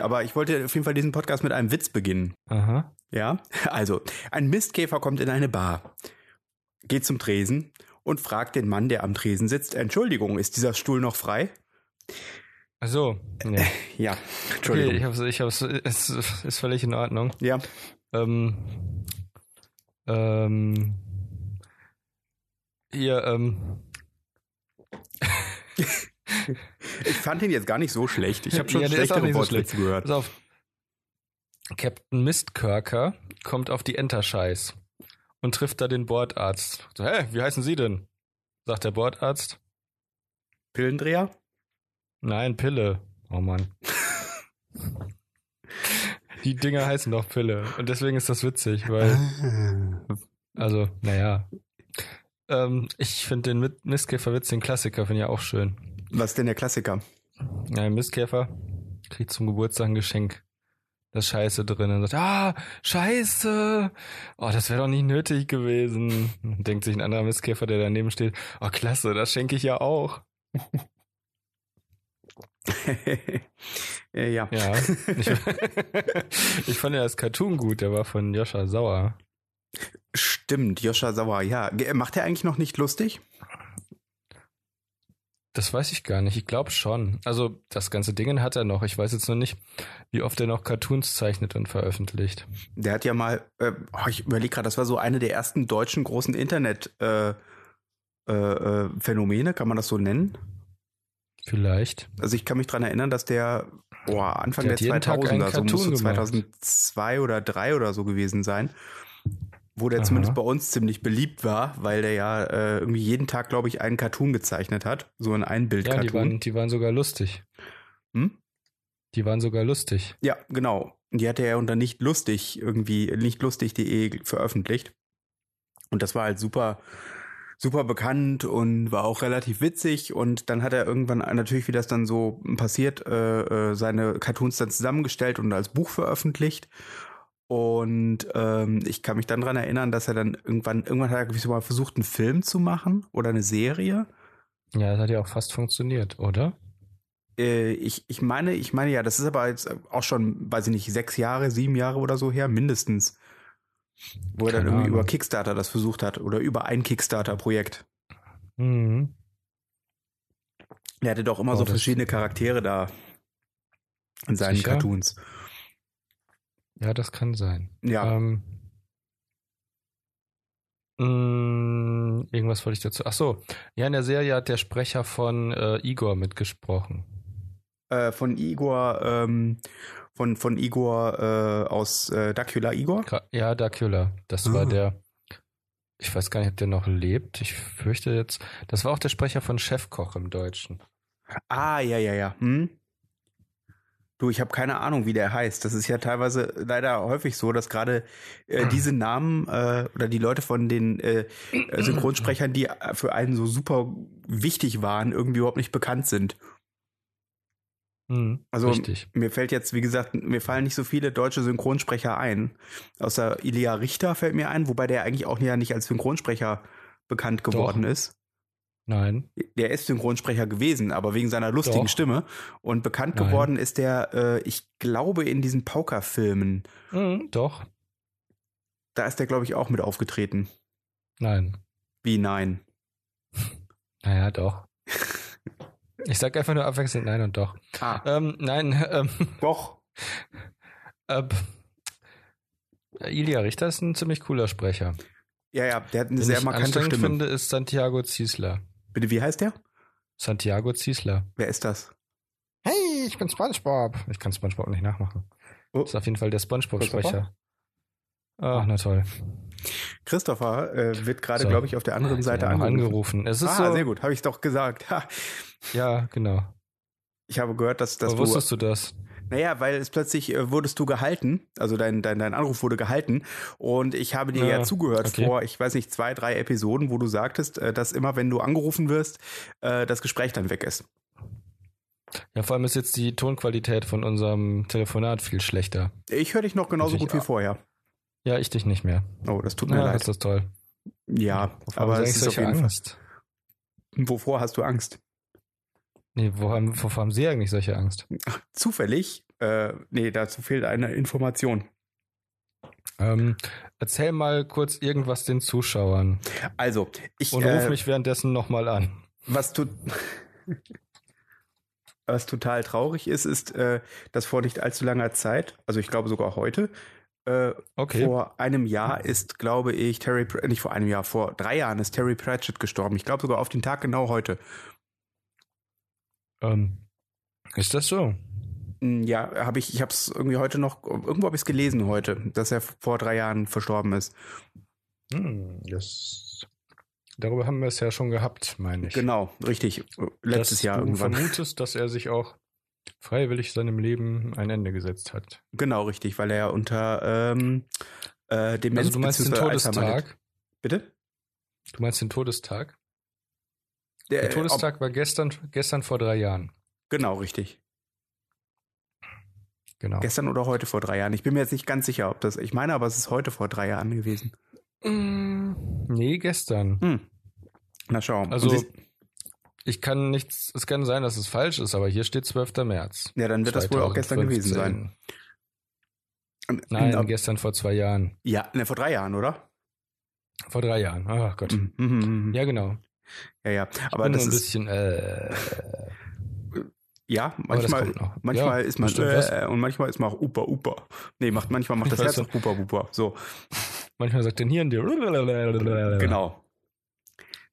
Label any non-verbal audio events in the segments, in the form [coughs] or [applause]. aber ich wollte auf jeden Fall diesen Podcast mit einem Witz beginnen. Aha. Ja, [laughs] also ein Mistkäfer kommt in eine Bar, geht zum Tresen und fragt den Mann, der am Tresen sitzt, Entschuldigung, ist dieser Stuhl noch frei? Ach so. Nee. Ja, Okay, Entschuldigung. ich hab's, ich hab's, es ist, ist völlig in Ordnung. Ja, Ähm, ähm, hier, ähm, ich fand ihn jetzt gar nicht so [laughs] schlecht. Ich habe schon Ja, der ist auch schlechtere nicht so Wortwitze gehört. pass auf. Captain Mistkörker kommt auf die Enterscheiß und trifft da den Bordarzt. So, hä, wie heißen Sie denn? Sagt der Bordarzt. Pillendreher? Nein, Pille. Oh Mann. die Dinger heißen doch Pille. Und deswegen ist das witzig, weil Also, naja. Ähm, ich finde den Mit- Mistkäferwitz, den Klassiker, finde ich auch schön. Was ist denn der Klassiker? [laughs] Ja, ein Mistkäfer kriegt zum Geburtstag ein Geschenk. Da ist Scheiße drin und sagt, ah, Scheiße! Oh, das wäre doch nicht nötig gewesen. Denkt sich ein anderer Mistkäfer, der daneben steht, oh klasse, das schenke ich ja auch. äh, ja. Ja. Ich, [laughs] ich fand ja das Cartoon gut, der war von Joscha Sauer. Stimmt, Joscha Sauer, ja. Ge- Macht er eigentlich noch nicht lustig? Das weiß ich gar nicht. Ich glaube schon. Also das ganze Ding hat er noch. Ich weiß jetzt nur nicht, wie oft er noch Cartoons zeichnet und veröffentlicht. Der hat ja mal, äh, oh, ich überlege gerade, das war so eine der ersten deutschen großen Internet-Phänomene, äh, äh, Phänomene, kann man das so nennen? Vielleicht. Also ich kann mich dran erinnern, dass der oh, Anfang Der der, hat jeden Tag 2000er, einen so muss Cartoon so gemacht. 2002 oder 3 oder so gewesen sein, wo der Aha. zumindest bei uns ziemlich beliebt war, weil der ja äh, irgendwie jeden Tag, glaube ich, einen Cartoon gezeichnet hat, so ein Ja, die Einbild-Cartoon. waren, die waren sogar lustig. hm? Die waren sogar lustig. Ja, genau. Und Die hat er ja unter nicht lustig irgendwie nichtlustig.de veröffentlicht. Und das war halt super, super bekannt und war auch relativ witzig. Und dann hat er irgendwann natürlich, wie das dann so passiert, äh, äh, seine Cartoons dann zusammengestellt und als Buch veröffentlicht. Und ähm, ich kann mich dann dran erinnern, dass er dann irgendwann, irgendwann hat er glaube ich, so mal versucht, einen Film zu machen oder eine Serie. Ja, das hat ja auch fast funktioniert, oder? Äh, ich, ich meine, ich meine ja, das ist aber jetzt auch schon, weiß ich nicht, sechs Jahre, sieben Jahre oder so her, mindestens. Wo er dann Keine irgendwie Ahnung. über Kickstarter das versucht hat oder über ein Kickstarter-Projekt. Mhm. Er hatte doch Oh, immer so das- verschiedene Charaktere da in seinen Sicher? Cartoons. Ja, das kann sein. Ja, Ähm, mh, mm, irgendwas wollte ich dazu. Ach so. Ja, in der Serie hat der Sprecher von äh, Igor mitgesprochen. äh, von Igor, ähm, von, von Igor äh, aus äh, Dracula Igor. Gra- Ja, Dracula. Das Ah. war der. Ich weiß gar nicht, ob der noch lebt. Ich fürchte jetzt. Das war auch der Sprecher von Chefkoch im Deutschen. Ah, ja, ja, ja. Hm? Du, ich habe keine Ahnung, wie der heißt. Das ist ja teilweise leider häufig so, dass gerade äh, diese Namen äh, oder die Leute von den äh, äh, Synchronsprechern, die äh, für einen so super wichtig waren, irgendwie überhaupt nicht bekannt sind. Hm, Also- Richtig. Mir fällt jetzt, wie gesagt, mir fallen nicht so viele deutsche Synchronsprecher ein. Außer Ilia Richter fällt mir ein, wobei der eigentlich auch ja nicht als Synchronsprecher bekannt geworden ist. Nein. der ist Synchronsprecher gewesen, aber wegen seiner lustigen Doch. Stimme. Und bekannt Nein. geworden ist der, äh, ich glaube, in diesen Pauker-Filmen. Hm, doch. Da ist der, glaube ich, auch mit aufgetreten. Nein. Wie nein. Naja, doch. Ich sag einfach nur abwechselnd nein und doch. Ah, Ähm, nein, [laughs] ähm, doch. äh, Ilia Richter ist ein ziemlich cooler Sprecher. Ja, ja, der hat eine Den sehr ich markante anstrengend Stimme. finde, ist Santiago Ziesler. Bitte, wie heißt der? Santiago Ziesler. Wer ist das? Hey, ich bin SpongeBob. Ich kann SpongeBob nicht nachmachen. Oh. Ah. Das ist auf jeden Fall der SpongeBob-Sprecher. Ach, na toll. Christopher äh, wird gerade, So. glaube ich, auf der anderen Ja, Seite die haben angerufen. angerufen. Es ist Ah, so, sehr gut, habe ich doch gesagt. Ha, ja, genau. ich habe gehört, dass, dass Aber du wusstest du das? Naja, weil es plötzlich äh, wurdest du gehalten, also dein, dein, dein Anruf wurde gehalten und ich habe dir ja, Ja, zugehört Ah, okay. vor, ich weiß nicht, zwei, drei Episoden, wo du sagtest, äh, dass immer, wenn du angerufen wirst, äh, das Gespräch dann weg ist. Ja, vor allem ist jetzt die Tonqualität von unserem Telefonat viel schlechter. Ich höre dich noch genauso Natürlich gut wie auch. vorher. Ja, ich dich nicht mehr. Oh, das tut mir Na, ist leid. das toll. Ja, Warum aber sag ich es ist auf solche jeden Fall. Angst? Wovor hast du Angst? Nee, wo haben, wovor haben Sie eigentlich solche Angst? Zufällig äh, Äh, nee, dazu fehlt eine Information. Ähm, erzähl mal kurz irgendwas den Zuschauern Also, ich und äh, ruf mich währenddessen nochmal an. Was, tut, [laughs] was total traurig ist, ist, äh, dass vor nicht allzu langer Zeit, also ich glaube sogar heute, äh, Okay. vor einem Jahr ist, glaube ich, Terry, Pr- nicht vor einem Jahr, vor drei Jahren ist Terry Pratchett gestorben. Ich glaube sogar auf den Tag genau heute. Ähm, ist das so? Mm, Ja, habe ich, ich habe es irgendwie heute noch, irgendwo habe ich es gelesen heute, dass er vor drei Jahren verstorben ist. Hm, das. Darüber haben wir es ja schon gehabt, meine ich. Genau, richtig. Letztes dass Jahr du irgendwann. vermutest, dass er sich auch freiwillig seinem Leben ein Ende gesetzt hat. Genau, richtig, weil er ja unter ähm, äh, Demenz also du meinst den beziehungsweise Alzheimer litt. Todestag? Bitte? Du meinst den Todestag? Der äh, ob- Todestag war gestern, gestern vor drei Jahren. Genau, richtig. Genau. Gestern oder heute vor drei Jahren. Ich bin mir jetzt nicht ganz sicher, ob das. Ich meine, aber es ist heute vor drei Jahren gewesen. Mm, Nee, gestern. Hm. Na schau. Also- Und sie- Ich kann nichts, es kann sein, dass es falsch ist, aber hier steht 12. März. ja, dann wird das wohl auch gestern gewesen sein. 2015. Nein, Na, gestern vor zwei Jahren. ja, ne, vor drei Jahren, oder? Vor drei Jahren. Ach Gott. Mhm, mhm, mhm. Ja, genau. Ja, ja. Ich Aber bin das nur ein ist bisschen, äh, ja aber das manchmal. kommt noch. Manchmal Ja, ist man bestimmt was. äh, und manchmal ist man auch upa upa. Nee, macht manchmal macht Ich das weiß Herz auch upa upa. So, Manchmal sagt dein Hirn dir. genau.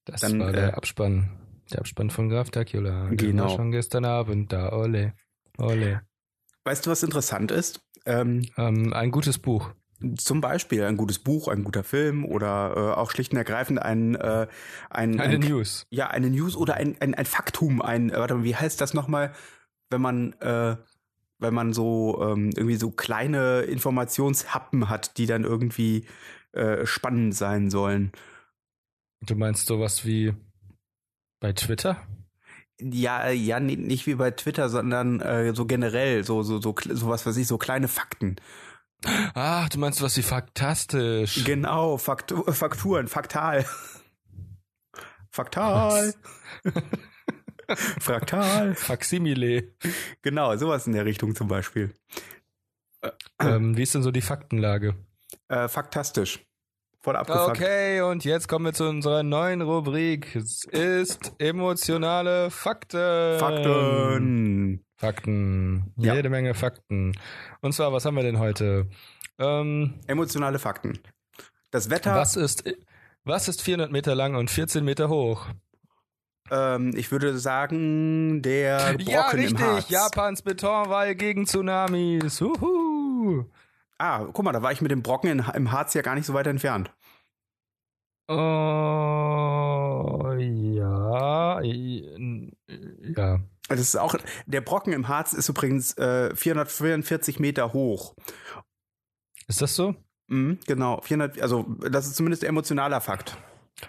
Das Dann, war äh, der Abspann. Der Abspann von Graf Dracula. Der Genau. war schon gestern Abend da. Ole. Ole. Weißt du, was interessant ist? Ähm, Ähm, ein gutes Buch. zum Beispiel ein gutes Buch, ein guter Film oder äh, auch schlicht und ergreifend ein äh, ein, Eine ein News. ja, eine News oder ein, ein, ein Faktum, ein, äh, warte mal, wie heißt das nochmal, wenn man, äh, wenn man so ähm, irgendwie so kleine Informationshappen hat, die dann irgendwie äh, spannend sein sollen. Du meinst sowas wie bei Twitter? Ja, äh, ja, ni- nicht wie bei Twitter, sondern äh, so generell, so, so, so, kl- so was weiß ich, so kleine Fakten. Ach, Ah, du meinst sowas wie faktastisch. Genau, Faktu Fakturen, faktal. [laughs] Faktal. [laughs] [laughs] Fraktal. Faximile. Genau, sowas in der Richtung zum Beispiel. ähm, wie ist denn so die Faktenlage? Äh, faktastisch. Voll abgefuckt. Ah, Okay, und jetzt kommen wir zu unserer neuen Rubrik. Es ist emotionale Fakten. Fakten. Fakten. Ja. Jede Menge Fakten. Und zwar, was haben wir denn heute? Ähm, Emotionale Fakten. Das Wetter, was, ist, was ist 400 Meter lang und 14 Meter hoch? ähm, ich würde sagen, der Brocken ja, im Harz. richtig. Japans Betonwall gegen Tsunamis. Huhu. Ah, guck mal, da war ich mit dem Brocken in, im Harz ja gar nicht so weit entfernt. Oh, ja. Ja. Das ist auch, der Brocken im Harz ist übrigens äh, 444 Meter hoch. Ist das so? Mhm, genau, 400, also das ist zumindest ein emotionaler Fakt.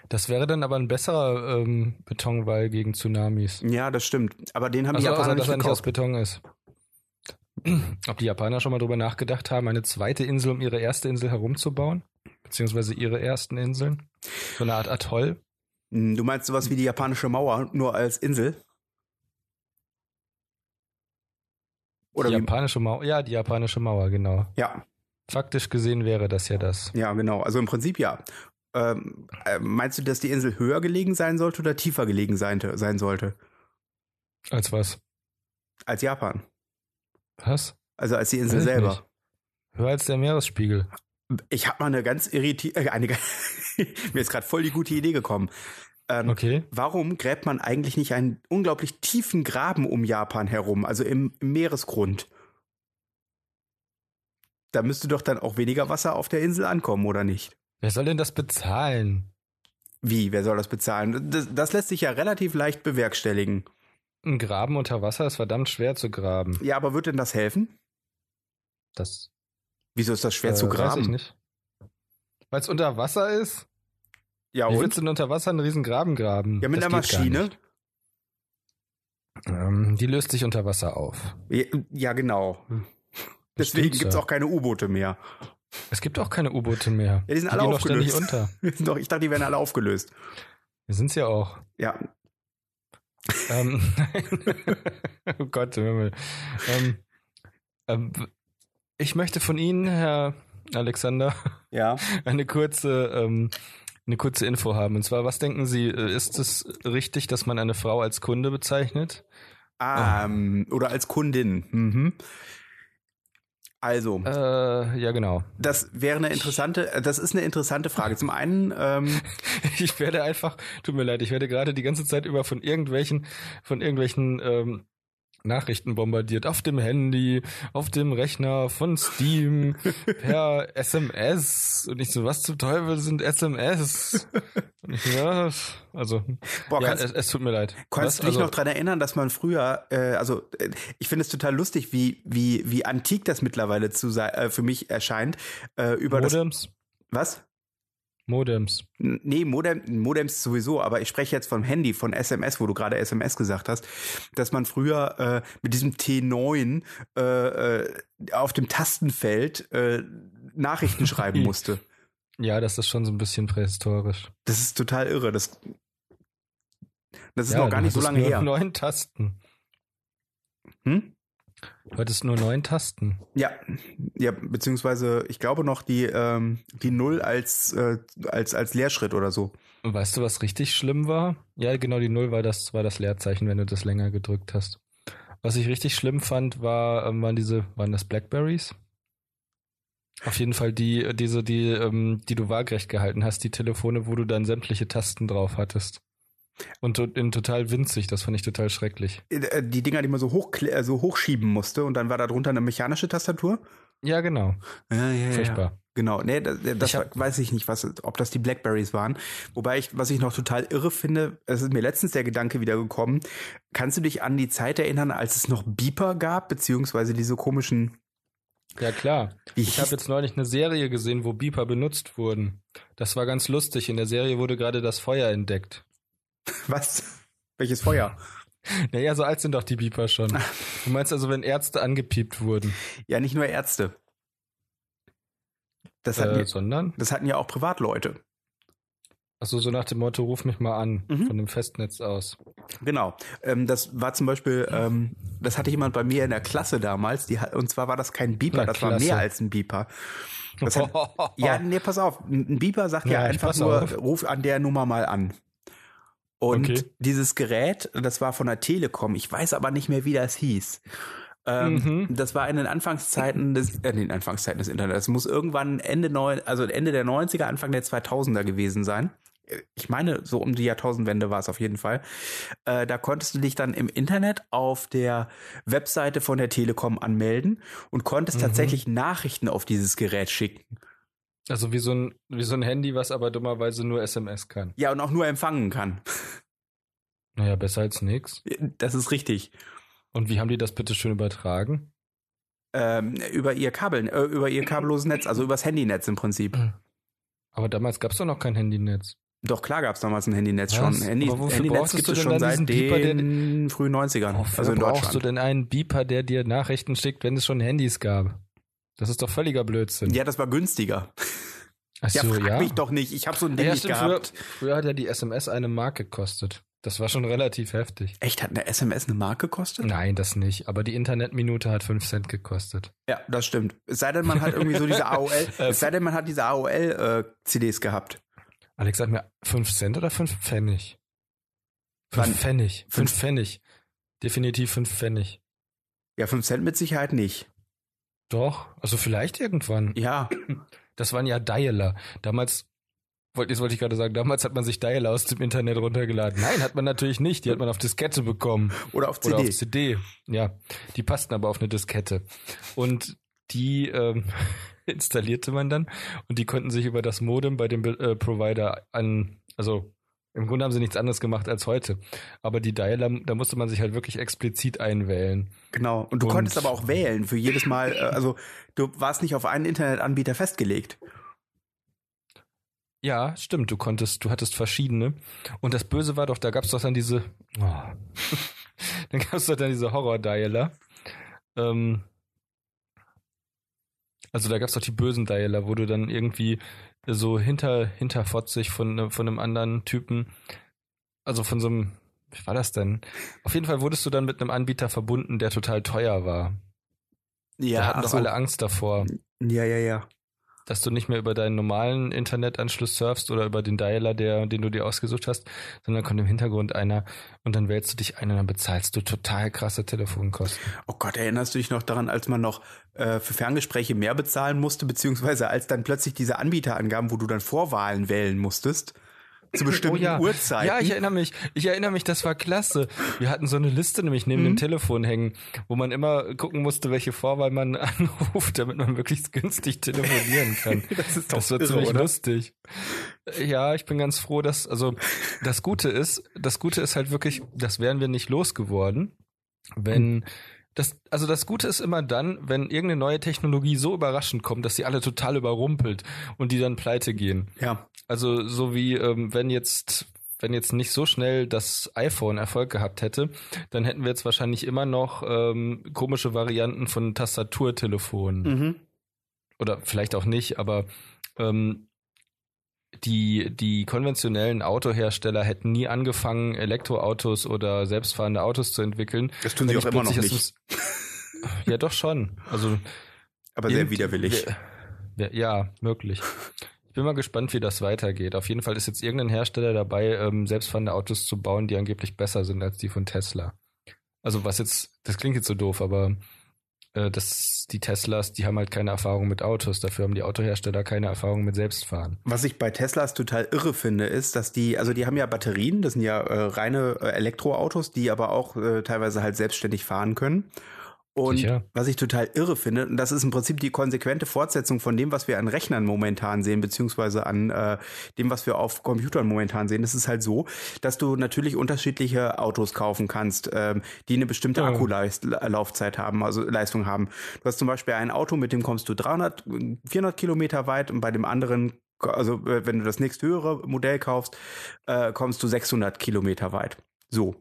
Das wäre dann aber ein besserer ähm, Betonwall gegen Tsunamis. Ja, das stimmt. Aber den haben Also, die Japaner außer, dass nicht er nicht aus gekauft. Beton ist. [clears throat] Ob die Japaner schon mal drüber nachgedacht haben, eine zweite Insel um ihre erste Insel herumzubauen? Beziehungsweise ihre ersten Inseln? So eine Art Atoll? Hm, Du meinst sowas wie die japanische Mauer, nur als Insel? Oder die wie? japanische Mauer. Ja, die japanische Mauer, genau. Ja, Faktisch gesehen wäre das ja das. Ja, genau. Also im Prinzip ja. Ähm, äh, meinst du, dass die Insel höher gelegen sein sollte oder tiefer gelegen sein, sein sollte Als was? als Japan? Was? Also als die Insel Weiß ich selber. Höher als der Meeresspiegel. Ich habe mal eine ganz irritierte, äh, eine, [laughs] mir ist gerade voll die gute Idee gekommen. Ähm, Okay. Warum gräbt man eigentlich nicht einen unglaublich tiefen Graben um Japan herum, also im, im Meeresgrund? Da müsste doch dann auch weniger Wasser auf der Insel ankommen, oder nicht? Wer soll denn das bezahlen? Wie? Wer soll das bezahlen? Das, das lässt sich ja relativ leicht bewerkstelligen. Ein Graben unter Wasser ist verdammt schwer zu graben. Ja, aber wird denn das helfen? Das Wieso ist das schwer äh, zu Weiß ich graben? nicht. Weil es unter Wasser ist? Ja, Wie und? willst du denn unter Wasser einen riesen Graben graben? Ja, mit Das einer geht gar Maschine. nicht. Ähm, die löst sich unter Wasser auf. Ja, ja, genau. Hm. Deswegen Stimmt's gibt es ja. auch keine U-Boote mehr. [laughs] Es gibt auch keine U-Boote mehr. Ja, die sind alle gehen doch aufgelöst. ständig unter. Doch, ich dachte, die werden alle aufgelöst. Wir sind's ja auch. Ja, [laughs] ähm, nein. oh Gott, im Himmel. Ähm, Ähm, ich möchte von Ihnen, Herr Alexander, [laughs] Ja. eine kurze, ähm, eine kurze Info haben. Und zwar, was denken Sie, äh, ist es richtig, dass man eine Frau als Kunde bezeichnet? Ah, ähm, oder als Kundin. Mhm. Also, Äh, ja, genau. das wäre eine interessante, äh, das ist eine interessante Frage. Zum einen, [laughs] ähm, Ich werde einfach, tut mir leid, ich werde gerade die ganze Zeit über von irgendwelchen, von irgendwelchen ähm, Nachrichten bombardiert. Auf dem Handy, auf dem Rechner, von [laughs] Steam, per SMS. Und ich so, was zum Teufel sind SMS? Und ich, ja, also, boah, ja, kannst, es, es tut mir leid. Kannst Was? du dich also, noch dran erinnern, dass man früher, äh, also äh, ich finde es total lustig, wie, wie, wie antik das mittlerweile zu sei, äh, für mich erscheint. Äh, über das, Modems? was? Modems. N- Nee, Modem, Modems sowieso, aber ich spreche jetzt vom Handy, von SMS, wo du gerade SMS gesagt hast, dass man früher äh, mit diesem T9 äh, äh, auf dem Tastenfeld äh, Nachrichten [laughs] schreiben musste. Ja, das ist schon so ein bisschen prähistorisch. Das ist total irre. Das, das ist ja, noch gar du nicht so hattest lange nur her. Neun Tasten. Hm? Du hattest nur neun Tasten. Ja, ja, beziehungsweise ich glaube noch die ähm, die Null als äh, als als Lehrschritt oder so. Und weißt du, was richtig schlimm war? Ja, genau, die Null war das, war das Leerzeichen, wenn du das länger gedrückt hast. Was ich richtig schlimm fand, war, ähm, waren diese, waren das Blackberries? Auf jeden Fall die, äh, diese, die, ähm, die du waagrecht gehalten hast, die Telefone, wo du dann sämtliche Tasten drauf hattest. Und to in total winzig, das fand ich total schrecklich. Äh, äh, Die Dinger, die man so hoch äh, so hochschieben musste und dann war da drunter eine mechanische Tastatur. Ja, genau. Ja, ja, Furchtbar. Genau, nee, das, das Ich hab- weiß ich nicht, was, ob das die Blackberries waren. Wobei ich, was ich noch total irre finde, es ist mir letztens der Gedanke wieder gekommen, kannst du dich an die Zeit erinnern, als es noch Beeper gab, beziehungsweise diese komischen, Ja, klar. Wie Ich habe hieß- jetzt neulich eine Serie gesehen, wo Beeper benutzt wurden. Das war ganz lustig. In der Serie wurde gerade das Feuer entdeckt. was? Welches Feuer? Naja, so alt sind doch die Beeper [laughs] schon. Du meinst also, wenn Ärzte angepiept wurden, Ja, nicht nur Ärzte. Das hatten, äh, ja- sondern? das hatten ja auch Privatleute. Also so nach dem Motto, ruf mich mal an, Mhm. von dem Festnetz aus. Genau. Ähm, das war zum Beispiel, ähm, das hatte jemand bei mir in der Klasse damals, die, hat- und zwar war das kein Beeper, Na, das war klasse. mehr als ein Beeper. Das [laughs] hat, ja, nee, pass auf, ein ein Beeper sagt ja, Oh. Ja, ich einfach pass nur, auf. ruf an der Nummer mal an. Und Okay. dieses Gerät, das war von der Telekom, ich weiß aber nicht mehr, wie das hieß. Ähm, Mhm. Das war in den Anfangszeiten des, äh, in den Anfangszeiten des Internets. Das muss irgendwann Ende neu, also Ende der 90er, Anfang der 2000er gewesen sein. Ich meine, so um die Jahrtausendwende war es auf jeden Fall. Äh, da konntest du dich dann im Internet auf der Webseite von der Telekom anmelden und konntest Mhm. tatsächlich Nachrichten auf dieses Gerät schicken. Also wie so, ein, wie so ein Handy, was aber dummerweise nur SMS kann. Ja, und auch nur empfangen kann. Naja, besser als nix. Das ist richtig. Und wie haben die das bitte schön übertragen? Ähm, über ihr Kabel, äh, über ihr kabelloses Netz, also übers Handynetz im Prinzip. Aber damals gab es doch noch kein Handynetz. Doch klar gab es damals ein Handynetz Was? schon. Handy, Aber wofür Handynetz brauchst gibt du es denn schon dann seit diesen Pieper, der- den frühen 90ern, Wofür also in brauchst du Deutschland. denn einen Beeper, der dir Nachrichten schickt, wenn es schon Handys gab? Das ist doch völliger Blödsinn. Ja, das war günstiger. Ach Ja, so, frag mich doch nicht. Ich habe so ein Ding ja, nicht stimmt, früher, gehabt. früher hat ja die SMS eine Mark gekostet. Das war schon relativ heftig. Echt, hat eine SMS eine Mark gekostet? Nein, das nicht. Aber die Internetminute hat 5 Cent gekostet. Ja, das stimmt. Es sei denn, man hat irgendwie so [laughs] diese AOL, es Also sei denn, man hat diese AOL-CDs äh, gehabt. Alex sag mir 5 Cent oder 5 Pfennig? 5 Wann- Pfennig. 5 Fünf- Pfennig. Definitiv 5 Pfennig. Ja, 5 Cent mit Sicherheit nicht. Doch, also vielleicht irgendwann. Ja, Das waren ja Dialer. Damals, wollt- jetzt wollte ich gerade sagen, damals hat man sich Dialer aus dem Internet runtergeladen. Nein, hat man natürlich nicht. Die hat man auf Diskette bekommen. oder auf Oder CD. auf CD. Ja, die passten aber auf eine Diskette. Und die ähm, [laughs] installierte man dann und die konnten sich über das Modem bei dem Be- äh, Provider an, also im Grunde haben sie nichts anderes gemacht als heute. Aber die Dialer, da musste man sich halt wirklich explizit einwählen. genau. Und du Und- konntest aber auch wählen für jedes Mal, [clears throat] äh, also du warst nicht auf einen Internetanbieter festgelegt. Ja, stimmt, du konntest, du hattest verschiedene. Und das Böse war doch, da gab's doch dann diese, oh. [laughs] dann gab's doch dann diese Horror-Dialer. Ähm, also da gab's doch die bösen Dialer, wo du dann irgendwie so hinter, hinterfotzig von, ne- von einem anderen Typen, also von so einem, wie war das denn? Auf jeden Fall wurdest du dann mit einem Anbieter verbunden, der total teuer war. Ja, da Ja, hatten ach doch so. alle Angst davor, ja, ja, ja. dass du nicht mehr über deinen normalen Internetanschluss surfst oder über den Dialer, der, den du dir ausgesucht hast, sondern kommt im Hintergrund einer und dann wählst du dich ein und dann bezahlst du total krasse Telefonkosten. Oh Gott, erinnerst du dich noch daran, als man noch äh, für Ferngespräche mehr bezahlen musste, beziehungsweise als dann plötzlich diese Anbieter angaben, wo du dann Vorwahlen wählen musstest? Zu bestimmten Oh ja. Uhrzeiten. Ja, ich erinnere mich. Ich erinnere mich, das war klasse. Wir hatten so eine Liste nämlich neben dem Telefon hängen, wo man immer gucken musste, welche Vorwahl man [laughs] anruft, damit man möglichst günstig telefonieren kann. Das ist doch das war irre, ziemlich oder? lustig. Ja, ich bin ganz froh, dass also das Gute ist, das Gute ist halt wirklich, das wären wir nicht losgeworden, wenn das also das Gute ist immer dann, wenn irgendeine neue Technologie so überraschend kommt, dass sie alle total überrumpelt und die dann pleite gehen. ja. Also so wie ähm, wenn jetzt wenn jetzt nicht so schnell das iPhone Erfolg gehabt hätte, dann hätten wir jetzt wahrscheinlich immer noch ähm, komische Varianten von Tastaturtelefonen Mhm. oder vielleicht auch nicht, aber ähm, die, die konventionellen Autohersteller hätten nie angefangen, Elektroautos oder selbstfahrende Autos zu entwickeln. Das tun sie auch nicht immer noch plötzlich nicht. aus dem- Ja, doch schon. Also Aber sehr irgendwie- widerwillig. Ja, ja, möglich. Ich bin mal gespannt, wie das weitergeht. Auf jeden Fall ist jetzt irgendein Hersteller dabei, ähm, selbstfahrende Autos zu bauen, die angeblich besser sind als die von Tesla. Also was jetzt, das klingt jetzt so doof, aber äh, das, die Teslas, die haben halt keine Erfahrung mit Autos. Dafür haben die Autohersteller keine Erfahrung mit Selbstfahren. Was ich bei Teslas total irre finde, ist, dass die, also die haben ja Batterien, das sind ja äh, reine äh, Elektroautos, die aber auch äh, teilweise halt selbstständig fahren können. Und Sicher. was ich total irre finde, und das ist im Prinzip die konsequente Fortsetzung von dem, was wir an Rechnern momentan sehen, beziehungsweise an äh, dem, was wir auf Computern momentan sehen. Es ist halt so, dass du natürlich unterschiedliche Autos kaufen kannst, ähm, die eine bestimmte Ja. Akkulaufzeit haben, also Leistung haben. Du hast zum Beispiel ein Auto, mit dem kommst du 300, 400 Kilometer weit und bei dem anderen, also äh, wenn du das nächsthöhere Modell kaufst, äh, kommst du 600 Kilometer weit. So.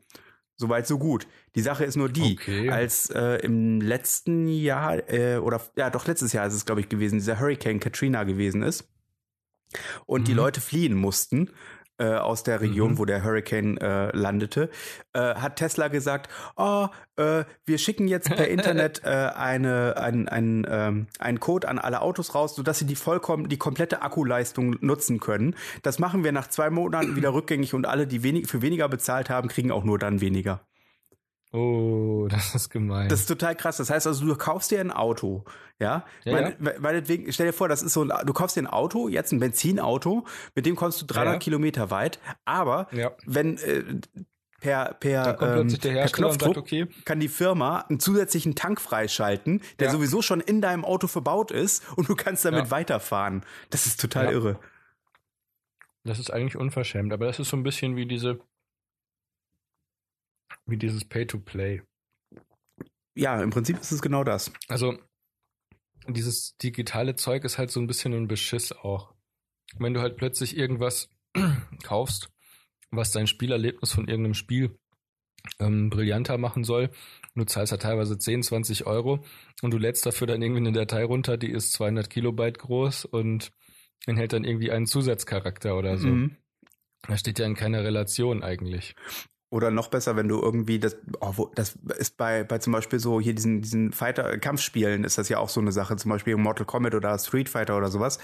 Soweit, so gut. Die Sache ist nur die, Okay. als äh, im letzten Jahr äh, oder ja doch letztes Jahr ist es glaube ich gewesen, dieser Hurricane Katrina gewesen ist und die Mhm. Leute fliehen mussten äh, aus der Region, Mhm. wo der Hurricane äh, landete, äh, hat Tesla gesagt, oh, äh, wir schicken jetzt [laughs] per Internet äh, eine, ein, ein, ähm, einen Code an alle Autos raus, sodass sie die vollkommen, die komplette Akkuleistung nutzen können. Das machen wir nach zwei Monaten [clears throat] wieder rückgängig und alle, die wenig, für weniger bezahlt haben, kriegen auch nur dann weniger. Oh, [laughs] das ist gemein. Das ist total krass. Das heißt also, du kaufst dir ein Auto, ja? Ja, Mein- me- Meinetwegen, stell dir vor, das ist so ein, du kaufst dir ein Auto, jetzt ein Benzinauto, mit dem kommst du 300 Ja. Kilometer weit, aber ja. wenn äh, per, Da per, kommt ähm, plötzlich der per Hersteller und sagt, Knopfdruck okay, kann die Firma einen zusätzlichen Tank freischalten, der Ja. sowieso schon in deinem Auto verbaut ist und du kannst damit Ja. weiterfahren. Das ist total Ja. irre. Das ist eigentlich unverschämt, aber das ist so ein bisschen wie diese, wie dieses Pay-to-Play. Ja, im Prinzip ist es genau das. Also dieses digitale Zeug ist halt so ein bisschen ein Beschiss auch. Wenn du halt plötzlich irgendwas [clears throat] kaufst, was dein Spielerlebnis von irgendeinem Spiel ähm, brillanter machen soll, und du zahlst ja teilweise 10, 20 Euro und du lädst dafür dann irgendwie eine Datei runter, die ist 200 Kilobyte groß und enthält dann irgendwie einen Zusatzcharakter oder so. Mhm. Das steht ja in keiner Relation eigentlich. Oder noch besser, wenn du irgendwie das, oh, wo, das ist bei, bei zum Beispiel so hier diesen, diesen Fighter-Kampfspielen ist das ja auch so eine Sache, zum Beispiel Mortal Kombat oder Street Fighter oder sowas,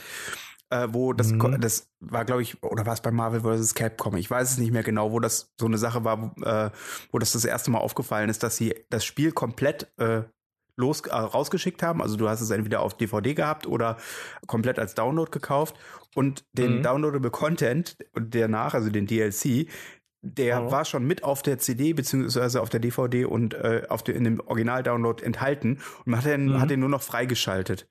äh, wo das, Mhm. ko- das war, glaube ich, oder war es bei Marvel vs. Capcom? Ich weiß es nicht mehr genau, wo das so eine Sache war, wo, äh, wo das das erste Mal aufgefallen ist, dass sie das Spiel komplett äh, los, äh, rausgeschickt haben. Also du hast es entweder auf DVD gehabt oder komplett als Download gekauft und den Mhm. downloadable Content und danach, also den DLC, der Ja. war schon mit auf der CD beziehungsweise auf der DVD und äh, auf der in dem Original-Download enthalten und man hat den, Mhm. hat den nur noch freigeschaltet.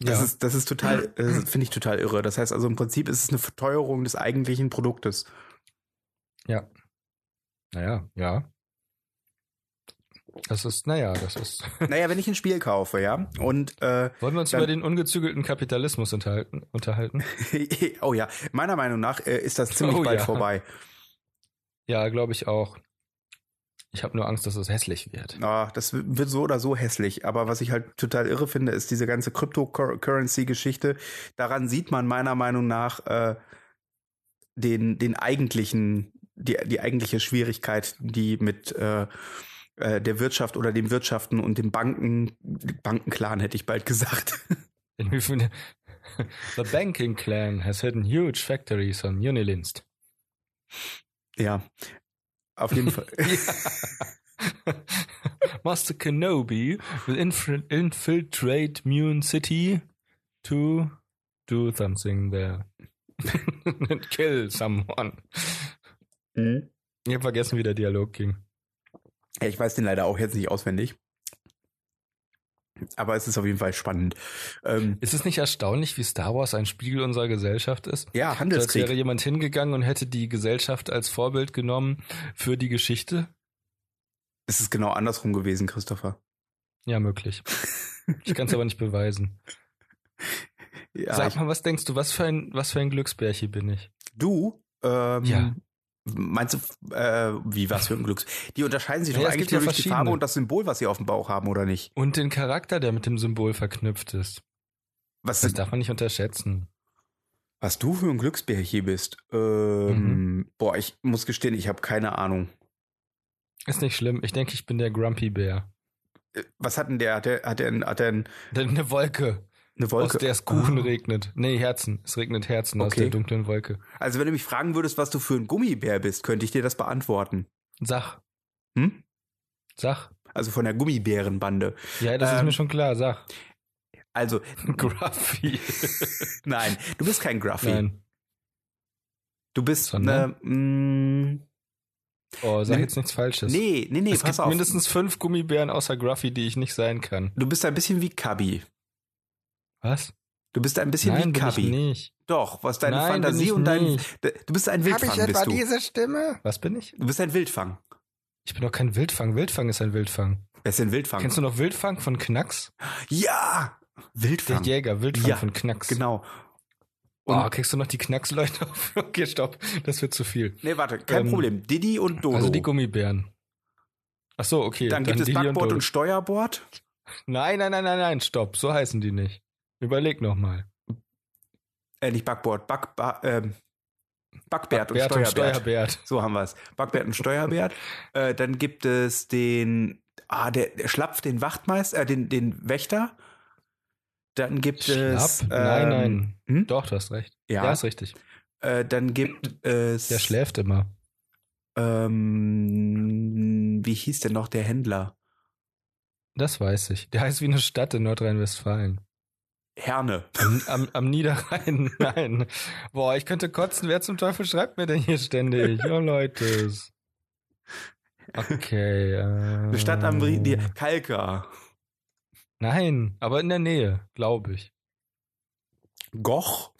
Das ist das ist total äh, finde ich total irre. Das heißt also im Prinzip ist es eine Verteuerung des eigentlichen Produktes. Naja, ja. Das ist, naja, das ist. naja, wenn ich ein Spiel kaufe, ja und äh, [laughs] Wollen wir uns Dann- über den ungezügelten Kapitalismus unterhalten? unterhalten? oh ja, meiner Meinung nach äh, [laughs] ist das ziemlich Oh bald ja. vorbei. Ja, glaube ich auch. Ich habe nur Angst, dass es hässlich wird. Ah, das w- wird so oder so hässlich. Aber was ich halt total irre finde, ist diese ganze Cryptocurrency-Geschichte. Daran sieht man meiner Meinung nach äh, den, den eigentlichen, die, die eigentliche Schwierigkeit, die mit äh, äh, der Wirtschaft oder dem Wirtschaften und dem Banken, Bankenclan hätte ich bald gesagt. [laughs] Inwiefern [laughs] The banking clan has hidden huge factories on Unilinst. ja, auf jeden Fall. [laughs] Master Kenobi will inf- infiltrate Mune City to do something there. [laughs] And kill someone. Mhm. Ich habe vergessen, wie der Dialog ging. Ja, ich weiß den leider auch jetzt nicht auswendig. Aber es ist auf jeden Fall spannend. Ähm, Ist es nicht erstaunlich, wie Star Wars ein Spiegel unserer Gesellschaft ist? ja, So, Als wäre Handelskrieg. jemand hingegangen und hätte die Gesellschaft als Vorbild genommen für die Geschichte? Es ist genau andersrum gewesen, Christopher. Ja, möglich. Ich kann es aber nicht beweisen. [laughs] Ja, Sag ich- mal, was denkst du, was für ein, was für ein Glücksbärchen bin ich? Du, ähm, Ja. meinst du, äh, wie, was für ein Glücks? Die unterscheiden sich Ja, doch es eigentlich gibt ja nur durch die verschiedene. Farbe und das Symbol, was sie auf dem Bauch haben, oder nicht? Und den Charakter, der mit dem Symbol verknüpft ist. Was, Das darf man nicht unterschätzen. was du für ein Glücksbär hier bist? Ähm, Mhm. Boah, ich muss gestehen, ich habe keine Ahnung. Ist nicht schlimm. Ich denke, ich bin der Grumpy Bär. Äh, Was hat denn der? Hat der, hat der, hat der eine Der- Eine Wolke, aus Wolke? der es Kuchen Ah. regnet. Nee, Herzen. Es regnet Herzen aus Okay. der dunklen Wolke. Also, wenn du mich fragen würdest, was du für ein Gummibär bist, könnte ich dir das beantworten. Sach, Hm? sach. Also von der Gummibärenbande. Ja, das ist Ähm. mir schon klar, [laughs] sach. Also, Grumpy. nein, du bist kein Gruffy. Nein. Du bist Sondern? eine. mm, Mh, Oh, sag Nee. jetzt nichts Falsches. nee, nee, nee, es pass gibt auf. mindestens fünf Gummibären außer Gruffy, die ich nicht sein kann. Du bist ein bisschen wie Cubby. Was? Du bist ein bisschen Nein, wie bin ich Cubby. nicht. Doch, was deine Nein, Fantasie bin ich und dein. nicht. Du bist ein Wildfang, bist du. Stimme? Was bin ich? Du bist ein Wildfang. Ich bin doch kein Wildfang. Wildfang ist ein Wildfang. Wer ist denn Wildfang? Kennst du noch Wildfang von Knacks? ja! Der Wildfang. Jäger, Wildfang Ja, von Knacks. Genau. Und, Oh, kriegst du noch die Knacksleute [laughs] auf? Okay, stopp. Das wird zu viel. nee, warte, kein ähm, Problem. Didi und Dodo. Also die Gummibären. Ach so, okay. Oh. dann, gibt es Didi Backboard und, Dodo. Steuerboard. Nein, nein, nein, nein, nein, stopp. So heißen die nicht. Überleg nochmal. Äh, nicht Backboard, Back, ba, ähm, Backbert und Bert und Steuerbert. Steuerbert. So haben wir es. Backbert [laughs] und Steuerbert. äh, dann gibt es den, ah, der, der Schlapf, den Wachtmeister, äh, den, den Wächter. Dann gibt es. Schlapp? nein, ähm, nein. hm? Doch, du hast recht. Ja, ja, ist richtig. äh, dann gibt es. Der schläft immer. Ähm, wie hieß denn noch der Händler? Das weiß ich. Der heißt wie eine Stadt in Nordrhein-Westfalen. Herne. Am, am, am Niederrhein, [laughs] nein. Boah, ich könnte kotzen. Wer zum Teufel schreibt mir denn hier ständig? Oh, Leute. Okay. Äh, Eine Stadt am Rie- die Kalka. Nein, aber in der Nähe, glaube ich. Goch?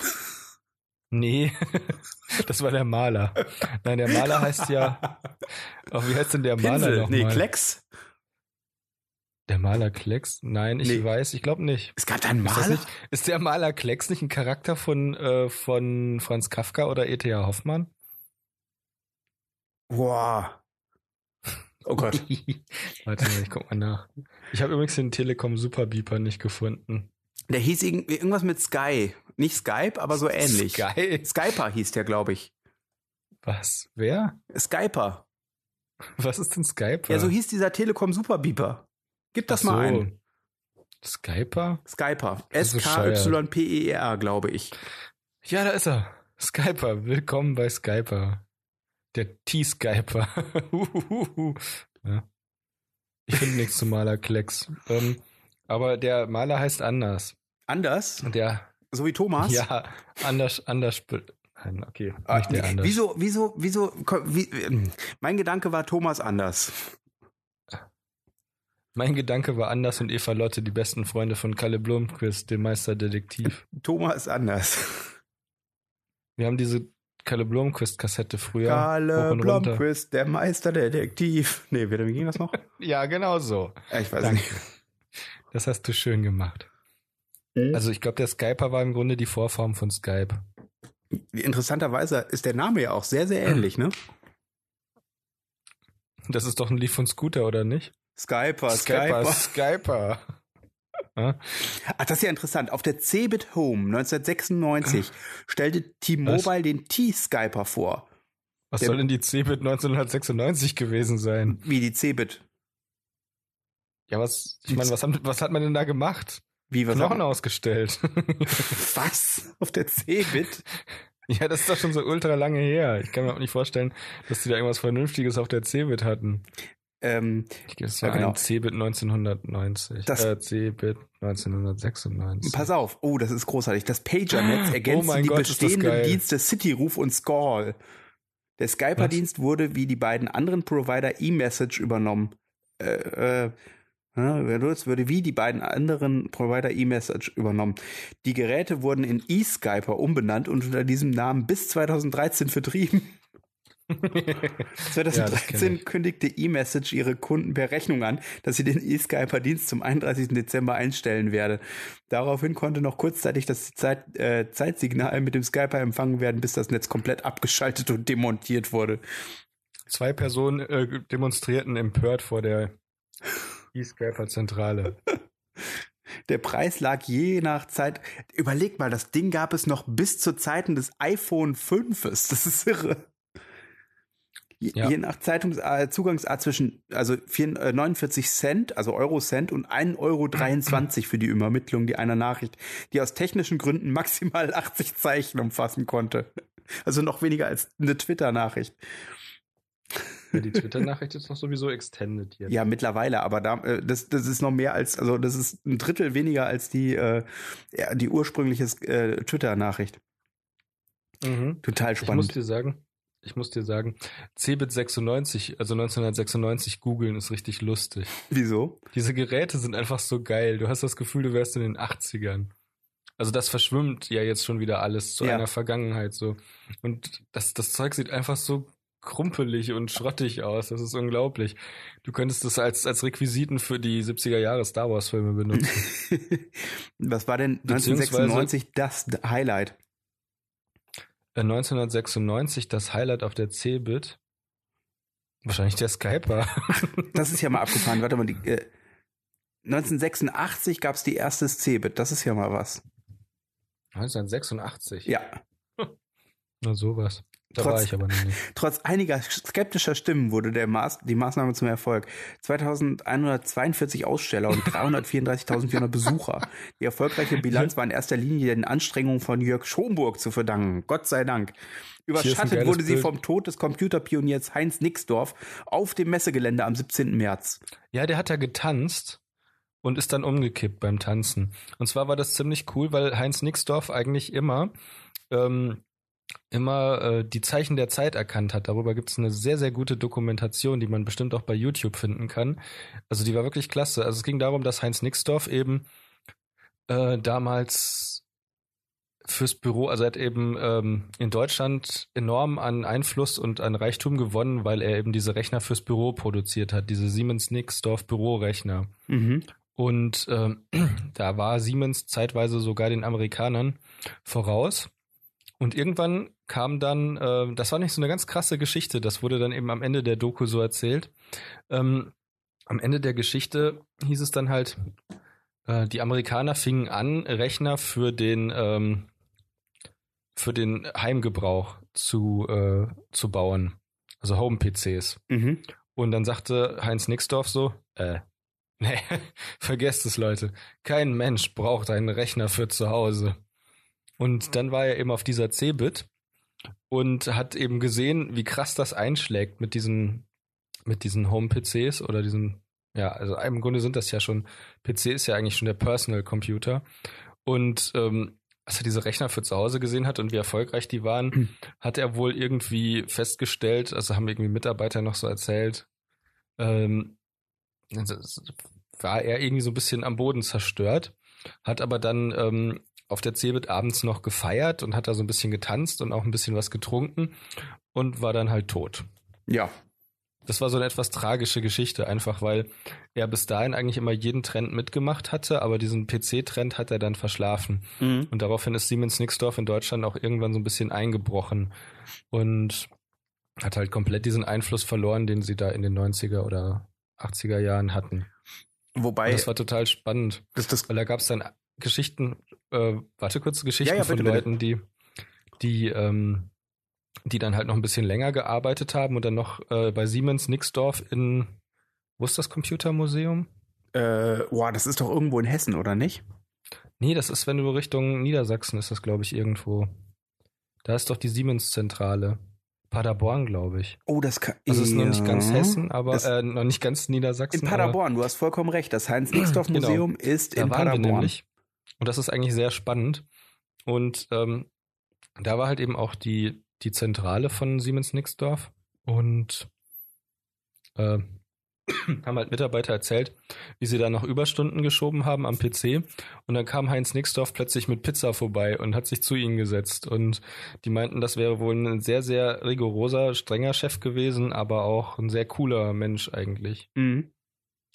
Nee, [laughs] das war der Maler. Nein, der Maler heißt ja. [laughs] Oh, wie heißt denn der Maler Pinsel. nochmal? Nee, Klecks. Der Maler Klecks? Nein, ich Nee. weiß, ich glaube nicht. Es gab da einen Ist das Maler. nicht- Ist der Maler Klecks nicht ein Charakter von, äh, von Franz Kafka oder E.T.A. Hoffmann? [laughs] Boah. Oh Gott. Warte mal, ich guck mal nach. Ich habe übrigens den Telekom Super Beeper nicht gefunden. Der hieß irgend- irgendwas mit Sky. Nicht Skype, aber so ähnlich. Geil. Skyper hieß der, glaube ich. Was? Wer? Skyper. Was ist denn Skyper? Ja, so hieß dieser Telekom Superbeeper. Gib das Ach mal so. ein. Skyper? Skyper. Das ist bescheuert. S-K-Y-P-E-R, glaube E ich. Ja, da ist er. Skyper. Willkommen bei Skyper. Der T-Skyper. [laughs] Huhuhuhu. ja. Ich finde nichts zum Maler Klecks. Ähm, aber der Maler heißt anders. Anders? Und Der, So wie Thomas? ja, anders, anders. Nein, okay. Ah, Nicht der anders. wieso, wieso, wieso, ko- wie, ähm, mein Gedanke war Thomas anders. Mein Gedanke war anders und Eva Lotte, die besten Freunde von Kalle Blomquist, dem Meisterdetektiv. Thomas anders. Wir haben diese Kalle Blomquist-Kassette früher. Karle hoch und runter. Blomquist, der Meisterdetektiv. Nee, wie wie ging das noch? Ja, genau so. Äh, ich weiß Danke. nicht. Das hast du schön gemacht. Mhm. Also ich glaube, der Skyper war im Grunde die Vorform von Skype. Interessanterweise ist der Name ja auch sehr, sehr ähnlich, ne? Das ist doch ein Lied von Scooter, oder nicht? Skyper, Skyper. Ach, das ist ja interessant. Auf der Cebit Home 1996 stellte T-Mobile den T-Skyper vor. Was Der- soll denn die Cebit 1996 gewesen sein? Wie die Cebit. Ja, was, ich meine, was, haben, was hat man denn da gemacht? Wie, was Knochen haben, ausgestellt. [laughs] was? Auf der Cebit? ja, das ist doch schon so ultra lange her. Ich kann mir auch nicht vorstellen, dass die da irgendwas Vernünftiges auf der Cebit hatten. ähm, Ich gebe es mal Ja, genau. ein Cebit 1990. Das- äh, Cebit 1996. pass auf. Oh, das ist großartig. Das [gasps] Pager-Netz ergänzt Oh mein die Gott, ist das bestehenden geil. Dienste Cityruf und Scorl. Der Skyper-Dienst wurde wie die beiden anderen Provider eMessage übernommen. Äh, äh, ja, das würde wie die beiden anderen Provider eMessage übernommen. Die Geräte wurden in eSkyper umbenannt und unter diesem Namen bis 2013 vertrieben. Ja, das kenn 2013 ich. kündigte eMessage ihre Kunden per Rechnung an, dass sie den eSkyper-Dienst zum 31. Dezember einstellen werde. Daraufhin konnte noch kurzzeitig das Zeit, äh, Zeitsignal mit dem Skyper empfangen werden, bis das Netz komplett abgeschaltet und demontiert wurde. [laughs] Zwei Personen äh, demonstrierten empört vor der [laughs] E-Scraper-Zentrale. Der Preis lag je nach Zeit. Überleg mal, das Ding gab es noch bis zu Zeiten des iPhone 5. Das ist irre. Je, Ja. je nach Zeitungs äh, Zugangsart zwischen also vier, äh, 49 Cent, also Eurocent und 1,23 Euro für die Übermittlung die einer Nachricht, die aus technischen Gründen [laughs] maximal 80 Zeichen umfassen konnte. Also noch weniger als eine Twitter-Nachricht. Ja, die Twitter-Nachricht ist noch sowieso extended hier. Ja, mittlerweile, aber da, äh, das, das ist noch mehr als, also das ist ein Drittel weniger als die, äh, ja, die ursprüngliche äh, Twitter-Nachricht. Mhm. Total Ich muss spannend. dir sagen, ich muss dir sagen, Cebit 96, also 1996 googeln ist richtig lustig. Wieso? [laughs] Diese Geräte sind einfach so geil. Du hast das Gefühl, du wärst in den 80ern. Also das verschwimmt ja jetzt schon wieder alles zu Ja. einer Vergangenheit so. Und das, das Zeug sieht einfach so krumpelig und schrottig aus. Das ist unglaublich. Du könntest das als, als Requisiten für die 70er Jahre Star Wars Filme [laughs] benutzen. Was war denn Beziehungsweise- 1996 das Highlight? Äh, 1996 das Highlight auf der Cebit. Wahrscheinlich der Skyper. [laughs] Das ist ja mal abgefahren. Warte mal, die, äh, 1986 gab's die erste Cebit. Das ist ja mal was. 1986. Ja. Na sowas. Da Trotz- war ich aber noch nicht. Trotz einiger skeptischer Stimmen wurde der Maß, die Maßnahme zum Erfolg. 2142 Aussteller und 334.400 Besucher. Die erfolgreiche Bilanz war in erster Linie den Anstrengungen von Jörg Schomburg zu verdanken. Gott sei Dank. Überschattet geiles wurde sie Bild. vom Tod des Computerpioniers Heinz Nixdorf auf dem Messegelände am 17. März. Ja, der hat ja getanzt und ist dann umgekippt beim Tanzen. Und zwar war das ziemlich cool, weil Heinz Nixdorf eigentlich immer ähm, immer äh, die Zeichen der Zeit erkannt hat. Darüber gibt es eine sehr, sehr gute Dokumentation, die man bestimmt auch bei YouTube finden kann. Also die war wirklich klasse. Also es ging darum, dass Heinz Nixdorf eben äh, damals fürs Büro, also er hat eben ähm, in Deutschland enorm an Einfluss und an Reichtum gewonnen, weil er eben diese Rechner fürs Büro produziert hat, diese Siemens-Nixdorf-Bürorechner. Mhm. Und ähm, [clears throat] da war Siemens zeitweise sogar den Amerikanern voraus. Und irgendwann kam dann, äh, das war nicht so eine ganz krasse Geschichte, das wurde dann eben am Ende der Doku so erzählt. Ähm, am Ende der Geschichte hieß es dann halt, äh, die Amerikaner fingen an, Rechner für den, ähm, für den Heimgebrauch zu, äh, zu bauen. Also Home-PCs. Mhm. Und dann sagte Heinz Nixdorf so, äh, [laughs] nee, vergesst es, Leute. Kein Mensch braucht einen Rechner für zu Hause. Und dann war er eben auf dieser Cebit und hat eben gesehen, wie krass das einschlägt mit diesen, mit diesen Home-PCs oder diesen, ja, also im Grunde sind das ja schon, PC ist ja eigentlich schon der Personal Computer. Und ähm, als er diese Rechner für zu Hause gesehen hat und wie erfolgreich die waren, hat er wohl irgendwie festgestellt, also haben irgendwie Mitarbeiter noch so erzählt, ähm, also es war er irgendwie so ein bisschen am Boden zerstört, hat aber dann ähm, auf der Cebit abends noch gefeiert und hat da so ein bisschen getanzt und auch ein bisschen was getrunken und war dann halt tot. Ja. Das war so eine etwas tragische Geschichte, einfach weil er bis dahin eigentlich immer jeden Trend mitgemacht hatte, aber diesen PC-Trend hat er dann verschlafen. Mhm. Und daraufhin ist Siemens Nixdorf in Deutschland auch irgendwann so ein bisschen eingebrochen und hat halt komplett diesen Einfluss verloren, den sie da in den 90er oder 80er Jahren hatten. Und Wobei, das war total spannend, das, das weil da gab es dann Geschichten, äh, warte kurz, Geschichten Ja, ja, von bitte, bitte. Leuten, die, die, ähm, die dann halt noch ein bisschen länger gearbeitet haben und dann noch äh, bei Siemens Nixdorf in, wo ist das Computermuseum? äh, boah, das ist doch irgendwo in Hessen, oder nicht? Nee, das ist, wenn du Richtung Niedersachsen ist das, glaube ich, irgendwo. Da ist doch die Siemens-Zentrale. Paderborn, glaube ich. Oh, das kann. Also es ist noch nicht ganz Ja. Hessen, aber Das- äh, noch nicht ganz Niedersachsen. In Paderborn, du hast vollkommen recht. [clears throat] Das Heinz-Nixdorf-Museum Aber ist da in waren Paderborn. wir nämlich. Und das ist eigentlich sehr spannend. Und ähm, da war halt eben auch die, die Zentrale von Siemens Nixdorf. Und äh, [clears throat] haben halt Mitarbeiter erzählt, wie sie da noch Überstunden geschoben haben am PC. Und dann kam Heinz Nixdorf plötzlich mit Pizza vorbei und hat sich zu ihnen gesetzt. Und die meinten, das wäre wohl ein sehr, sehr rigoroser, strenger Chef gewesen, aber auch ein sehr cooler Mensch eigentlich. Mhm.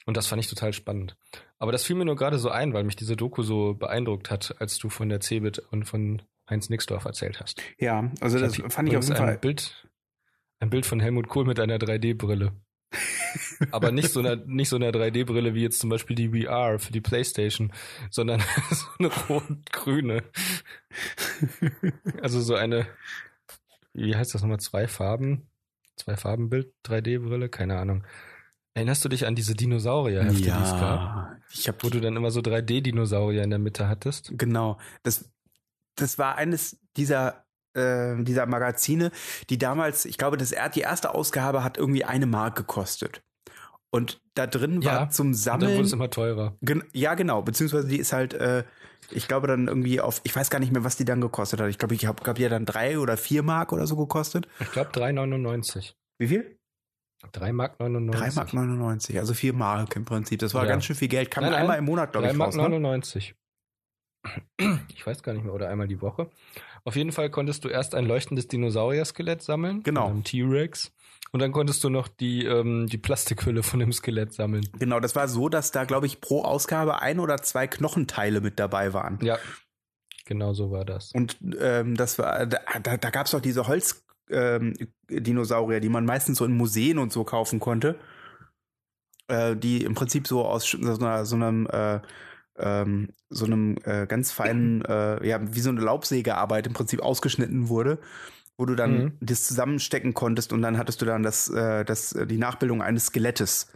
Und das fand ich total spannend. Aber das fiel mir nur gerade so ein, weil mich diese Doku so beeindruckt hat, als du von der Cebit und von Heinz Nixdorf erzählt hast. Ja, also das hab fand ich auf übrigens jeden ein Fall. Bild, ein Bild von Helmut Kohl mit einer [laughs] 3D-Brille. Aber nicht so einer, nicht so einer 3D-Brille wie jetzt zum Beispiel die VR für die Playstation, sondern [laughs] so eine [laughs] rot-grüne. Also so eine, wie heißt das nochmal? Zwei Farben? Zwei Farbenbild, 3D-Brille? Keine Ahnung. Erinnerst du dich an diese Dinosaurierhefte, die es gab? ich habe Wo du dann immer so 3D-Dinosaurier in der Mitte hattest. Genau. Das, das war eines dieser, äh, dieser Magazine, die damals, ich glaube, das, er- die erste Ausgabe hat irgendwie eine Mark gekostet. Und da drin war Ja, zum Und dann Sammeln. wurde es immer teurer. gen, ja, genau. Beziehungsweise die ist halt, äh, ich glaube, dann irgendwie auf, ich weiß gar nicht mehr, was die dann gekostet hat. Ich glaube, ich habe hab ja dann drei oder vier Mark oder so gekostet. Ich glaube 3,99. Wie viel? 3 Mark 99. Drei Mark 99, also vier Mark im Prinzip. Das war Ja. ganz schön viel Geld. Kam Nein, nein. einmal im Monat, glaube 3 ich, Mark raus. Ne? 99. Ich weiß gar nicht mehr, oder einmal die Woche. Auf jeden Fall konntest du erst ein leuchtendes Dinosaurier-Skelett sammeln. Genau. Von einem T-Rex. Und dann konntest du noch die, ähm, die Plastikhülle von dem Skelett sammeln. Genau, das war so, dass da, glaube ich, pro Ausgabe ein oder zwei Knochenteile mit dabei waren. Ja. Genau so war das. Und ähm, das war, da, da, da gab es doch diese Holzdinosaurier, ähm, Dinosaurier, die man meistens so in Museen und so kaufen konnte. Äh, die im Prinzip so aus sch- so, einer, so einem, äh, ähm, so einem äh, ganz feinen, äh, ja, wie so eine Laubsägearbeit im Prinzip ausgeschnitten wurde, wo du dann Mhm. das zusammenstecken konntest und dann hattest du dann das, äh, das, äh, die Nachbildung eines Skelettes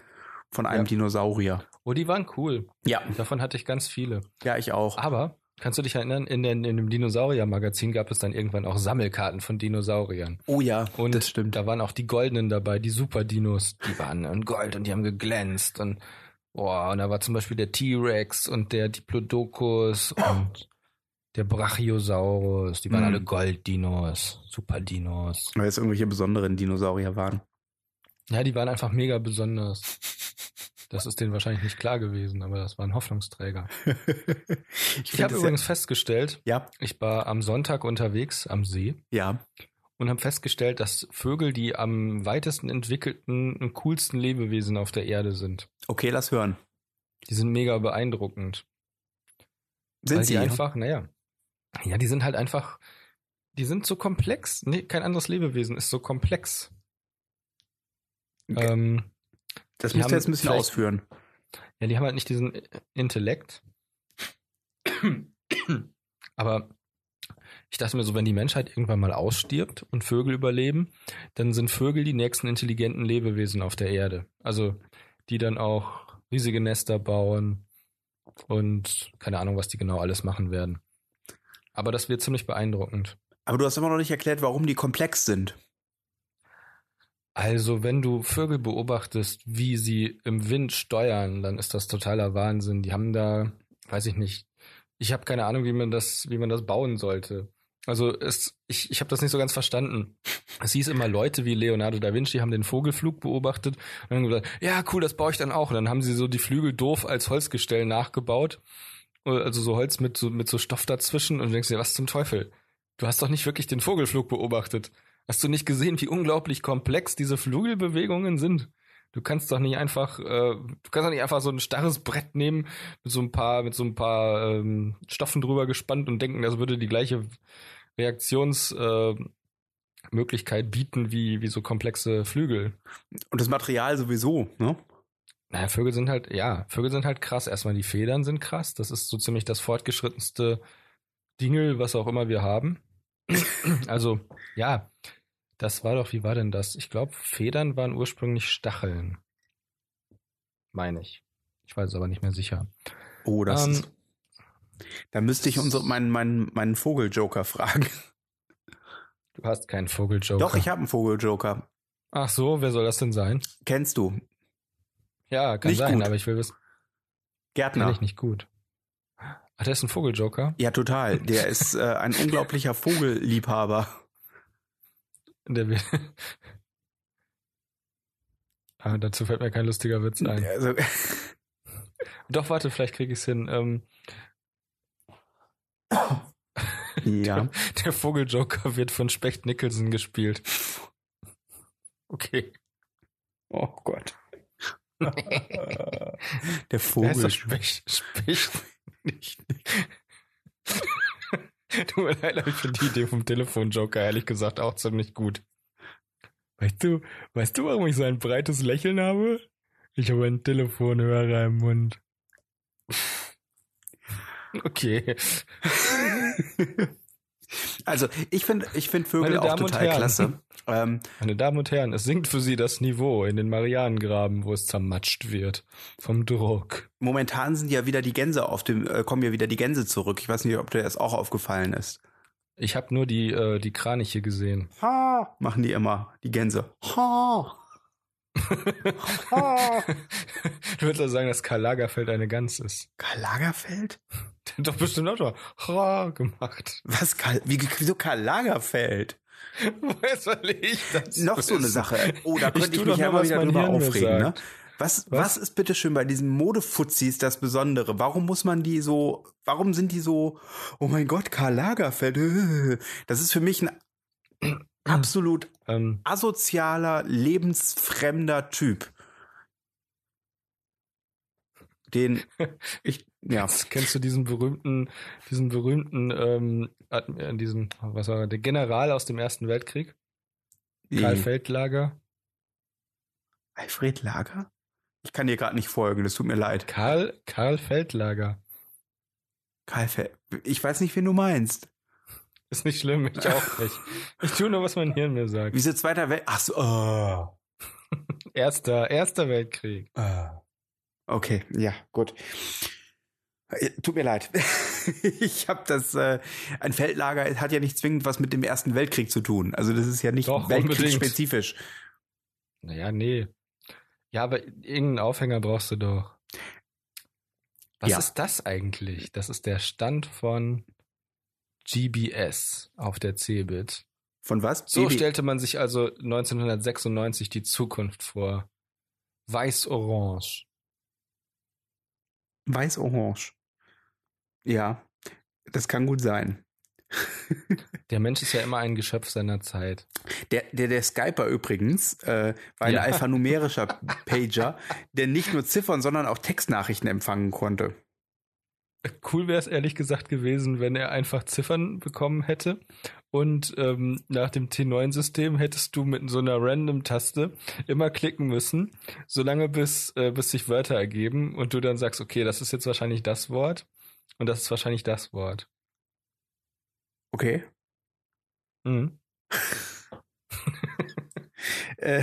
von einem Ja. Dinosaurier. Oh, die waren cool. Ja, Ah, Davon hatte ich ganz viele. ja, ich auch. Aber kannst du dich erinnern, in, den, in dem Dinosaurier-Magazin gab es dann irgendwann auch Sammelkarten von Dinosauriern. Oh ja, Und das stimmt. da waren auch die goldenen dabei, die Super-Dinos. Die waren in Gold und die haben geglänzt. Und, boah, und da war zum Beispiel der T-Rex und der [clears throat] Diplodocus und der Brachiosaurus. Die waren Mhm. alle Gold-Dinos, Super-Dinos. Weil es irgendwelche besonderen Dinosaurier waren. Ja, die waren einfach mega besonders. Das ist denen wahrscheinlich nicht klar gewesen, aber das waren Hoffnungsträger. ich Ich find habe es übrigens festgestellt, ja, ich war am Sonntag unterwegs am See ja, und habe festgestellt, dass Vögel die am weitesten entwickelten und coolsten Lebewesen auf der Erde sind. okay, lass hören. Die sind mega beeindruckend. Sind weil sie die einfach, naja. Ja, die sind halt einfach, die sind so komplex. Nee, kein anderes Lebewesen ist so komplex. Okay. Ähm, Das die musst haben du jetzt ein bisschen vielleicht- ausführen. Ja, die haben halt nicht diesen Intellekt. Aber ich dachte mir so, wenn die Menschheit irgendwann mal ausstirbt und Vögel überleben, dann sind Vögel die nächsten intelligenten Lebewesen auf der Erde. Also die dann auch riesige Nester bauen und keine Ahnung, was die genau alles machen werden. Aber das wird ziemlich beeindruckend. Aber du hast immer noch nicht erklärt, warum die komplex sind. Also, wenn du Vögel beobachtest, wie sie im Wind steuern, dann ist das totaler Wahnsinn. Die haben da, weiß ich nicht, ich habe keine Ahnung, wie man das, wie man das bauen sollte. Also es, ich, ich habe das nicht so ganz verstanden. Es hieß immer, Leute wie Leonardo da Vinci haben den Vogelflug beobachtet und dann gesagt, ja cool, das baue ich dann auch. Und dann haben sie so die Flügel doof als Holzgestell nachgebaut, also so Holz mit so, mit so Stoff dazwischen und du denkst dir, was zum Teufel? Du hast doch nicht wirklich den Vogelflug beobachtet. Hast du nicht gesehen, wie unglaublich komplex diese Flügelbewegungen sind? Du kannst doch nicht einfach, äh, du kannst doch nicht einfach so ein starres Brett nehmen mit so ein paar, mit so ein paar ähm, Stoffen drüber gespannt und denken, das würde die gleiche Reaktionsmöglichkeit äh, Möglichkeit bieten wie wie so komplexe Flügel. Und das Material sowieso, ne? Naja, Vögel sind halt, ja, Vögel sind halt krass. Erstmal die Federn sind krass. Das ist so ziemlich das fortgeschrittenste Dingel, was auch immer wir haben. [clears throat] Also, ja, das war doch, wie war denn das? Ich glaube, Federn waren ursprünglich Stacheln. Meine ich. Ich weiß es aber nicht mehr sicher. Oh, das Ähm, ist. Da müsste ich unsere, meinen, meinen, meinen Vogeljoker fragen. Du hast keinen Vogeljoker. Doch, ich habe einen Vogeljoker. Ach so, wer soll das denn sein? Kennst du? Ja, kann Nicht sein, gut. aber ich will wissen, Gärtner. kann ich nicht gut. Ach, der ist ein Vogeljoker. Ja, total. [laughs] Der ist äh, ein unglaublicher Vogelliebhaber. Der will. [laughs] ah, dazu fällt mir kein lustiger Witz ein. [laughs] Also, Doch, warte, vielleicht krieg ich's hin. Ähm, [laughs] ja. der Vogeljoker wird von Specht Nicholson gespielt. Okay. Oh [laughs] Gott. Der Wer ist Vogel. doch Specht? Specht nicht. [laughs] Tut mir leid, aber ich finde die Idee vom Telefonjoker ehrlich gesagt auch ziemlich gut. Weißt du, weißt du, warum ich so ein breites Lächeln habe? Ich habe einen Telefonhörer im Mund. Okay. Also, ich finde ich find Vögel Meine auch Damen und total Herren. klasse. Ähm, Meine Damen und Herren, es sinkt für Sie das Niveau in den Marianengraben, wo es zermatscht wird. Vom Druck. momentan sind ja wieder die Gänse auf dem, äh, kommen ja wieder die Gänse zurück. Ich weiß nicht, ob dir das auch aufgefallen ist. Ich habe nur die, äh, die Kraniche gesehen. Ha! Machen die immer, die Gänse. Ha! ha! Du würdest also sagen, dass Karl Lagerfeld eine Gans ist. Karl Lagerfeld? Der hat doch bestimmt auch schon mal gemacht. [laughs] Was, Karl, wie, wieso Karl Lagerfeld? Woher soll ich das Noch so eine wissen? Sache. Oh, da Ich könnte ich, tu mich doch ja nur, mal was wieder mein drüber Hirn mir aufregen, ne? sagt. Was, was? Was? ist bitte schön bei diesen Modefuzis das Besondere? Warum muss man die so, warum sind die so, oh mein Gott, Karl Lagerfeld, äh, das ist für mich ein [clears throat] absolut Ähm, asozialer, lebensfremder Typ. [laughs] Den, ich, ja, kennst du diesen berühmten, diesen berühmten, ähm, Admi- äh, diesen, was war er, der General aus dem Ersten Weltkrieg? Karl die- Feldlager? Alfred Lager? Ich kann dir gerade nicht folgen, das tut mir leid. Karl, Karl Feldlager. Karl Fe ich weiß nicht, wen du meinst. Ist nicht schlimm, ich auch nicht. Ich tue nur, was mein Hirn mir sagt. Wieso Zweiter Welt? Ach so, oh. Erster, erster Weltkrieg. Ah. Okay, ja, gut. Äh, Tut mir leid. [laughs] Ich habe das, äh, ein Feldlager hat ja nicht zwingend was mit dem Ersten Weltkrieg zu tun. Also das ist ja nicht Doch, weltkriegsspezifisch. Naja, nee. Ja, aber irgendeinen Aufhänger brauchst du doch. Was Ja. ist das eigentlich? Das ist der Stand von GBS auf der Cebit. Von was? E So BB stellte man sich also 1996 die Zukunft vor. Weiß-Orange. Weiß-Orange. Ja, das kann gut sein. Der Mensch ist ja immer ein Geschöpf seiner Zeit. Der, der, der Skyper übrigens äh, war ein Ja. alphanumerischer [laughs] Pager, der nicht nur Ziffern, sondern auch Textnachrichten empfangen konnte. Cool wäre es ehrlich gesagt gewesen, wenn er einfach Ziffern bekommen hätte. Und ähm, nach dem T9-System hättest du mit so einer Random-Taste immer klicken müssen, solange bis, äh, bis sich Wörter ergeben und du dann sagst, okay, das ist jetzt wahrscheinlich das Wort und das ist wahrscheinlich das Wort. Okay. Mhm. Äh,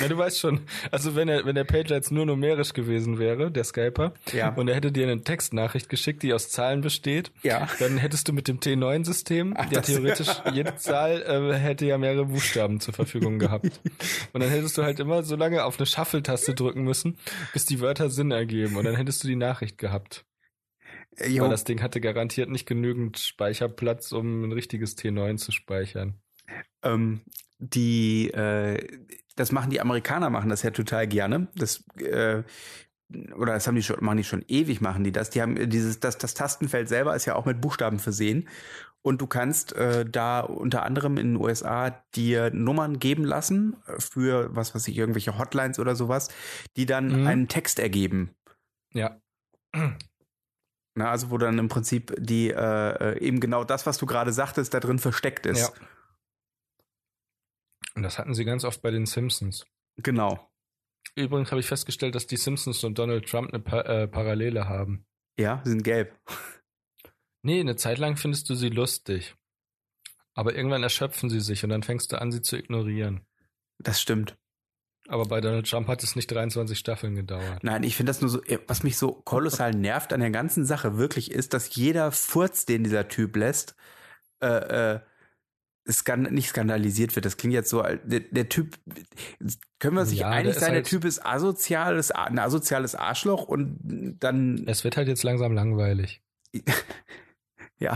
Na, du weißt schon, also wenn, er, wenn der Pager jetzt nur numerisch gewesen wäre, der Skyper, Äh, ja, und er hätte dir eine Textnachricht geschickt, die aus Zahlen besteht, ja. Dann hättest du mit dem T9-System, Ach, ja das- theoretisch [laughs] jede Zahl äh, hätte ja mehrere Buchstaben zur Verfügung gehabt. Und dann hättest du halt immer so lange auf eine Shuffle-Taste drücken müssen, bis die Wörter Sinn ergeben. Und dann hättest du die Nachricht gehabt. Äh, Weil Jo, das Ding hatte garantiert nicht genügend Speicherplatz, um ein richtiges T9 zu speichern. ähm, die, äh, das machen die Amerikaner, machen das ja total gerne. Das, äh, oder das haben die schon, machen die schon ewig, machen die das. Die haben dieses, das, das Tastenfeld selber ist ja auch mit Buchstaben versehen. Und du kannst äh, da unter anderem in den USA dir Nummern geben lassen äh, für, was weiß ich, irgendwelche Hotlines oder sowas, die dann Mhm. einen Text ergeben. Ja. Na, also wo dann im Prinzip die äh, äh, eben genau das, was du gerade sagtest, da drin versteckt ist. Ja. Und das hatten sie ganz oft bei den Simpsons. Genau. Übrigens habe ich festgestellt, dass die Simpsons und Donald Trump eine pa äh, Parallele haben. Ja, sind gelb. Nee, eine Zeit lang findest du sie lustig. Aber irgendwann erschöpfen sie sich und dann fängst du an, sie zu ignorieren. Das stimmt. Aber bei Donald Trump hat es nicht 23 Staffeln gedauert. Nein, ich finde das nur so, äh, was mich so kolossal nervt an der ganzen Sache wirklich ist, dass jeder Furz, den dieser Typ lässt, äh, äh, skan nicht skandalisiert wird. Das klingt jetzt so, als- der, der Typ, können wir uns nicht Ja, der einig ist sein, der halt- Typ ist asozial, ist a- ein asoziales Arschloch und dann, Es wird halt jetzt langsam langweilig. ja. [laughs]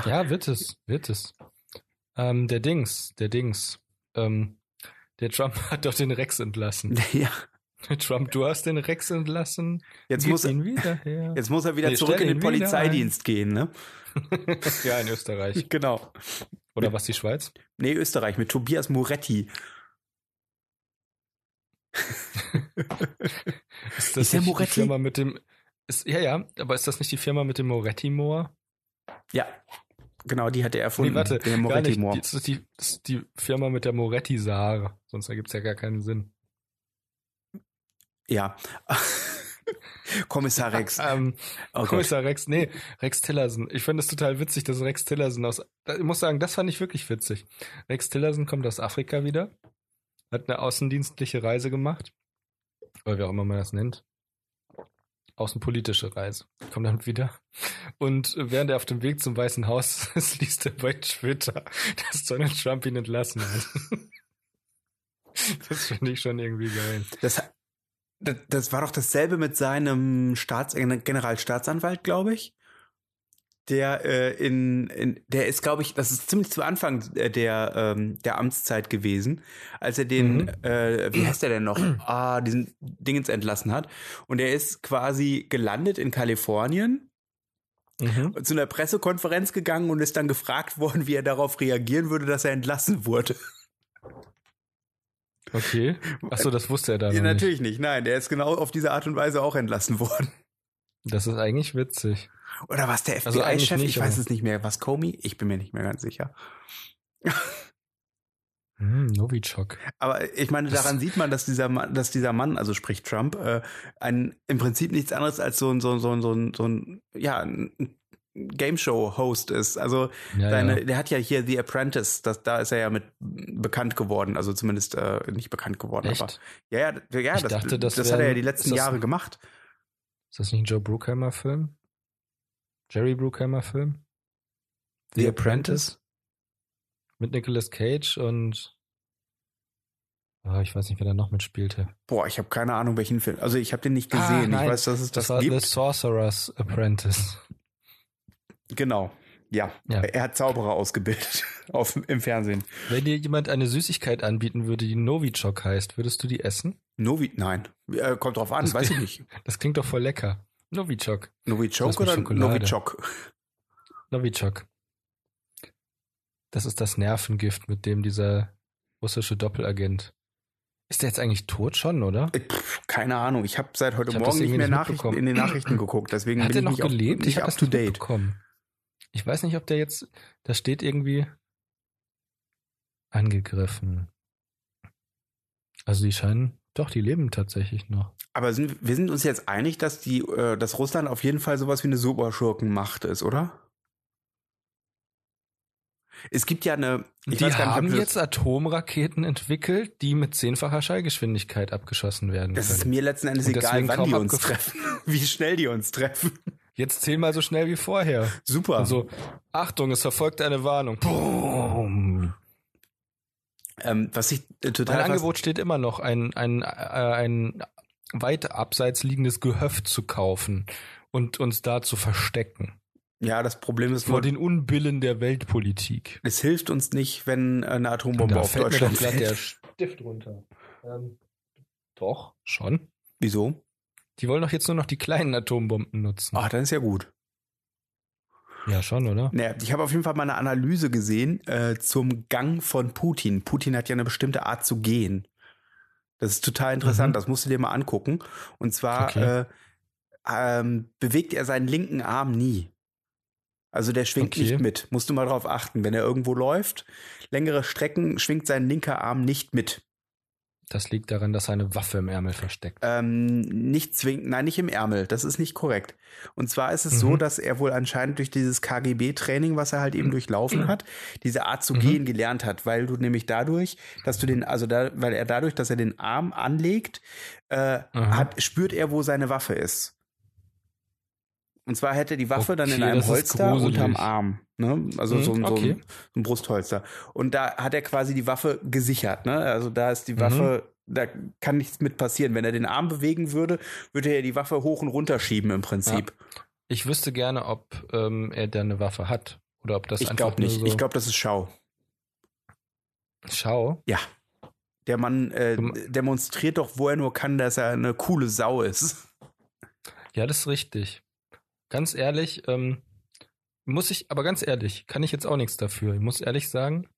Ja, wird es, wird es. Ähm, der Dings, der Dings. Ähm, der Trump [laughs] hat doch den Rex [laughs] entlassen. Ja, Trump, du hast den Rex entlassen. jetzt Gib muss, ihn wieder [laughs] her. jetzt muss er wieder Nee, zurück in stell den ihn wieder Polizeidienst gehen, ne? ja, in Österreich. [laughs] Genau. Oder was, die Schweiz? Nee, Österreich mit Tobias Moretti. Ist Ist der nicht Moretti? die Firma mit dem... Ist, ja, ja, aber ist das nicht die Firma mit dem Moretti-Moor? Ja, genau, die hat er erfunden. Nee, warte, der Gar Moretti nicht. Die, Moor. das, ist die, das ist die Firma mit der Moretti-Saare. Sonst ergibt es ja gar keinen Sinn. Ja. [laughs] Kommissar Rex. Ähm, Oh Gott. Kommissar Rex, nee, Rex Tillerson. Ich fand es total witzig, dass Rex Tillerson aus. da- Ich muss sagen, das fand ich wirklich witzig. Rex Tillerson kommt aus Afrika wieder, hat eine außendienstliche Reise gemacht. Oder wie auch immer man das nennt. Außenpolitische Reise. Kommt dann wieder. Und während er auf dem Weg zum Weißen Haus [laughs] ist, liest er bei Twitter, dass Donald Trump ihn entlassen hat. [laughs] Das finde ich schon irgendwie geil. Das, das, das war doch dasselbe mit seinem Staats Generalstaatsanwalt, glaube ich. Der äh, in, in der ist, glaube ich, das ist ziemlich zu Anfang äh, der ähm, der Amtszeit gewesen, als er den, Mhm. äh, wie heißt [clears throat] der denn noch? Ah, diesen Dingens entlassen hat. Und er ist quasi gelandet in Kalifornien Mhm. zu einer Pressekonferenz gegangen und ist dann gefragt worden, wie er darauf reagieren würde, dass er entlassen wurde. Okay. Achso, das wusste er dann. Ja, noch nicht. natürlich nicht. Nein, der ist genau auf diese Art und Weise auch entlassen [laughs] worden. Das ist eigentlich witzig. Oder was der Also eigentlich FBI-Chef? nicht, ich weiß aber- es nicht mehr. Was Comey? Ich bin mir nicht mehr ganz sicher. Hm, Novichok. Aber ich meine, Das- daran sieht man, dass dieser Mann, dass dieser Mann, also sprich Trump, äh, ein, im Prinzip nichts anderes als so ein so ein so ein so ein, so ein ja ein Game Show Host ist. Also Ja, Seine, ja. Der hat ja hier The Apprentice, das, da ist er ja mit bekannt geworden, also zumindest äh, nicht bekannt geworden. Aber, Echt? ja, ja, ja Ich das, dachte, das hat er wären- ja die letzten ist das- Jahre gemacht. Ist das nicht ein Joe Brookheimer-Film? Jerry Brookheimer-Film? The Apprentice? Mit Nicolas Cage und. Ah, ich weiß nicht, wer da noch mitspielte. Boah, ich habe keine Ahnung, welchen Film. Also ich habe den nicht Ah, gesehen. ich nein. weiß, dass es das, Das, war gibt. The Sorcerer's Apprentice. Genau. Ja. Ja. Er hat Zauberer ausgebildet [laughs] auf, im Fernsehen. Wenn dir jemand eine Süßigkeit anbieten würde, die Novichok heißt, würdest du die essen? Novi, nein. Äh, kommt drauf an, Das- [laughs] weiß ich nicht. Das klingt doch voll lecker. Novichok. Das Novichok ist mit oder Schokolade. Novichok? Novichok. Das ist das Nervengift, mit dem dieser russische Doppelagent. Ist der jetzt eigentlich tot schon, oder? Äh, pff, Keine Ahnung. Ich habe seit heute Ich hab Morgen das nicht irgendwie mehr nicht Nachrichten mitbekommen. in den Nachrichten geguckt. Deswegen Hat bin er ich noch nicht up- gelebt? nicht ich habe up das to nicht date. mitbekommen. Ich weiß nicht, ob der jetzt, da steht irgendwie angegriffen. Also die scheinen, doch, die leben tatsächlich noch. Aber sind, wir sind uns jetzt einig, dass die, äh, dass Russland auf jeden Fall sowas wie eine Superschurkenmacht ist, oder? Es gibt ja eine. Ich die weiß gar nicht, haben ob jetzt Atomraketen entwickelt, die mit zehnfacher Schallgeschwindigkeit abgeschossen werden Das, das ist können. mir letzten Endes Und egal, deswegen wann kaum die uns abgefeuert. treffen, [laughs] wie schnell die uns treffen. Jetzt zehnmal so schnell wie vorher. Super. Also, Achtung, es verfolgt eine Warnung. Boom. ähm, was ich äh, total. Mein fast- Angebot steht immer noch, ein, ein, äh, ein weit abseits liegendes Gehöft zu kaufen und uns da zu verstecken. Ja, das Problem ist Vor nur, den Unbillen der Weltpolitik. es hilft uns nicht, wenn eine Atombombe da auf fällt mir doch Deutschland glatt [laughs] der fällt. Stift runter. Ähm, doch, schon. Hm. Wieso? Die wollen doch jetzt nur noch die kleinen Atombomben nutzen. Ach, dann ist ja gut. Ja, schon, oder? Naja, ich habe auf jeden Fall mal eine Analyse gesehen äh, zum Gang von Putin. Putin hat ja eine bestimmte Art zu gehen. Das ist total interessant, Mhm. das musst du dir mal angucken. Und zwar Okay. äh, ähm, bewegt er seinen linken Arm nie. Also der schwingt Okay. nicht mit. Musst du mal drauf achten. Wenn er irgendwo läuft, längere Strecken, schwingt sein linker Arm nicht mit. Das liegt daran, dass er eine Waffe im Ärmel versteckt. Ähm, nicht zwingend, nein, nicht im Ärmel. Das ist nicht korrekt. Und zwar ist es so, Mhm. dass er wohl anscheinend durch dieses KGB-Training, was er halt eben durchlaufen hat, diese Art zu Mhm. gehen gelernt hat, weil du nämlich dadurch, dass du den, also da, weil er dadurch, dass er den Arm anlegt, äh, Aha. hat, spürt er, wo seine Waffe ist. Und zwar hätte die Waffe dann in Okay, einem das ist Holster gruselig. unterm Arm. Ne? Also Mhm, so, ein- so, okay. ein, so ein Brustholster. Und da hat er quasi die Waffe gesichert. Ne? Also da ist die Mhm. Waffe, da kann nichts mit passieren. Wenn er den Arm bewegen würde, würde er die Waffe hoch und runter schieben im Prinzip. Ich wüsste gerne, ob ähm, er da eine Waffe hat. Oder ob das ich einfach glaube nicht. Nur so Ich glaube, das ist Schau. Schau. Der Mann äh, Du- demonstriert doch, wo er nur kann, dass er eine coole Sau ist. Ja, das ist richtig. Ganz ehrlich, ähm, muss ich, aber ganz ehrlich, kann ich jetzt auch nichts dafür. Ich muss ehrlich sagen,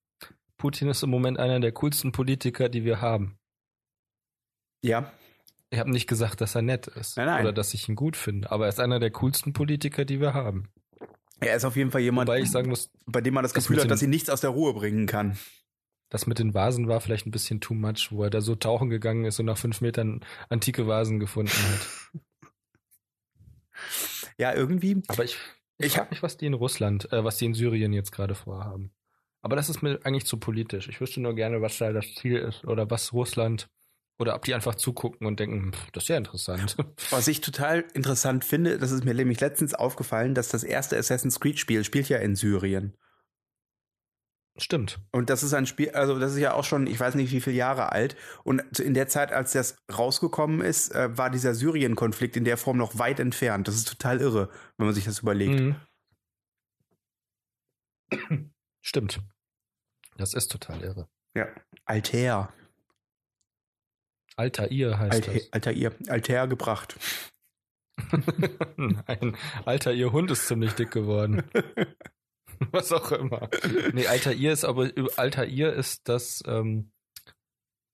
Putin ist im Moment einer der coolsten Politiker, die wir haben. Ja. Ich habe nicht gesagt, dass er nett ist Nein, nein. oder dass ich ihn gut finde, aber er ist einer der coolsten Politiker, die wir haben. Er ist auf jeden Fall jemand, Wobei ich sagen muss, bei dem man das das Gefühl mit hat, dem- dass ihn nichts aus der Ruhe bringen kann. das mit den Vasen war vielleicht ein bisschen too much, wo er da so tauchen gegangen ist und nach fünf Metern antike Vasen gefunden hat. Ja, irgendwie. Aber ich, ich, Ich frage mich, was die in Russland, äh, was die in Syrien jetzt gerade vorhaben. Aber das ist mir eigentlich zu politisch. Ich wüsste nur gerne, was da das Ziel ist oder was Russland oder ob die einfach zugucken und denken, pff, das ist ja interessant. [laughs] Was ich total interessant finde, das ist mir nämlich letztens aufgefallen, dass das erste Assassin's Creed Spiel spielt ja in Syrien. Stimmt. Und das ist ein Spiel, also das ist ja auch schon, ich weiß nicht wie viele Jahre alt. Und in der Zeit, als das rausgekommen ist, äh, war dieser Syrien-Konflikt in der Form noch weit entfernt. Das ist total irre, wenn man sich das überlegt. Mhm. Stimmt. Das ist total irre. Altair. Altair heißt Altair, Altair. Altair gebracht. das. Nein, Altair Hund ist ziemlich dick [laughs] geworden. was auch immer. Nee, Altair ist aber Altair ist das ähm,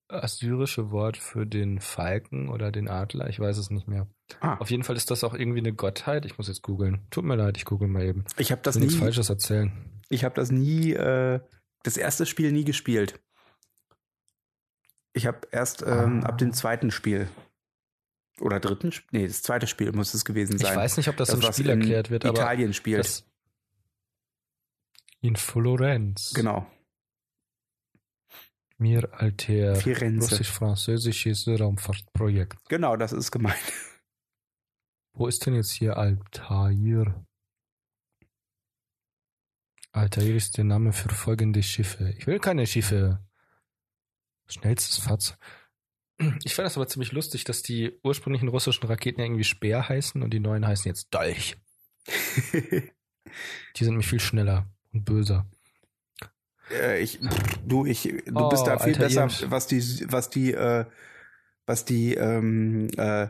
assyrische Wort für den Falken oder den Adler, ich weiß es nicht mehr. Ah, Auf jeden Fall ist das auch irgendwie eine Gottheit. Ich muss jetzt googeln. Tut mir leid, ich google mal eben. ich habe das Ich will nichts nie, Falsches erzählen. ich habe das nie, äh, das erste Spiel nie gespielt. Ich habe erst ähm, Ah. ab dem zweiten Spiel oder dritten, Sp- nee, das zweite Spiel muss es gewesen Ich sein. weiß nicht, ob das, im was Spiel in erklärt wird, aber Italien spielt. das in Florenz. genau. Mir Altair. Firenze. Russisch-französisches Raumfahrtprojekt. Genau, das ist gemeint. Wo ist denn jetzt hier Altair? Altair ist der Name für folgende Schiffe. Ich will keine Schiffe. Schnellstes Fahrzeug. Ich fand das aber ziemlich lustig, dass die ursprünglichen russischen Raketen ja irgendwie Speer heißen und die neuen heißen jetzt Dolch. Die sind nämlich viel schneller und böser. [laughs] äh, ich, du, ich, du Oh, bist da viel alter besser, Irms. was die, was die, äh, was die, ähm, äh,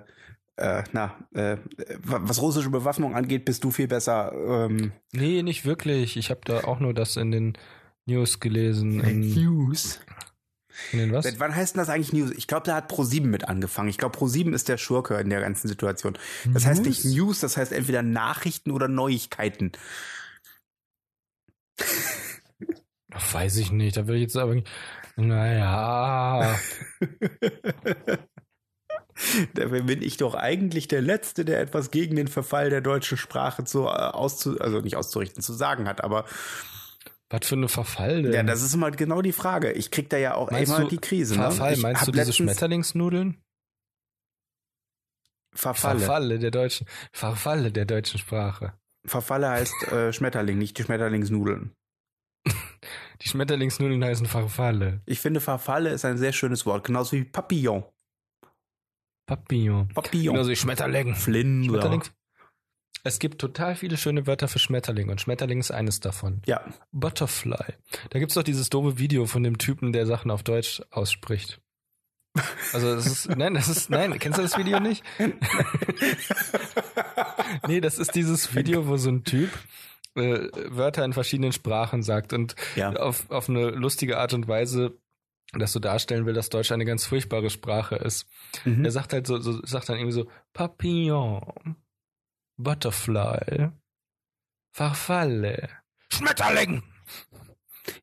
äh, na, äh, wa- was russische Bewaffnung angeht, bist du viel besser. Ähm, Nee, nicht wirklich. Ich habe da auch nur das in den News gelesen. In, News. in den was? Seit wann heißt denn das eigentlich News? Ich glaube, da hat Pro7 mit angefangen. Ich glaube, Pro7 ist der Schurke in der ganzen Situation. Das heißt nicht News? News, das heißt entweder Nachrichten [laughs] oder Neuigkeiten. Ach, weiß ich nicht. Da will ich jetzt aber. nicht- Naja. Dabei bin ich doch eigentlich der Letzte, der etwas gegen den Verfall der deutschen Sprache zu, äh, auszu, also nicht auszurichten, zu sagen hat. Aber Was für eine Verfall denn? ja, das ist immer genau die Frage. Ich krieg da ja auch Meinst immer du die Krise. Verfall, ne? Ich meinst hab du diese letztens- Schmetterlingsnudeln? Verfalle. Verfalle der deutschen, Verfalle der deutschen Sprache. Verfalle heißt äh, Schmetterling, nicht die Schmetterlingsnudeln. Die Schmetterlingsnudeln heißen Verfalle. Ich finde, Verfalle ist ein sehr schönes Wort. Genauso wie Papillon. Papillon. Papillon. Genauso wie Schmetterling. Flinder. Schmetterling. Es gibt total viele schöne Wörter für Schmetterling und Schmetterling ist eines davon. Ja, Butterfly. Da gibt's doch dieses doofe Video von dem Typen, der Sachen auf Deutsch ausspricht. Also das ist, nein, das ist, nein, kennst du das Video nicht? nee, das ist dieses Video, wo so ein Typ äh, Wörter in verschiedenen Sprachen sagt und ja. auf, auf eine lustige Art und Weise das so darstellen will, dass Deutsch eine ganz furchtbare Sprache ist. Mhm. Er sagt halt so, so, sagt dann irgendwie so, Papillon, Butterfly, Farfalle, Schmetterling.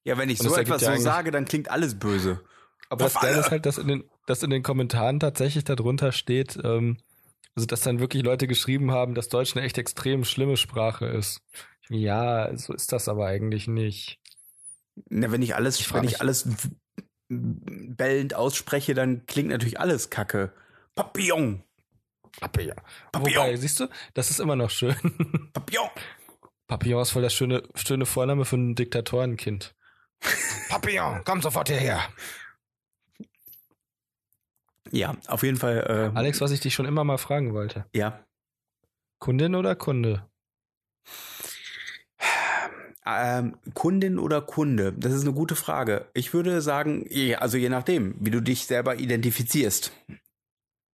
ja, wenn ich Und so das ergibt etwas ja so eigentlich- sage, dann klingt alles böse. Aber das Geile ist halt, dass in, den, dass in den Kommentaren tatsächlich darunter steht, ähm, also dass dann wirklich Leute geschrieben haben, dass Deutsch eine echt extrem schlimme Sprache ist. Ja, so ist das aber eigentlich nicht. Na, Ne, wenn ich alles, Ich frag wenn ich mich- alles w- bellend ausspreche, dann klingt natürlich alles kacke. Papillon, Aber ja. Papillon. Wobei, siehst du, das ist immer noch schön. [laughs] Papillon, Papillon ist voll das schöne, schöne Vorname für ein Diktatorenkind. Papillon, komm sofort hierher. Ja, auf jeden Fall. Äh, Alex, was ich dich schon immer mal fragen wollte. Ja. Kundin oder Kunde? Ähm, Kundin oder Kunde? Das ist eine gute Frage. Ich würde sagen, je- also je nachdem, wie du dich selber identifizierst.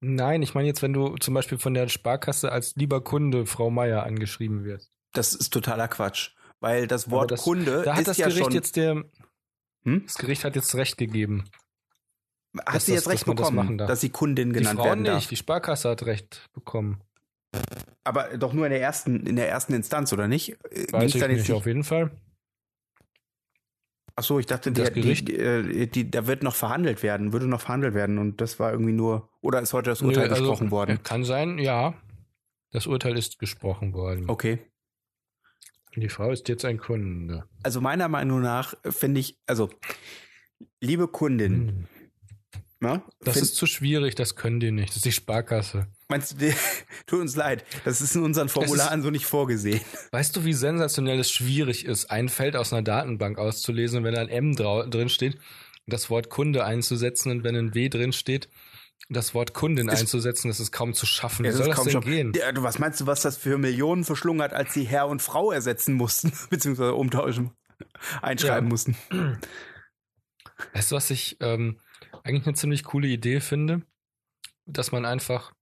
Nein, ich meine jetzt, wenn du zum Beispiel von der Sparkasse als lieber Kunde Frau Meier angeschrieben wirst. Das ist totaler Quatsch. Weil das Wort das- Kunde Da hat Äh, ist das ja Gericht schon. jetzt der, Hm? das Gericht hat jetzt Recht gegeben. hat dass sie das- jetzt recht dass man das bekommen, machen darf. dass sie Kundin Die genannt Frauen werden darf. nicht, die Sparkasse hat Recht bekommen. Aber doch nur in der ersten, in der ersten Instanz, oder nicht? Äh, Weiß ging's ich dann nicht, jetzt auf jeden Fall. Ach so, ich dachte, Das der, die, Gericht- die, äh, die, da wird noch verhandelt werden, würde noch verhandelt werden und das war irgendwie nur, oder ist heute das Urteil Nö, also, gesprochen worden? Kann sein, ja. Das Urteil ist gesprochen worden. Okay. Die Frau ist jetzt ein Kunde. Also meiner Meinung nach finde ich, also, liebe Kundin, ne? Hm. Das Find- ist zu schwierig, das können die nicht. Das ist die Sparkasse. meinst du, dir- [laughs] tut uns leid, das ist in unseren Formularen so nicht vorgesehen. Weißt du, wie sensationell es schwierig ist, ein Feld aus einer Datenbank auszulesen und wenn ein M drau- drin steht, das Wort Kunde einzusetzen und wenn ein W drin steht, das Wort Kundin Es- einzusetzen, das ist kaum zu schaffen. Wie Es soll das kaum denn schon- gehen? Ja, du, was meinst du, was das für Millionen verschlungert, als sie Herr und Frau ersetzen mussten, [laughs] beziehungsweise umtauschen, einschreiben Ja. mussten? Weißt du, was ich ähm, eigentlich eine ziemlich coole Idee finde? Dass man einfach,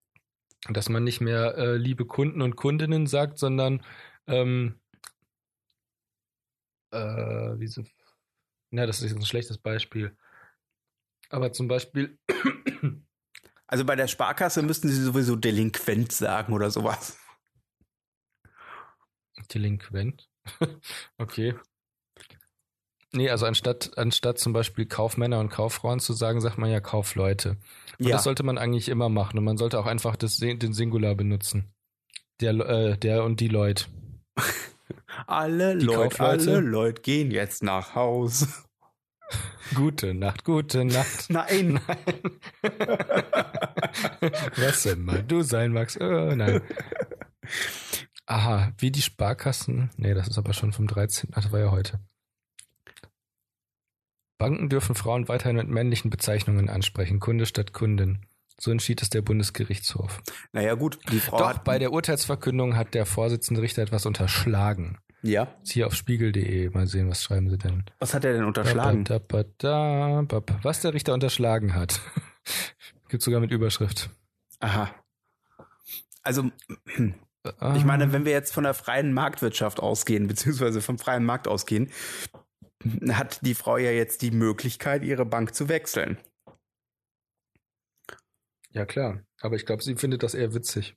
dass man nicht mehr äh, liebe Kunden und Kundinnen sagt, sondern ähm, äh, wie so, na, das ist jetzt ein schlechtes Beispiel. Aber zum Beispiel, Also bei der Sparkasse müssten sie sowieso delinquent sagen oder sowas. Delinquent. [laughs] okay. Nee, also anstatt, anstatt zum Beispiel Kaufmänner und Kauffrauen zu sagen, sagt man ja Kaufleute. Und Ja. das sollte man eigentlich immer machen. Und man sollte auch einfach das, Sin- den Singular benutzen. Der, äh, der und die Leute. Alle Die Leute, Kaufleute? alle Leute gehen jetzt nach Haus. Gute Nacht, gute Nacht. [laughs] Nein. [laughs] Was immer du sein magst. Äh, nein. Aha, wie die Sparkassen. Nee, das ist aber schon vom 13. Ach, das war ja heute. Banken dürfen Frauen weiterhin mit männlichen Bezeichnungen ansprechen. Kunde statt Kundin. So entschied es der Bundesgerichtshof. [laughs] Naja, gut, die Frau Doch, hat. bei der Urteilsverkündung hat der Vorsitzende Richter etwas unterschlagen. ja. Ist hier auf spiegel.de. Mal sehen, was schreiben sie denn. Was hat er denn unterschlagen? Da, ba, da, ba, ba. Was der Richter unterschlagen hat. [laughs] Gibt sogar mit Überschrift. Aha. Also, ich meine, wenn wir jetzt von der freien Marktwirtschaft ausgehen, beziehungsweise vom freien Markt ausgehen, hat die Frau ja jetzt die Möglichkeit, ihre Bank zu wechseln. Ja, klar. Aber ich glaube, sie findet das eher witzig.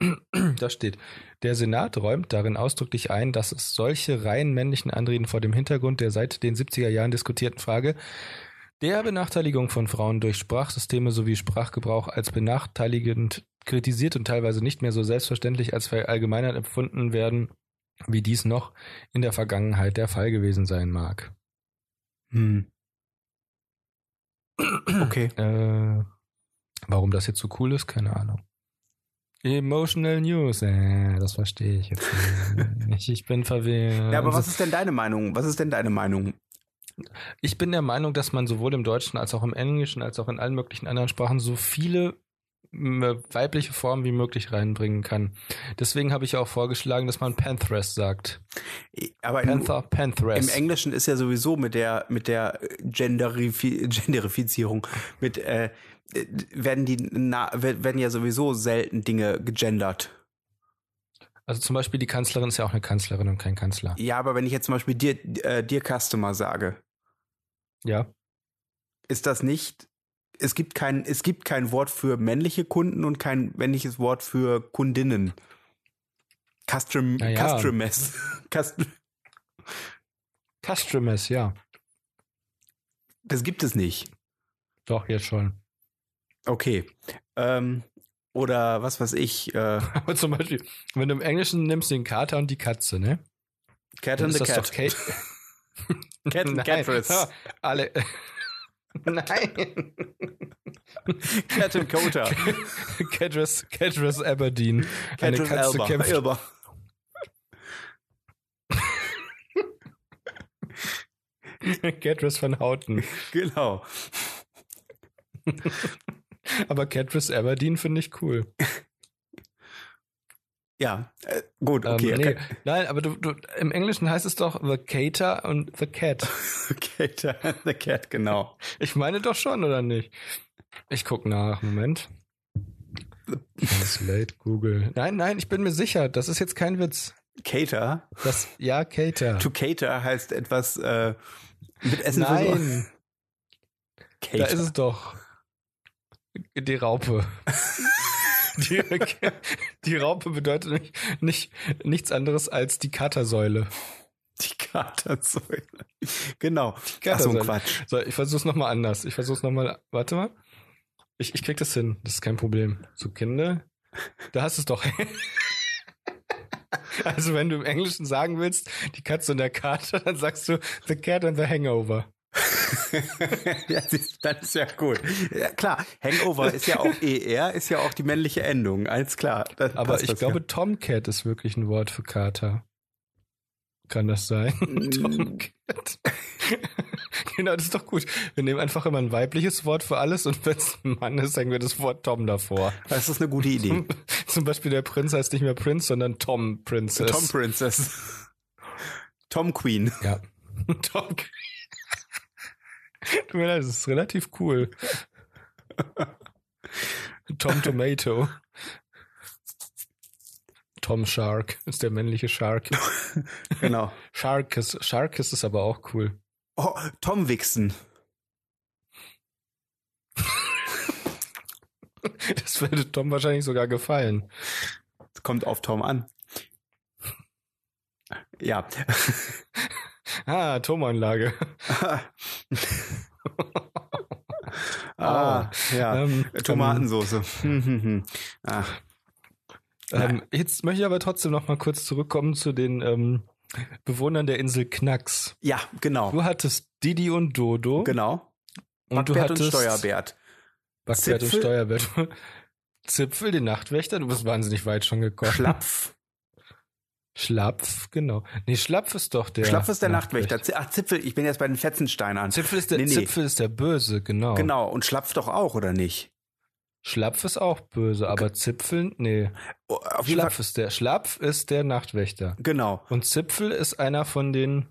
[clears throat] Da steht, der Senat räumt darin ausdrücklich ein, dass es solche rein männlichen Anreden vor dem Hintergrund der seit den 70er Jahren diskutierten Frage der Benachteiligung von Frauen durch Sprachsysteme sowie Sprachgebrauch als benachteiligend kritisiert und teilweise nicht mehr so selbstverständlich als verallgemeinert empfunden werden, wie dies noch in der Vergangenheit der Fall gewesen sein mag. Hm. Okay. Äh, warum das jetzt so cool ist, keine Ahnung. Emotional News, äh, das verstehe ich jetzt nicht. Ich bin verwirrt. Ja, aber was ist denn deine Meinung? Was ist denn deine Meinung? Ich bin der Meinung, dass man sowohl im Deutschen als auch im Englischen als auch in allen möglichen anderen Sprachen so viele m, weibliche Formen wie möglich reinbringen kann. Deswegen habe ich auch vorgeschlagen, dass man Panthers sagt. Aber in, Panther, Im Panthers. Englischen ist ja sowieso mit der mit der Genderifi [laughs] Genderifizierung mit äh, äh, werden die na, wer- werden ja sowieso selten Dinge gegendert. also zum Beispiel die Kanzlerin ist ja auch eine Kanzlerin und kein Kanzler. Ja, aber wenn ich jetzt zum Beispiel dir äh, dir Customer sage, Ja. ist das nicht es gibt kein es gibt kein Wort für männliche Kunden und kein männliches Wort für Kundinnen. Custom Na ja. Customers. [laughs] Cust Customers, ja. Das gibt es nicht. Doch, jetzt schon. Okay. Ähm, oder was weiß [laughs] ich, äh, Aber zum Beispiel, wenn du im Englischen nimmst den Kater und die Katze, ne? Cat Dann and ist the das Cat. doch Kate. Cat and Nein. Catrice. Ja, alle. [laughs] Nein. Cat and Cota. Catrice, Catrice Aberdeen. Eine Cat and Katze Elba. kämpft. Elba. [laughs] Catrice von Houten. Genau. Aber Catrice Aberdeen finde ich cool. Ja, äh, gut, Ähm, okay. nee. Nein, aber du, du, im Englischen heißt es doch The Cater und The Cat. [laughs] Cater and the Cat, genau. Ich meine doch schon, oder nicht? Ich guck nach. Moment. Translate Google. Nein, nein, ich bin mir sicher. Das ist jetzt kein Witz. Cater. Das, ja, Cater. To cater heißt etwas äh, mit Essen versorgen. Nein, da Cater. ist es doch. Die [laughs] Raupe. Die, die Raupe bedeutet nämlich nicht, nichts anderes als die Katersäule. die Katersäule. Genau. Ach so Katersäule. ein Quatsch. [laughs] So, ich versuch's nochmal anders. Ich versuch's nochmal. Warte mal. Ich, ich krieg das hin. Das ist kein Problem. So, Kinder. Da hast du es doch. [laughs] also, wenn du im Englischen sagen willst, die Katze und der Kater, dann sagst du The Cat and the Hangover. ja, siehst du, das ist ja gut. Ja, klar, Hangover ist ja auch ER, ist ja auch die männliche Endung. Alles klar. Das Aber passt ich das glaube, Tomcat ist wirklich ein Wort für Kater. Kann das [laughs] sein? Mm, Tomcat. [laughs] genau, das ist doch gut. Wir nehmen einfach immer ein weibliches Wort für alles und wenn es ein Mann ist, hängen wir das Wort Tom davor. Ja. Das ist eine gute Idee. [laughs] Zum Beispiel der Prinz heißt nicht mehr Prinz, sondern Tom Princess. Tom Princess. Tom Queen. [laughs] ja. [laughs] Tom. Tut mir leid, das ist relativ [laughs] cool. Tom Tomato. Tom Shark ist der männliche Shark. Genau. Sharkus, Sharkus ist aber auch cool. [laughs] Oh, Tom Wixen. Das würde Tom wahrscheinlich sogar gefallen. Das kommt auf Tom an. Ja. Ah, Atomanlage. ah, [laughs] ja. Ähm, Tomatensoße. Hm, hm, hm. Ah, Ähm, jetzt möchte ich aber trotzdem noch mal kurz zurückkommen zu den ähm, Bewohnern der Insel Knacks. ja, genau. Du hattest Didi und Dodo Genau. und du Backbert hattest und Steuerbert. Backbert und Zipfel. Steuerbert. [laughs] Zipfel, den Nachtwächter, du bist wahnsinnig weit schon gekommen. Schlapf. Schlapf, genau. Nee, Schlapf ist doch der. Schlapf ist der Nachtwächter. Z- Ach, Zipfel, ich bin jetzt bei den Fetzensteinern. Zipfel ist der, Nee, nee. Zipfel ist der Böse, genau. Genau, und Schlapf doch auch, oder nicht? Schlapf ist auch böse, aber Zipfel, nee. Oh, Auf jeden Fall. Schlapf ist der, Schlapf ist der Nachtwächter. Genau, Und Zipfel ist einer von den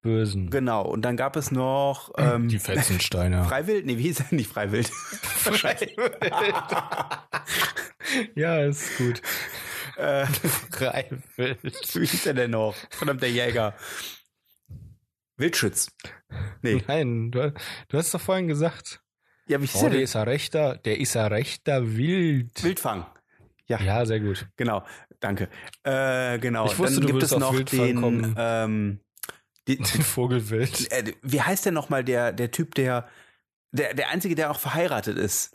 Bösen. genau. Und dann gab es noch ähm, Die [laughs] Fetzensteiner. Freiwild? Nee, wie hieß er? Nicht Freiwild. ja, ist gut. [laughs] äh, Freiwild. wie hieß er denn noch? Verdammt, der Jäger. Wildschütz. Nee. [laughs] Nein, du, du hast doch vorhin gesagt, Ja, wie hieß oh, er der denn? ist halt ein rechter, der ist ein rechter Wild. Wildfang. Ja, sehr gut. Genau, danke. Äh, genau. Ich wusste, dann du gibt würdest es auf noch Wildfang kommen. den. Ähm, [laughs] die, Den Vogelwild. äh, wie heißt denn nochmal der, der Typ, der, der. Der Einzige, der auch verheiratet ist?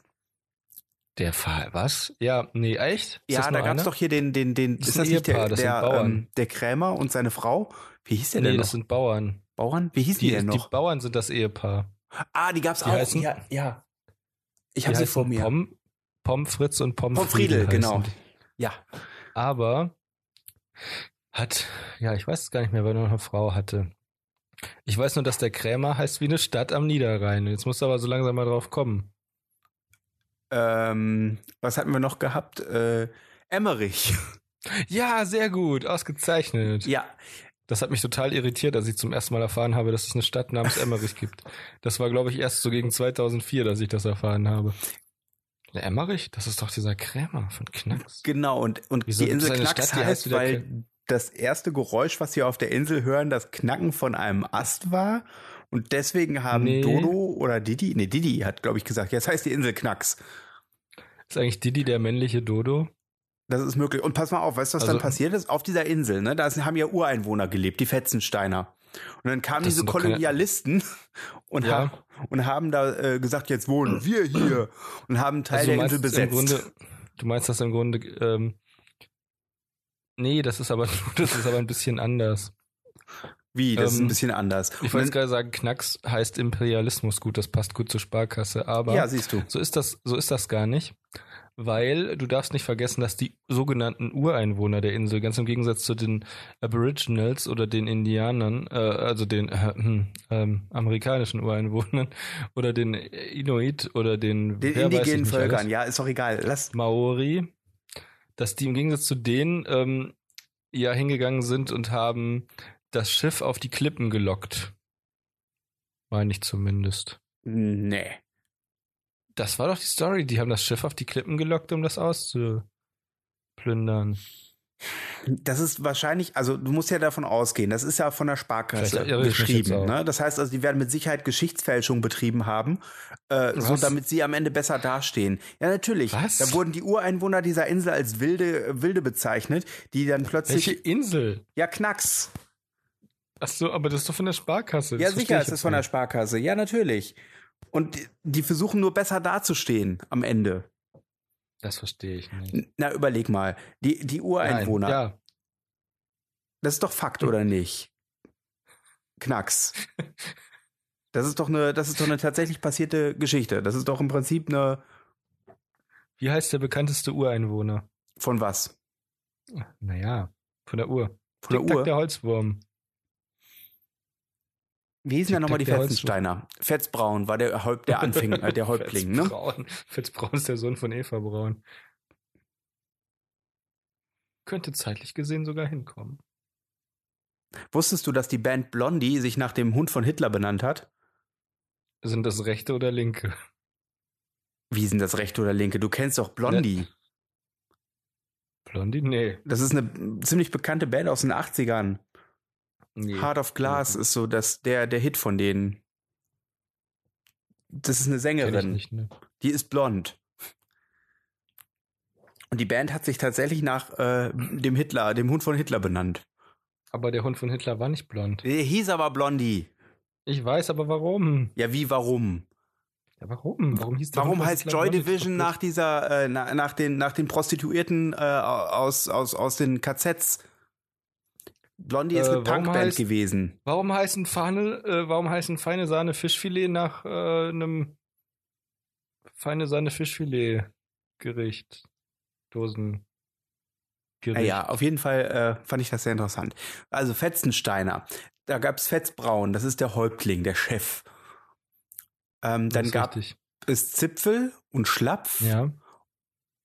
Der Fall, was? Ja, nee, echt? Ist das Ja, da nur gab's einer? doch hier den, den, den, Das ist sind das nicht Ehepaar, der, das sind der, Bauern. ähm, der Krämer und seine Frau? Wie hieß der Nee, denn das noch? sind Bauern. Bauern? Wie hießen die, Die, denn die noch? Bauern sind das Ehepaar. ah, die gab's die auch. heißen- ja, ja. Ich Die habe sie heißen vor mir. Pom, Pomfritz und Vom Pomfriedel. Friedel, genau. heißen die. Ja. Aber hat, ja, ich weiß es gar nicht mehr, weil er noch eine Frau hatte. Ich weiß nur, dass der Krämer heißt wie eine Stadt am Niederrhein. Jetzt musst du aber so langsam mal drauf kommen. Ähm, was hatten wir noch gehabt? Äh, Emmerich. Ja, sehr gut, ausgezeichnet. ja, Das hat mich total irritiert, als ich zum ersten Mal erfahren habe, dass es eine Stadt namens Emmerich gibt. Das war, glaube ich, erst so gegen 2004, dass ich das erfahren habe. Der Emmerich? Das ist doch dieser Krämer von Knacks. genau. Und, und Wieso die gibt's Insel eine Knacks Stadt, die heißt heißt, wie der weil das erste Geräusch, was wir auf der Insel hören, das Knacken von einem Ast war. Und deswegen haben Nee. Dodo oder Didi, nee, Didi hat, glaube ich, gesagt, jetzt heißt die Insel Knacks. Ist eigentlich Didi der männliche Dodo? Das ist möglich. Und pass mal auf, weißt du, was Also- dann passiert ist? Auf dieser Insel, ne, da sind- haben ja Ureinwohner gelebt, die Fetzensteiner. Und dann kamen Das diese sind doch keine- Kolonialisten [laughs] und, Ja. ha und haben da äh, gesagt, jetzt wohnen wir hier und haben einen Teil Also du der Insel meinst im besetzt. Grunde, du meinst das im Grunde, ähm, nee, das ist aber, [laughs] das ist aber ein bisschen anders. Wie, das ist ähm, ein bisschen anders. Ich Und wollte jetzt dann, gerade sagen, Knacks heißt Imperialismus. Gut, das passt gut zur Sparkasse, aber ja, siehst du. so ist das, so ist das gar nicht. Weil du darfst nicht vergessen, dass die sogenannten Ureinwohner der Insel, ganz im Gegensatz zu den Aboriginals oder den Indianern, äh, also den äh, hm, ähm, amerikanischen Ureinwohnern [laughs] oder den Inuit oder den, Den wer weiß ich indigenen nicht Völkern, alles. ja, ist doch egal. Lass, Maori, dass die im Gegensatz zu denen ähm, ja hingegangen sind und haben das Schiff auf die Klippen gelockt. Meine ich zumindest. nee. Das war doch die Story. Die haben das Schiff auf die Klippen gelockt, um das auszuplündern. Das ist wahrscheinlich, also du musst ja davon ausgehen, das ist ja von der Sparkasse Vielleicht irre ich mich jetzt beschrieben. auch. Ne? Das heißt also, die werden mit Sicherheit Geschichtsfälschung betrieben haben, äh, so Was? damit sie am Ende besser dastehen. Ja, natürlich. Was? Da wurden die Ureinwohner dieser Insel als wilde, äh, wilde bezeichnet, die dann plötzlich, Welche Insel? ja, Knacks. Ach so, aber das ist doch von der Sparkasse. Ja, Das sicher, verstehe ich es jetzt ist von der nicht. Sparkasse. Ja, natürlich. Und die, die versuchen nur besser dazustehen am Ende. Das verstehe ich nicht. N- Na, überleg mal. Die, die Ureinwohner, Nein, ja, Das ist doch Hm. Fakt, oder nicht? Knacks. Das ist doch eine, das ist doch eine tatsächlich passierte Geschichte. Das ist doch im Prinzip ne, eine wie heißt der bekannteste Ureinwohner? von was? Naja, von der Uhr. Von Tic-Tac der Uhr. der Holzwurm. Wie hießen denn nochmal die Tic-Tac der Fetzensteiner? Fetzbraun war der, Häupt, der Anfänger, äh, der Häuptling, [laughs] Fritz ne? Braun. Fritz Braun ist der Sohn von Eva Braun. Könnte zeitlich gesehen sogar hinkommen. Wusstest du, dass die Band Blondie sich nach dem Hund von Hitler benannt hat? Sind das rechte oder linke? Wie sind das rechte oder linke? Du kennst doch Blondie. Ne. Blondie? Nee. Das ist eine ziemlich bekannte Band aus den 80ern. nee. Heart of Glass Mhm. ist so das, der, der Hit von denen. Das ist Kenn eine ich Sängerin. nicht, ne? Die ist blond. Und die Band hat sich tatsächlich nach äh, dem Hitler, dem Hund von Hitler benannt. Aber der Hund von Hitler war nicht blond. Der hieß aber Blondie. Ich weiß aber warum. Ja, wie, warum? Ja, warum? Warum hieß der Hund Hm. Warum von heißt Hitler Joy Blondie? Division nach dieser, äh, na, nach den, nach den Prostituierten äh, aus, aus, aus den KZs? Blondie ist Äh, eine warum Punkband heißt- gewesen. Warum heißt ein Fahne, äh, warum heißt ein feine Sahne Fischfilet nach äh, einem feine Sahne Fischfilet Gericht? Dosen Gericht. Naja, auf jeden Fall äh, fand ich das sehr interessant. Also Fetzensteiner, da gab's Fetzbraun, das ist der Häuptling, der Chef. Ähm, dann gab ich. es Zipfel und Schlapf. Ja.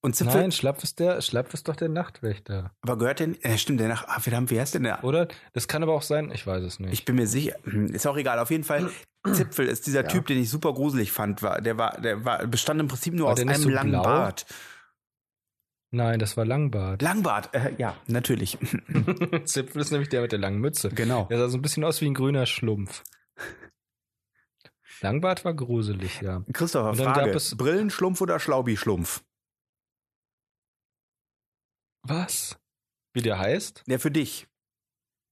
Und Zipfel, Nein, Schlapf ist der, Schlapf ist doch der Nachtwächter. aber gehört denn, äh, stimmt, der nach, ah, verdammt, wie heißt denn der? Oder? Das kann aber auch sein, ich weiß es nicht. Ich bin mir sicher, hm, ist auch egal, auf jeden Fall, Zipfel ist dieser Ja. Typ, den ich super gruselig fand, war, der war, der war, bestand im Prinzip nur War aus der nicht einem so langen blau? Bart. Nein, das war Langbart. Langbart, äh, ja, natürlich, Zipfel ist nämlich der [laughs] mit der langen Mütze. genau. Der sah so ein bisschen aus wie ein grüner Schlumpf. Langbart war gruselig, ja. Christopher, Und dann Frage, gab es- Brillenschlumpf oder Schlaubi-Schlumpf? Was? Wie der heißt? Ja, für dich.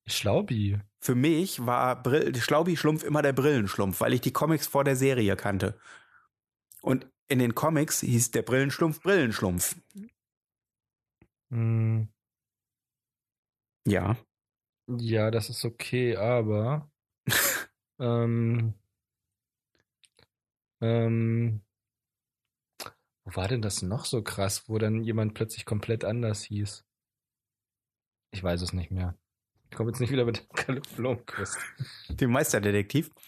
Schlaubi. Für mich war Brill Schlaubi-Schlumpf immer der Brillenschlumpf, weil ich die Comics vor der Serie kannte. Und in den Comics hieß der Brillenschlumpf Brillenschlumpf. Hm, Ja. ja, das ist okay, aber. ähm, ähm, wo war denn das noch so krass, wo dann jemand plötzlich komplett anders hieß? Ich weiß es nicht mehr. Ich komme jetzt nicht wieder mit [laughs] Kalle Blomquist. Den Meisterdetektiv. [laughs]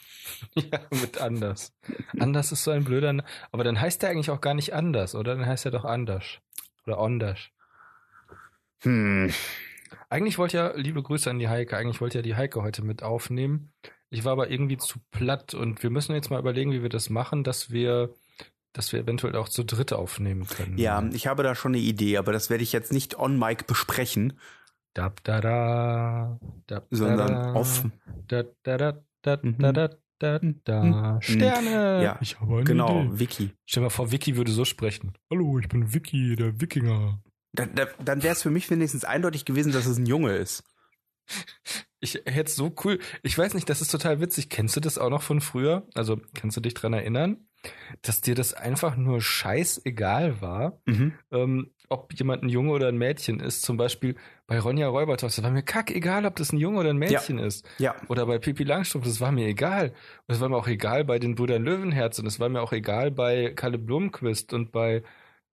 Ja, mit anders. Anders ist so ein blöder. Na Aber dann heißt der eigentlich auch gar nicht anders, oder? Dann heißt er doch anders. Oder anders. Hm. Eigentlich wollte ja, liebe Grüße an die Heike, eigentlich wollte ja die Heike heute mit aufnehmen. Ich war aber irgendwie zu platt und wir müssen jetzt mal überlegen, wie wir das machen, dass wir, dass wir eventuell auch zu dritt aufnehmen können. Ja, ich habe da schon eine Idee, aber das werde ich jetzt nicht on mic besprechen, Da, da, da, da, sondern da, off. Da, da, da, da, Mhm. da, da, da, da. Sterne! Ja, ich habe eine Genau, Idee. Wiki. Stell dir mal vor, Vicky würde so sprechen. Hallo, ich bin Vicky, der Wikinger. Da, da, dann wäre es für mich wenigstens eindeutig gewesen, dass es ein Junge ist. Ich hätte so cool. Ich weiß nicht, das ist total witzig. Kennst du das auch noch von früher? Also kannst du dich dran erinnern, dass dir das einfach nur scheißegal war, Mhm. ähm, ob jemand ein Junge oder ein Mädchen ist. Zum Beispiel bei Ronja Räubertochter das war mir kackegal, ob das ein Junge oder ein Mädchen ist. Ja. Oder bei Pippi Langstrumpf, das war mir egal. Und es war mir auch egal bei den Brüdern Löwenherz und es war mir auch egal bei Kalle Blomquist und bei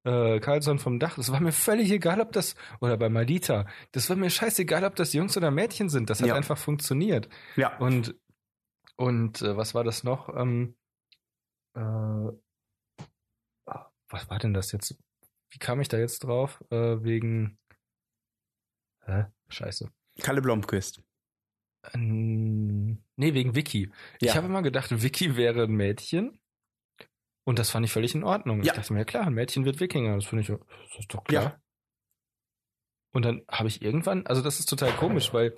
äh, Carlson vom Dach. Das war mir völlig egal, ob das, oder bei Malita. Das war mir scheißegal, ob das Jungs oder Mädchen sind. Das hat Ja. einfach funktioniert. Ja. Und, und äh, was war das noch? Ähm, äh, ah, was war denn das jetzt? Wie kam ich da jetzt drauf? Äh, wegen. Hä? Scheiße. Kalle Blomqvist. Ähm, Nee, wegen Vicky. Ich Ja. habe immer gedacht, Vicky wäre ein Mädchen. Und das fand ich völlig in Ordnung. Ja. Ich dachte mir, ja klar, ein Mädchen wird Wikinger. Das finde ich, das ist doch klar. Ja. Und dann habe ich irgendwann, also das ist total komisch, weil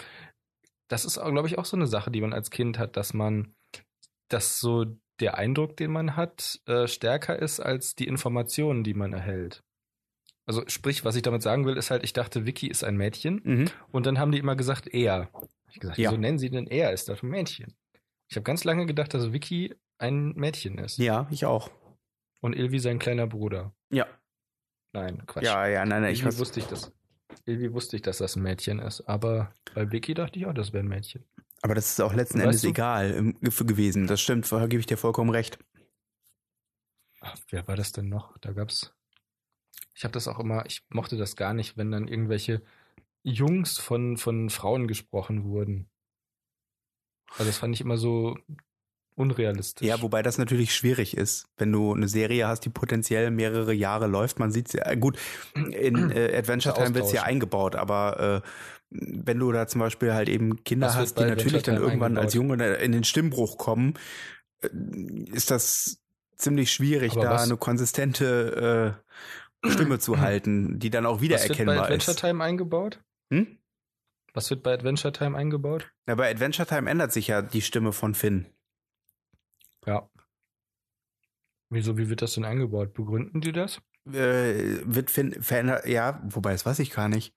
das ist, glaube ich, auch so eine Sache, die man als Kind hat, dass man, dass so der Eindruck, den man hat, äh, stärker ist als die Informationen, die man erhält. Also sprich, was ich damit sagen will, ist halt, ich dachte, Vicky ist ein Mädchen. Mhm. Und dann haben die immer gesagt, er. Ich gesagt, Ja. wieso nennen sie denn er? Ist das ein Mädchen? Ich habe ganz lange gedacht, dass Vicky ein Mädchen ist Ja, ich auch. und Ilvi sein kleiner Bruder. Ja. Nein, Quatsch. Ja, ja, nein, nein, ich Ilvi weiß. wusste ich das. Ilvi wusste ich, dass das ein Mädchen ist, aber bei Vicky dachte ich auch, das wäre ein Mädchen. Aber das ist auch letzten Weißt Endes du- egal im, ge- gewesen. Das stimmt, da gebe ich dir vollkommen recht. Ach, wer war das denn noch? Da gab's. Ich habe das auch immer, ich mochte das gar nicht, wenn dann irgendwelche Jungs von, von Frauen gesprochen wurden. Also das fand ich immer so unrealistisch. Ja, wobei das natürlich schwierig ist, wenn du eine Serie hast, die potenziell mehrere Jahre läuft. Man sieht ja, äh, gut, [clears throat] in äh, Adventure Time wird es ja Austauschen. eingebaut, aber äh, wenn du da zum Beispiel halt eben Kinder Das wird hast, die bei natürlich Adventure dann Time irgendwann als eingebaut. Junge in den Stimmbruch kommen, äh, ist das ziemlich schwierig, Aber da was- eine konsistente äh, [clears throat] Stimme zu halten, die dann auch Was wird bei wiedererkennbar Adventure ist. Time eingebaut? Hm? Was wird bei Adventure Time eingebaut? Na, bei Adventure Time ändert sich ja die Stimme von Finn. Ja. Wieso, wie wird das denn eingebaut? Begründen die das? äh, wird fin- verändert, ja, wobei das weiß ich gar nicht.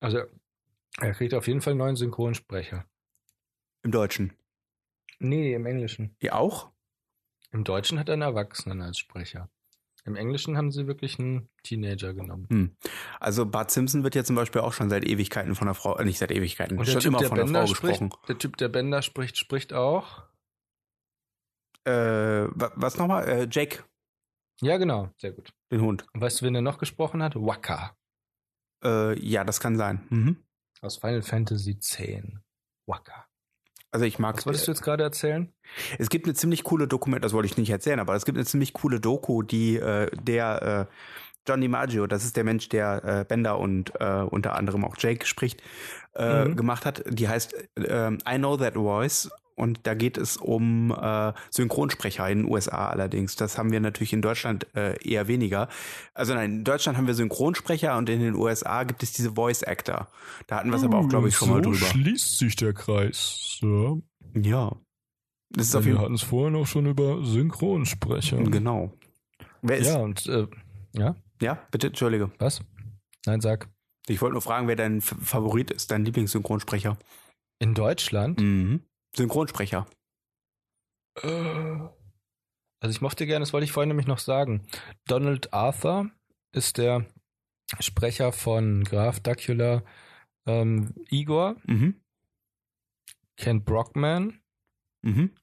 Also, er kriegt auf jeden Fall einen neuen Synchronsprecher. Im Deutschen. Nee, im Englischen. Ja, auch? Im Deutschen hat er einen Erwachsenen als Sprecher. Im Englischen haben sie wirklich einen Teenager genommen. Hm. Also Bart Simpson wird ja zum Beispiel auch schon seit Ewigkeiten von einer Frau, äh, nicht seit Ewigkeiten, Und der schon Typ, immer der von einer Bender Frau spricht, gesprochen. der Typ, der Bender spricht, spricht auch. Äh, wa- was nochmal? Äh, Jake, Ja, genau. Sehr gut. den Hund. Und weißt du, wen er noch gesprochen hat? Waka. Äh, ja, das kann sein. Mhm. Aus Final Fantasy X. Waka. Also ich mag, Was wolltest du jetzt gerade erzählen? es gibt eine ziemlich coole Dokument, das wollte ich nicht erzählen, aber es gibt eine ziemlich coole Doku, die äh, der äh, John DiMaggio, das ist der Mensch, der äh, Bender und äh, unter anderem auch Jake spricht, äh, Mhm. gemacht hat. Die heißt äh, I Know That Voice. Und da geht es um äh, Synchronsprecher in den USA allerdings. Das haben wir natürlich in Deutschland äh, eher weniger. Also nein, in Deutschland haben wir Synchronsprecher und in den USA gibt es diese Voice Actor. Da hatten wir es aber Hm, auch, glaube ich, schon mal drüber. schließt sich der Kreis. Ja. Das ist auf jeden Fall. hatten es vorher noch schon über Synchronsprecher. Genau. Wer ist. Ja, und äh, Ja, bitte, entschuldige. was? Nein, sag. Ich wollte nur fragen, wer dein F- Favorit ist, dein Lieblingssynchronsprecher. In Deutschland? Mhm. Synchronsprecher. Äh, Also ich mochte gerne, das wollte ich vorhin nämlich noch sagen. Donald Arthur ist der Sprecher von Graf Dacula ähm, Igor, Mhm. Kent Brockman, Mhm.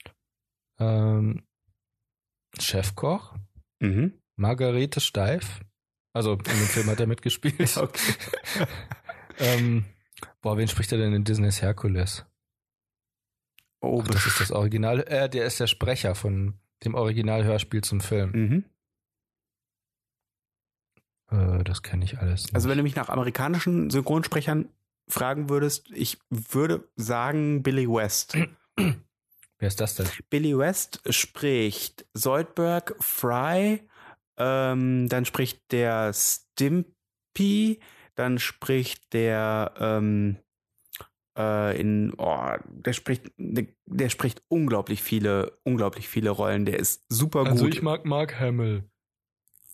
ähm, Chefkoch, Mhm. Margarete Steif. Also in dem Film hat er [laughs] mitgespielt. Okay. ähm, boah, wen spricht er denn in Disneys Herkules? Oh, Ach, das ist das Original. Äh, der ist der Sprecher von dem Originalhörspiel zum Film. mhm. Äh, das kenne ich alles. Nicht. Also, wenn du mich nach amerikanischen Synchronsprechern fragen würdest, ich würde sagen Billy West. Wer ist das denn? Billy West spricht Soldberg, Fry, ähm, dann spricht der Stimpy, dann spricht der ähm, äh, in oh, der spricht der, der spricht unglaublich viele unglaublich viele Rollen. Der ist Also super gut. mag Mark Hamill.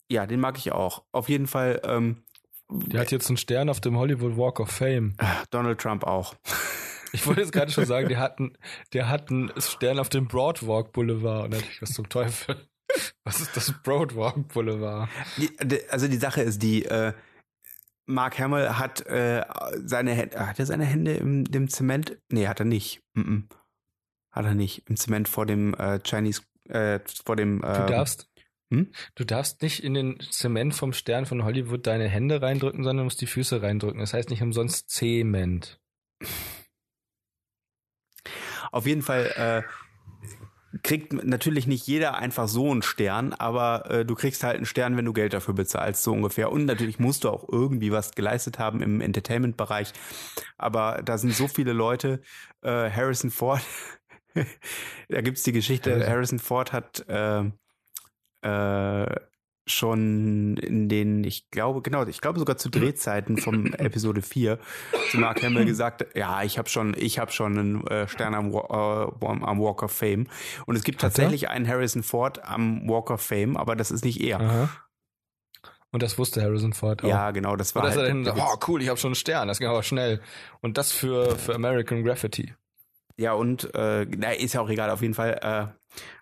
ja, den mag ich auch. Auf jeden Fall ähm, Der hat jetzt einen Stern auf dem Hollywood Walk of Fame. Donald Trump auch. [laughs] Ich wollte jetzt gerade schon sagen, der hat, einen, der hat einen Stern auf dem Broadwalk Boulevard. Und natürlich, was zum Teufel? Was ist das Broadwalk Boulevard? Die, die- also die Sache ist die, äh, Mark Hamill hat äh, seine Hände, hat er seine Hände im dem Zement? Nee, hat er nicht. Mm -mm. Hat er nicht. Im Zement vor dem äh, Chinese, äh, vor dem Du ähm, darfst. hm? Du darfst nicht in den Zement vom Stern von Hollywood deine Hände reindrücken, sondern musst die Füße reindrücken. Das heißt nicht umsonst Zement. Auf jeden Fall äh, kriegt natürlich nicht jeder einfach so einen Stern, aber äh, du kriegst halt einen Stern, wenn du Geld dafür bezahlst, so ungefähr. Und natürlich musst du auch irgendwie was geleistet haben im Entertainment-Bereich. Aber da sind so viele Leute. Äh, Harrison Ford, [laughs] da gibt's die Geschichte, Harrison. Harrison Ford hat äh, äh, schon in den, ich glaube, genau, ich glaube sogar zu [laughs] Drehzeiten von Episode 4 zu Mark Hamill gesagt, ja, ich habe schon, ich habe schon einen äh, Stern am, Wa- äh, am Walk of Fame. Und es gibt Hat er? tatsächlich einen Harrison Ford am Walk of Fame, aber das ist nicht er. Aha. Und das wusste Harrison Ford auch. Ja, genau, das war Und dass oh. er halt, dann da sagt, gibt's- oh cool, ich habe schon einen Stern, das ging aber schnell. Und das für, für American Graffiti. Ja, und äh, na, ist ja auch egal, auf jeden Fall äh,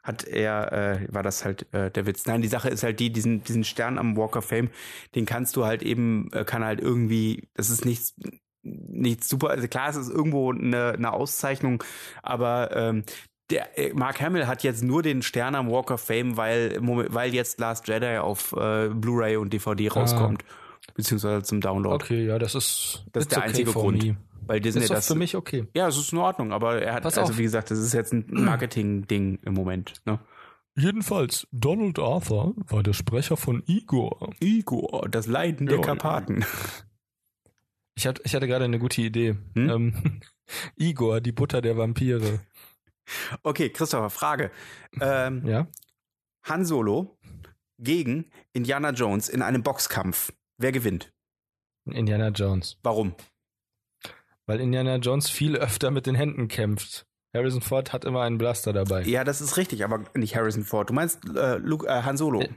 hat er, äh, war das halt äh, der Witz. Nein, die Sache ist halt die, diesen, diesen Stern am Walk of Fame, den kannst du halt eben, äh, kann halt irgendwie, das ist nichts, nichts super, also klar, es ist irgendwo eine, eine Auszeichnung, aber ähm, der äh, Mark Hamill hat jetzt nur den Stern am Walk of Fame, weil, im Moment- weil jetzt Last Jedi auf äh, Blu-ray und DVD rauskommt, beziehungsweise zum Download. Ah. Okay, ja, das ist Das ist it's der okay einzige for Grund. me. Weil Disney Ist doch das für mich okay. ja, es ist in Ordnung, aber er hat, Pass also auf. wie gesagt, das ist [clears throat] jetzt ein Marketing-Ding im Moment. Ne? Jedenfalls, Donald Arthur war der Sprecher von Igor. Igor, das Leiden der Ja, Karpaten. Ich, hab, ich hatte gerade eine gute Idee. Hm? Ähm, [laughs] Igor, die Butter der Vampire. [laughs] Okay, Christopher, Frage. Ähm, Ja? Han Solo gegen Indiana Jones in einem Boxkampf. Wer gewinnt? Indiana Jones. Warum? Weil Indiana Jones viel öfter mit den Händen kämpft. Harrison Ford hat immer einen Blaster dabei. Ja, das ist richtig, aber nicht Harrison Ford. Du meinst äh, Luke, äh, Han Solo. Äh,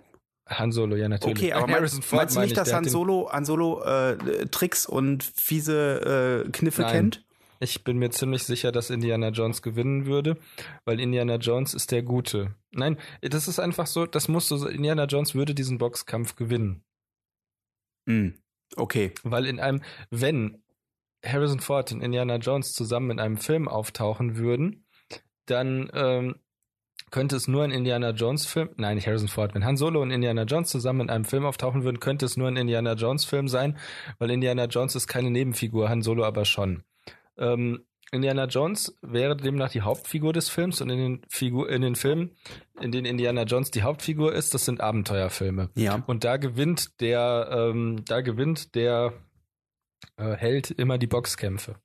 Han Solo, ja, natürlich. Okay, aber Äh, mein, Harrison Ford meinst du meine nicht, ich, dass der hat Han den- Solo, Han Solo äh, Tricks und fiese äh, Kniffe Nein. kennt? Ich bin mir ziemlich sicher, dass Indiana Jones gewinnen würde, weil Indiana Jones ist der Gute. Nein, das ist einfach so, das muss so sein. Indiana Jones würde diesen Boxkampf gewinnen. Hm, Okay. Weil in einem, wenn Harrison Ford und Indiana Jones zusammen in einem Film auftauchen würden, dann ähm, könnte es nur ein Indiana Jones Film, nein, nicht Harrison Ford, wenn Han Solo und Indiana Jones zusammen in einem Film auftauchen würden, könnte es nur ein Indiana Jones Film sein, weil Indiana Jones ist keine Nebenfigur, Han Solo aber schon. Ähm, Indiana Jones wäre demnach die Hauptfigur des Films und in den, Figur, in den Filmen, in denen Indiana Jones die Hauptfigur ist, das sind Abenteuerfilme. Ja. Und da gewinnt der, ähm, da gewinnt der äh, Held immer die Boxkämpfe.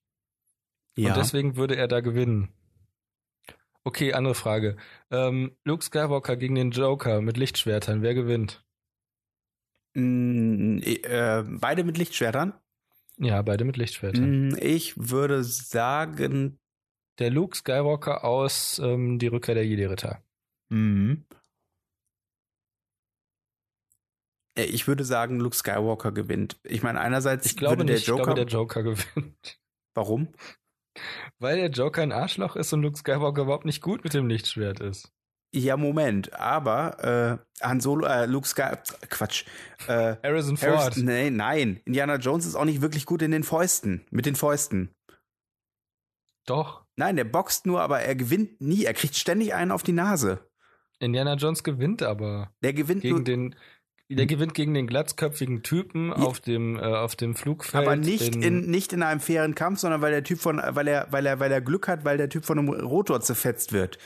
ja. Und deswegen würde er da gewinnen. Okay, andere Frage. Ähm, Luke Skywalker gegen den Joker mit Lichtschwertern, wer gewinnt? Mm, äh, beide mit Lichtschwertern. Ja, beide mit Lichtschwertern. Mm, Ich würde sagen, Der Luke Skywalker aus ähm, Die Rückkehr der Jedi-Ritter. Mhm. mm. Äh, ich würde sagen, Luke Skywalker gewinnt. Ich meine, einerseits Ich glaube würde der nicht, Joker. ich glaube, der Joker [laughs] gewinnt. warum? Weil der Joker ein Arschloch ist und Luke Skywalker überhaupt nicht gut mit dem Lichtschwert ist. Ja, Moment. Aber äh, Han Solo, äh, Luke Sky, Quatsch. Äh, Harrison Ford. Harris, nee, nein. Indiana Jones ist auch nicht wirklich gut in den Fäusten. Mit den Fäusten. Doch. Nein, der boxt nur, aber er gewinnt nie. Er kriegt ständig einen auf die Nase. Indiana Jones gewinnt aber. Der gewinnt nur, gegen [laughs] den Hm. der gewinnt gegen den glatzköpfigen Typen auf dem äh, auf dem Flugfeld. Aber nicht in- in, nicht in einem fairen Kampf, sondern weil der Typ von, weil er, weil er, weil er Glück hat, weil der Typ von einem Rotor zerfetzt wird.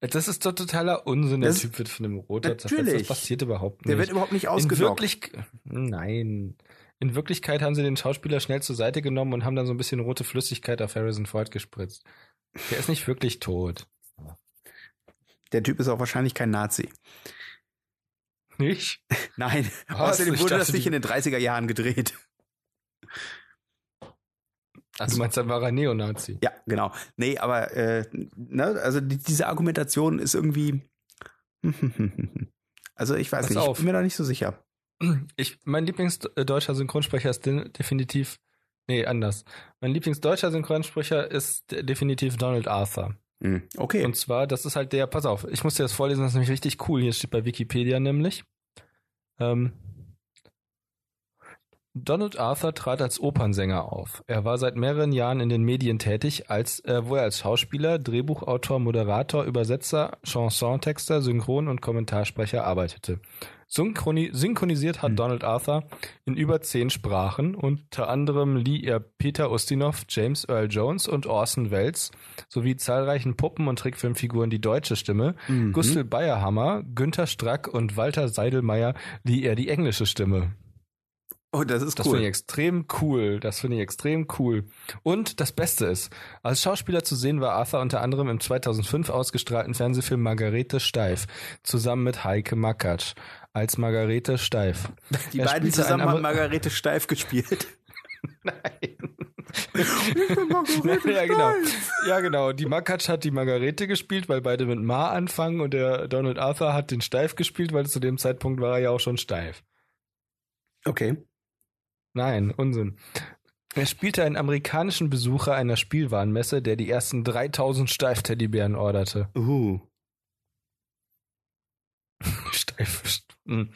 das ist doch totaler Unsinn. Der Das- Typ wird von einem Roter Natürlich. zerfetzt. Das passiert überhaupt nicht. Der wird überhaupt nicht in ausgenockt. wirklich nein. In Wirklichkeit haben sie den Schauspieler schnell zur Seite genommen und haben dann so ein bisschen rote Flüssigkeit auf Harrison Ford gespritzt. Der ist nicht wirklich tot. Der Typ ist auch wahrscheinlich kein Nazi. [laughs] Nicht? Nein. Was? [laughs] Außerdem Ich wurde dachte, das nicht die- in den 30er Jahren gedreht. [laughs] Ach, du meinst, dann war er Neonazi. Ja, genau. Nee, aber äh, ne, also die, diese Argumentation ist irgendwie. [laughs] Also ich weiß Pass nicht, auf. ich bin mir da nicht so sicher. Ich, mein Lieblingsdeutscher Synchronsprecher ist de- definitiv, nee, anders. Mein Lieblingsdeutscher Synchronsprecher ist de- definitiv Donald Arthur. Hm. Okay. Und zwar, das ist halt der, pass auf, ich muss dir das vorlesen, das ist nämlich richtig cool. Hier steht bei Wikipedia nämlich. Ähm, Donald Arthur trat als Opernsänger auf. Er war seit mehreren Jahren in den Medien tätig, als, äh, wo er als Schauspieler, Drehbuchautor, Moderator, Übersetzer, Chansontexter, Synchron- und Kommentarsprecher arbeitete. Synchroni synchronisiert hat Hm. Donald Arthur in über zehn Sprachen, unter anderem lieh er Peter Ustinov, James Earl Jones und Orson Welles sowie zahlreichen Puppen- und Trickfilmfiguren die deutsche Stimme. Mhm. Gustl Bayerhammer, Günther Strack und Walter Seidelmeier lieh er die englische Stimme. oh, das ist Das cool. finde ich extrem cool. Das finde ich extrem cool. Und das Beste ist, als Schauspieler zu sehen war Arthur unter anderem im 2005 ausgestrahlten Fernsehfilm Margarete Steif zusammen mit Heike Makatsch als Margarete Steif. Die Er beiden spielte zusammen einen haben Amer- Margarete Steif [laughs] gespielt. [laughs] Margarete ja, genau. ja, genau. Die Makatsch hat die Margarete gespielt, weil beide mit Ma anfangen und der Donald Arthur hat den Steif gespielt, weil zu dem Zeitpunkt war er ja auch schon steif. Okay. Nein, Unsinn. Er spielte einen amerikanischen Besucher einer Spielwarenmesse, der die ersten 3000 Steif-Teddybären orderte. [laughs] Uh. Steif. hm.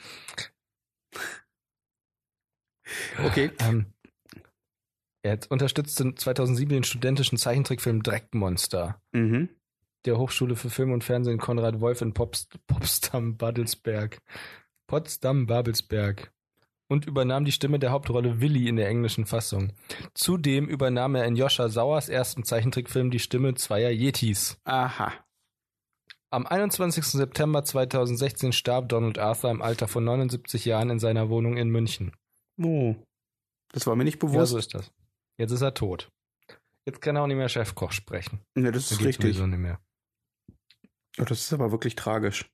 Okay. Ähm, er unterstützte 2007 den studentischen Zeichentrickfilm Dreckmonster. Mhm. der Hochschule für Film und Fernsehen Konrad Wolf in Popst Potsdam Babelsberg. Potsdam Babelsberg. Und übernahm die Stimme der Hauptrolle Willi in der englischen Fassung. Zudem übernahm er in Joscha Sauers ersten Zeichentrickfilm die Stimme zweier Yetis. Aha. Am 21. September 2016 starb Donald Arthur im Alter von 79 Jahren in seiner Wohnung in München. Oh. Das war mir nicht Ja, bewusst. so ist das. Jetzt ist er tot. Jetzt kann er auch nicht mehr Chefkoch sprechen. ne, das ist Da geht's richtig. sowieso nicht mehr. Oh, das ist aber wirklich tragisch.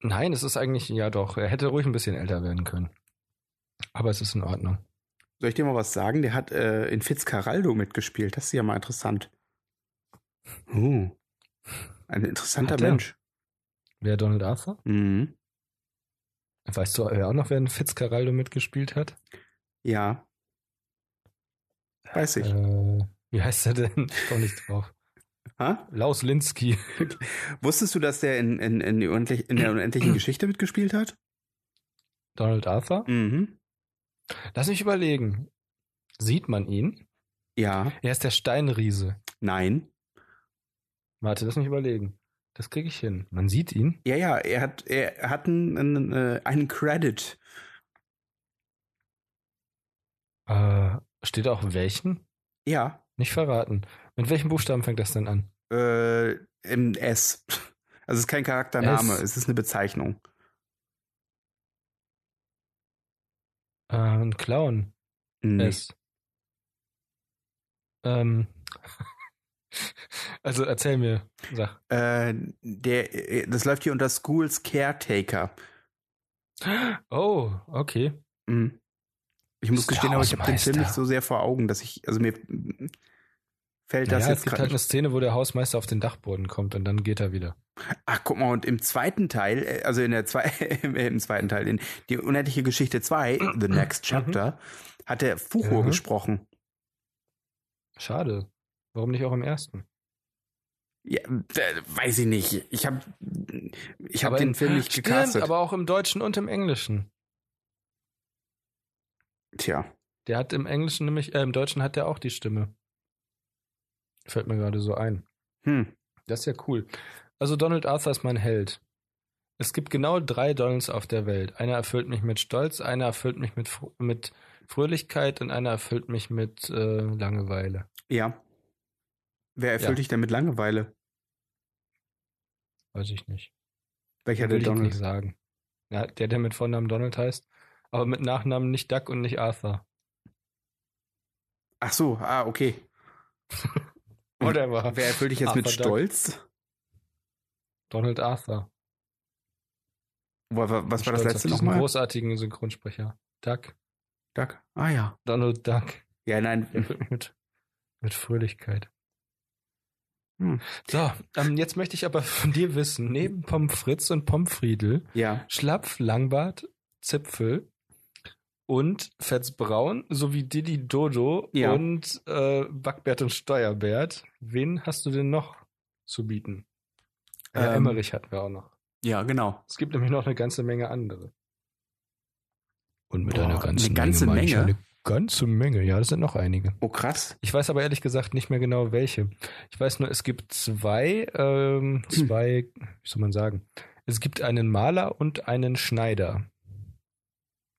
Nein, es ist eigentlich, ja doch, er hätte ruhig ein bisschen älter werden können. Aber es ist in Ordnung. Soll ich dir mal was sagen? Der hat äh, in Fitzcarraldo mitgespielt. Das ist ja mal interessant. Uh. Ein interessanter Hat er? Mensch. Wer Donald Arthur? Mhm. Weißt du, wer auch noch, wer in Fitzcarraldo mitgespielt hat? Ja. Weiß ich. Äh, wie heißt er denn? [laughs] Ich komm nicht drauf. Ha? Laus Linsky. Wusstest du, dass der in, in, in, die unendlich, in der [clears throat] unendlichen Geschichte mitgespielt hat? Donald Arthur? Mhm. Lass mich überlegen. Sieht man ihn? Ja. Er ist der Steinriese. Nein. Warte, lass mich überlegen. Das kriege ich hin. Man sieht ihn. Ja, ja, er hat, er hat einen, einen, äh, einen Credit. Äh, steht auch welchen? Ja, Nicht verraten. Mit welchem Buchstaben fängt das denn an? äh, im S. [laughs] Also es ist kein Charaktername, S. es ist eine Bezeichnung. Äh, ein Clown. Nee. ist. Ähm. [laughs] Also erzähl mir, sag. Äh, der, äh, das läuft hier unter Schools Caretaker. Oh, okay. Mhm. Ich muss Das gestehen, aber ich habe den Hausmeister. Film nicht so sehr vor Augen, dass ich, also mir mm, fällt Naja, das es jetzt gibt gerade halt eine nicht. Szene, wo der Hausmeister auf den Dachboden kommt und dann geht er wieder. Ach, guck mal, und im zweiten Teil, äh, also in der zwei, [laughs] im, im zweiten Teil, in die unendliche Geschichte 2, [clears throat] The Next Chapter, hat der Fucho Mhm. gesprochen. Schade. Warum nicht auch im ersten? Ja, äh, weiß ich nicht. Ich habe ich hab Aber den in- Film nicht gecastet. aber auch im Deutschen und im Englischen. Tja, Der hat im Englischen nämlich, äh, im Deutschen hat der auch die Stimme. Fällt mir gerade so ein. hm. Das ist ja cool. Also Donald Arthur ist mein Held. Es gibt genau drei Donalds auf der Welt. Einer erfüllt mich mit Stolz, einer erfüllt mich mit, Fr- mit Fröhlichkeit und einer erfüllt mich mit äh, Langeweile. ja. Wer erfüllt Ja. dich denn mit Langeweile? Weiß ich nicht. Welcher Will der ich jetzt nicht Donald? sagen. Ja, der, der mit Vornamen Donald heißt, aber mit Nachnamen nicht Duck und nicht Arthur. Ach so, ah, okay. Whatever. Hm. Wer erfüllt dich jetzt mit Arthur Duck. Stolz? Donald Arthur. Wa- wa- Was war Stolz das auf letzte diesen nochmal? großartigen Synchronsprecher. Duck. Duck. Ah ja. Donald Duck. Ja, Der nein. erfüllt mich mit, mit Fröhlichkeit. Hm. So, ähm, jetzt möchte ich aber von dir wissen, neben Pommes Fritz und Pommes Friedel, Ja. Schlapf, Langbart, Zipfel, und Fats Braun sowie Didi Dodo Ja. und äh, Backbert und Steuerbert. Wen hast du denn noch zu bieten? Ja, Ähm. Emmerich hatten wir auch noch. Ja, genau. Es gibt nämlich noch eine ganze Menge andere. Und mit Boah, einer ganzen eine ganze Menge. meine ich Menge? Eine ganze Menge, ja, das sind noch einige. Oh, krass. Ich weiß aber ehrlich gesagt nicht mehr genau welche. Ich weiß nur, es gibt zwei, [clears throat] ähm, zwei, wie soll man sagen? Es gibt einen Maler und einen Schneider.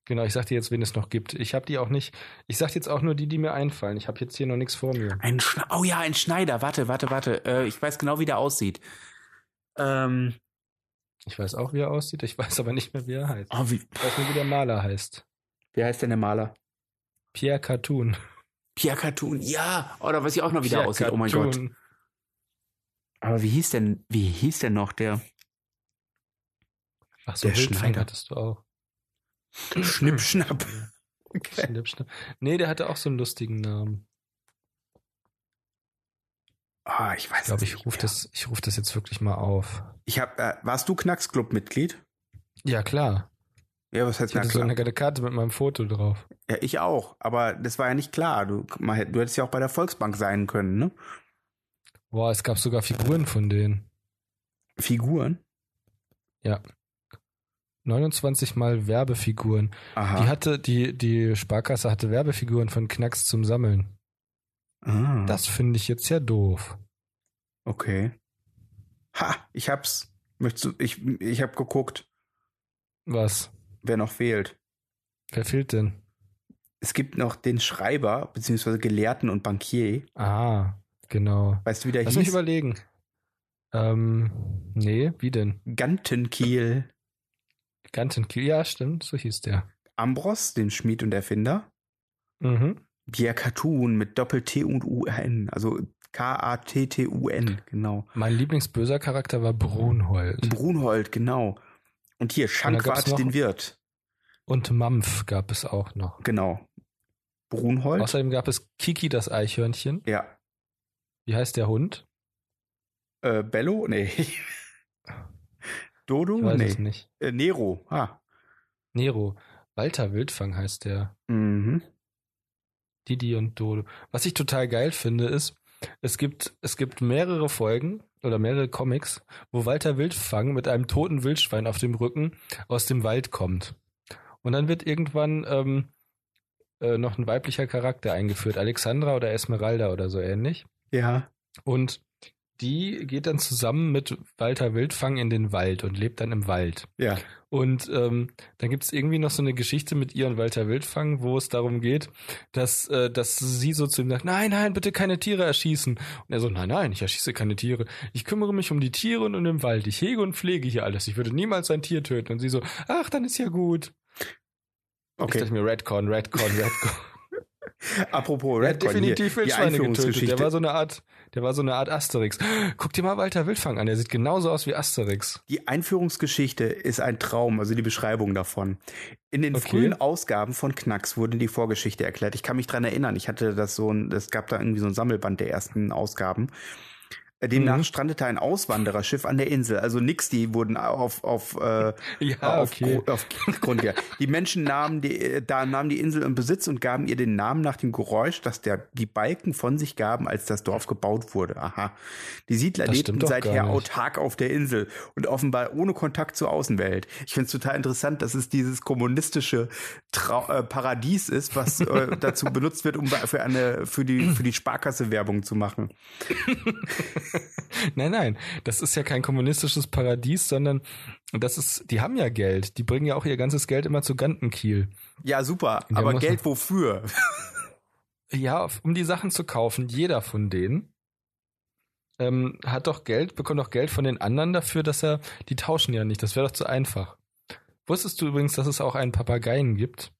Genau, ich sag dir jetzt, wen es noch gibt. Ich habe die auch nicht. Ich sag jetzt auch nur die, die mir einfallen. Ich habe jetzt hier noch nichts vor mir. Ein Schne oh ja, ein Schneider. Warte, warte, warte. Äh, ich weiß genau, wie der aussieht. Ähm, Ich weiß auch, wie er aussieht. Ich [laughs] weiß aber nicht mehr, wie er heißt. oh, wie, Ich weiß nur, wie der Maler heißt. wie heißt denn der Maler? Pierre Cartoon. Pierre Cartoon. Ja, oder weiß ich auch noch, wie der Pierre aussieht. Oh mein Gott. Cartoon. Aber wie hieß denn, wie hieß denn noch der Ach so, Der Wildfang Schneider. hattest du auch. Schnippschnapp? Okay. Schnipp, schnapp. Nee, der hatte auch so einen lustigen Namen. Ah, ich weiß Ich glaube, es ich nicht rufe mehr. das, ich ruf das jetzt wirklich mal auf. Ich hab, äh, warst du Knacksclub-Mitglied? Ja, klar. Ja, was heißt Ich hatte so eine geile Karte mit meinem Foto drauf. Ja, ich auch. Aber das war ja nicht klar. Du, man, hätt- du hättest ja auch bei der Volksbank sein können, ne? Boah, es gab sogar Figuren von denen. Figuren. 29 mal Werbefiguren. Aha. Die hatte, die, die Sparkasse hatte Werbefiguren von Knacks zum Sammeln. ah, Das finde ich jetzt ja doof. Okay. Ha, ich hab's. Möchtest du, ich, ich hab geguckt, Was? wer noch fehlt. Wer fehlt denn? Es gibt noch den Schreiber, beziehungsweise Gelehrten und Bankier. Ah, genau. Weißt du, wie der Lass mich hieß? überlegen. Ähm, nee, wie denn? Gantenkiel. Gantenkiel. Ja, stimmt, so hieß der. Ambros, den Schmied und Erfinder. Mhm. Pierre Cartoon mit Doppel-T und U-N. Also Hm. K-A-T-T-U-N, genau. Mein lieblingsböser Charakter war Brunhold. Brunhold, genau. Und hier gab's noch- Schankwart, den Wirt. Und Mampf gab es auch noch. Genau. Brunhold? Außerdem gab es Kiki das Eichhörnchen. ja. Wie heißt der Hund? Äh, Bello? Nee. Ich Dodo? weiß es Nee. nicht. Äh, Nero. Ah. Nero. Walter Wildfang heißt der. Mhm. Didi und Dodo. Was ich total geil finde, ist, es gibt, es gibt mehrere Folgen oder mehrere Comics, wo Walter Wildfang mit einem toten Wildschwein auf dem Rücken aus dem Wald kommt. Und dann wird irgendwann ähm, äh, noch ein weiblicher Charakter eingeführt. Alexandra oder Esmeralda oder so ähnlich. Ja. Und die geht dann zusammen mit Walter Wildfang in den Wald und lebt dann im Wald. Ja. Und ähm, dann gibt es irgendwie noch so eine Geschichte mit ihr und Walter Wildfang, wo es darum geht, dass, äh, dass sie so zu ihm sagt, nein, nein, bitte keine Tiere erschießen. Und er so, nein, nein, ich erschieße keine Tiere. Ich kümmere mich um die Tiere und um den Wald. Ich hege und pflege hier alles. Ich würde niemals ein Tier töten. Und sie so, ach, dann ist ja gut. Ich Okay. dachte mir, Redcorn, Redcorn, Redcorn. Apropos Er hat Redcon definitiv hier, die Wildschweine getötet. Der Einführungsgeschichte. war so eine Art, der war so eine Art Asterix. [gasps] Guck dir mal Walter Wildfang an, der sieht genauso aus wie Asterix. Die Einführungsgeschichte ist ein Traum, also die Beschreibung davon. In den Okay. frühen Ausgaben von Knacks wurde die Vorgeschichte erklärt. Ich kann mich dran erinnern, ich hatte das so ein, es gab da irgendwie so ein Sammelband der ersten Ausgaben. Äh, Demnach Mhm. strandete ein Auswandererschiff an der Insel. Also nix, die wurden auf, auf, äh, Ja, auf, Gru- auf Grund, ja. Die Menschen nahmen die, äh, da nahmen die Insel in Besitz und gaben ihr den Namen nach dem Geräusch, das der, die Balken von sich gaben, als das Dorf gebaut wurde. Aha. Die Siedler Das stimmt lebten doch seither gar nicht. autark auf der Insel und offenbar ohne Kontakt zur Außenwelt. Ich finde es total interessant, dass es dieses kommunistische Trau äh, Paradies ist, [laughs] was äh, dazu benutzt wird, um bei- für eine, für die, für die Sparkasse Werbung zu machen. Nein, nein, das ist ja kein kommunistisches Paradies, sondern das ist, die haben ja Geld. Die bringen ja auch ihr ganzes Geld immer zu Gantenkiel. Ja, super. Ja, aber muss- Geld wofür? Ja, um die Sachen zu kaufen, jeder von denen ähm, hat doch Geld, bekommt doch Geld von den anderen dafür, dass er, die tauschen ja nicht, das wäre doch zu einfach. Wusstest du übrigens, dass es auch einen Papageien gibt?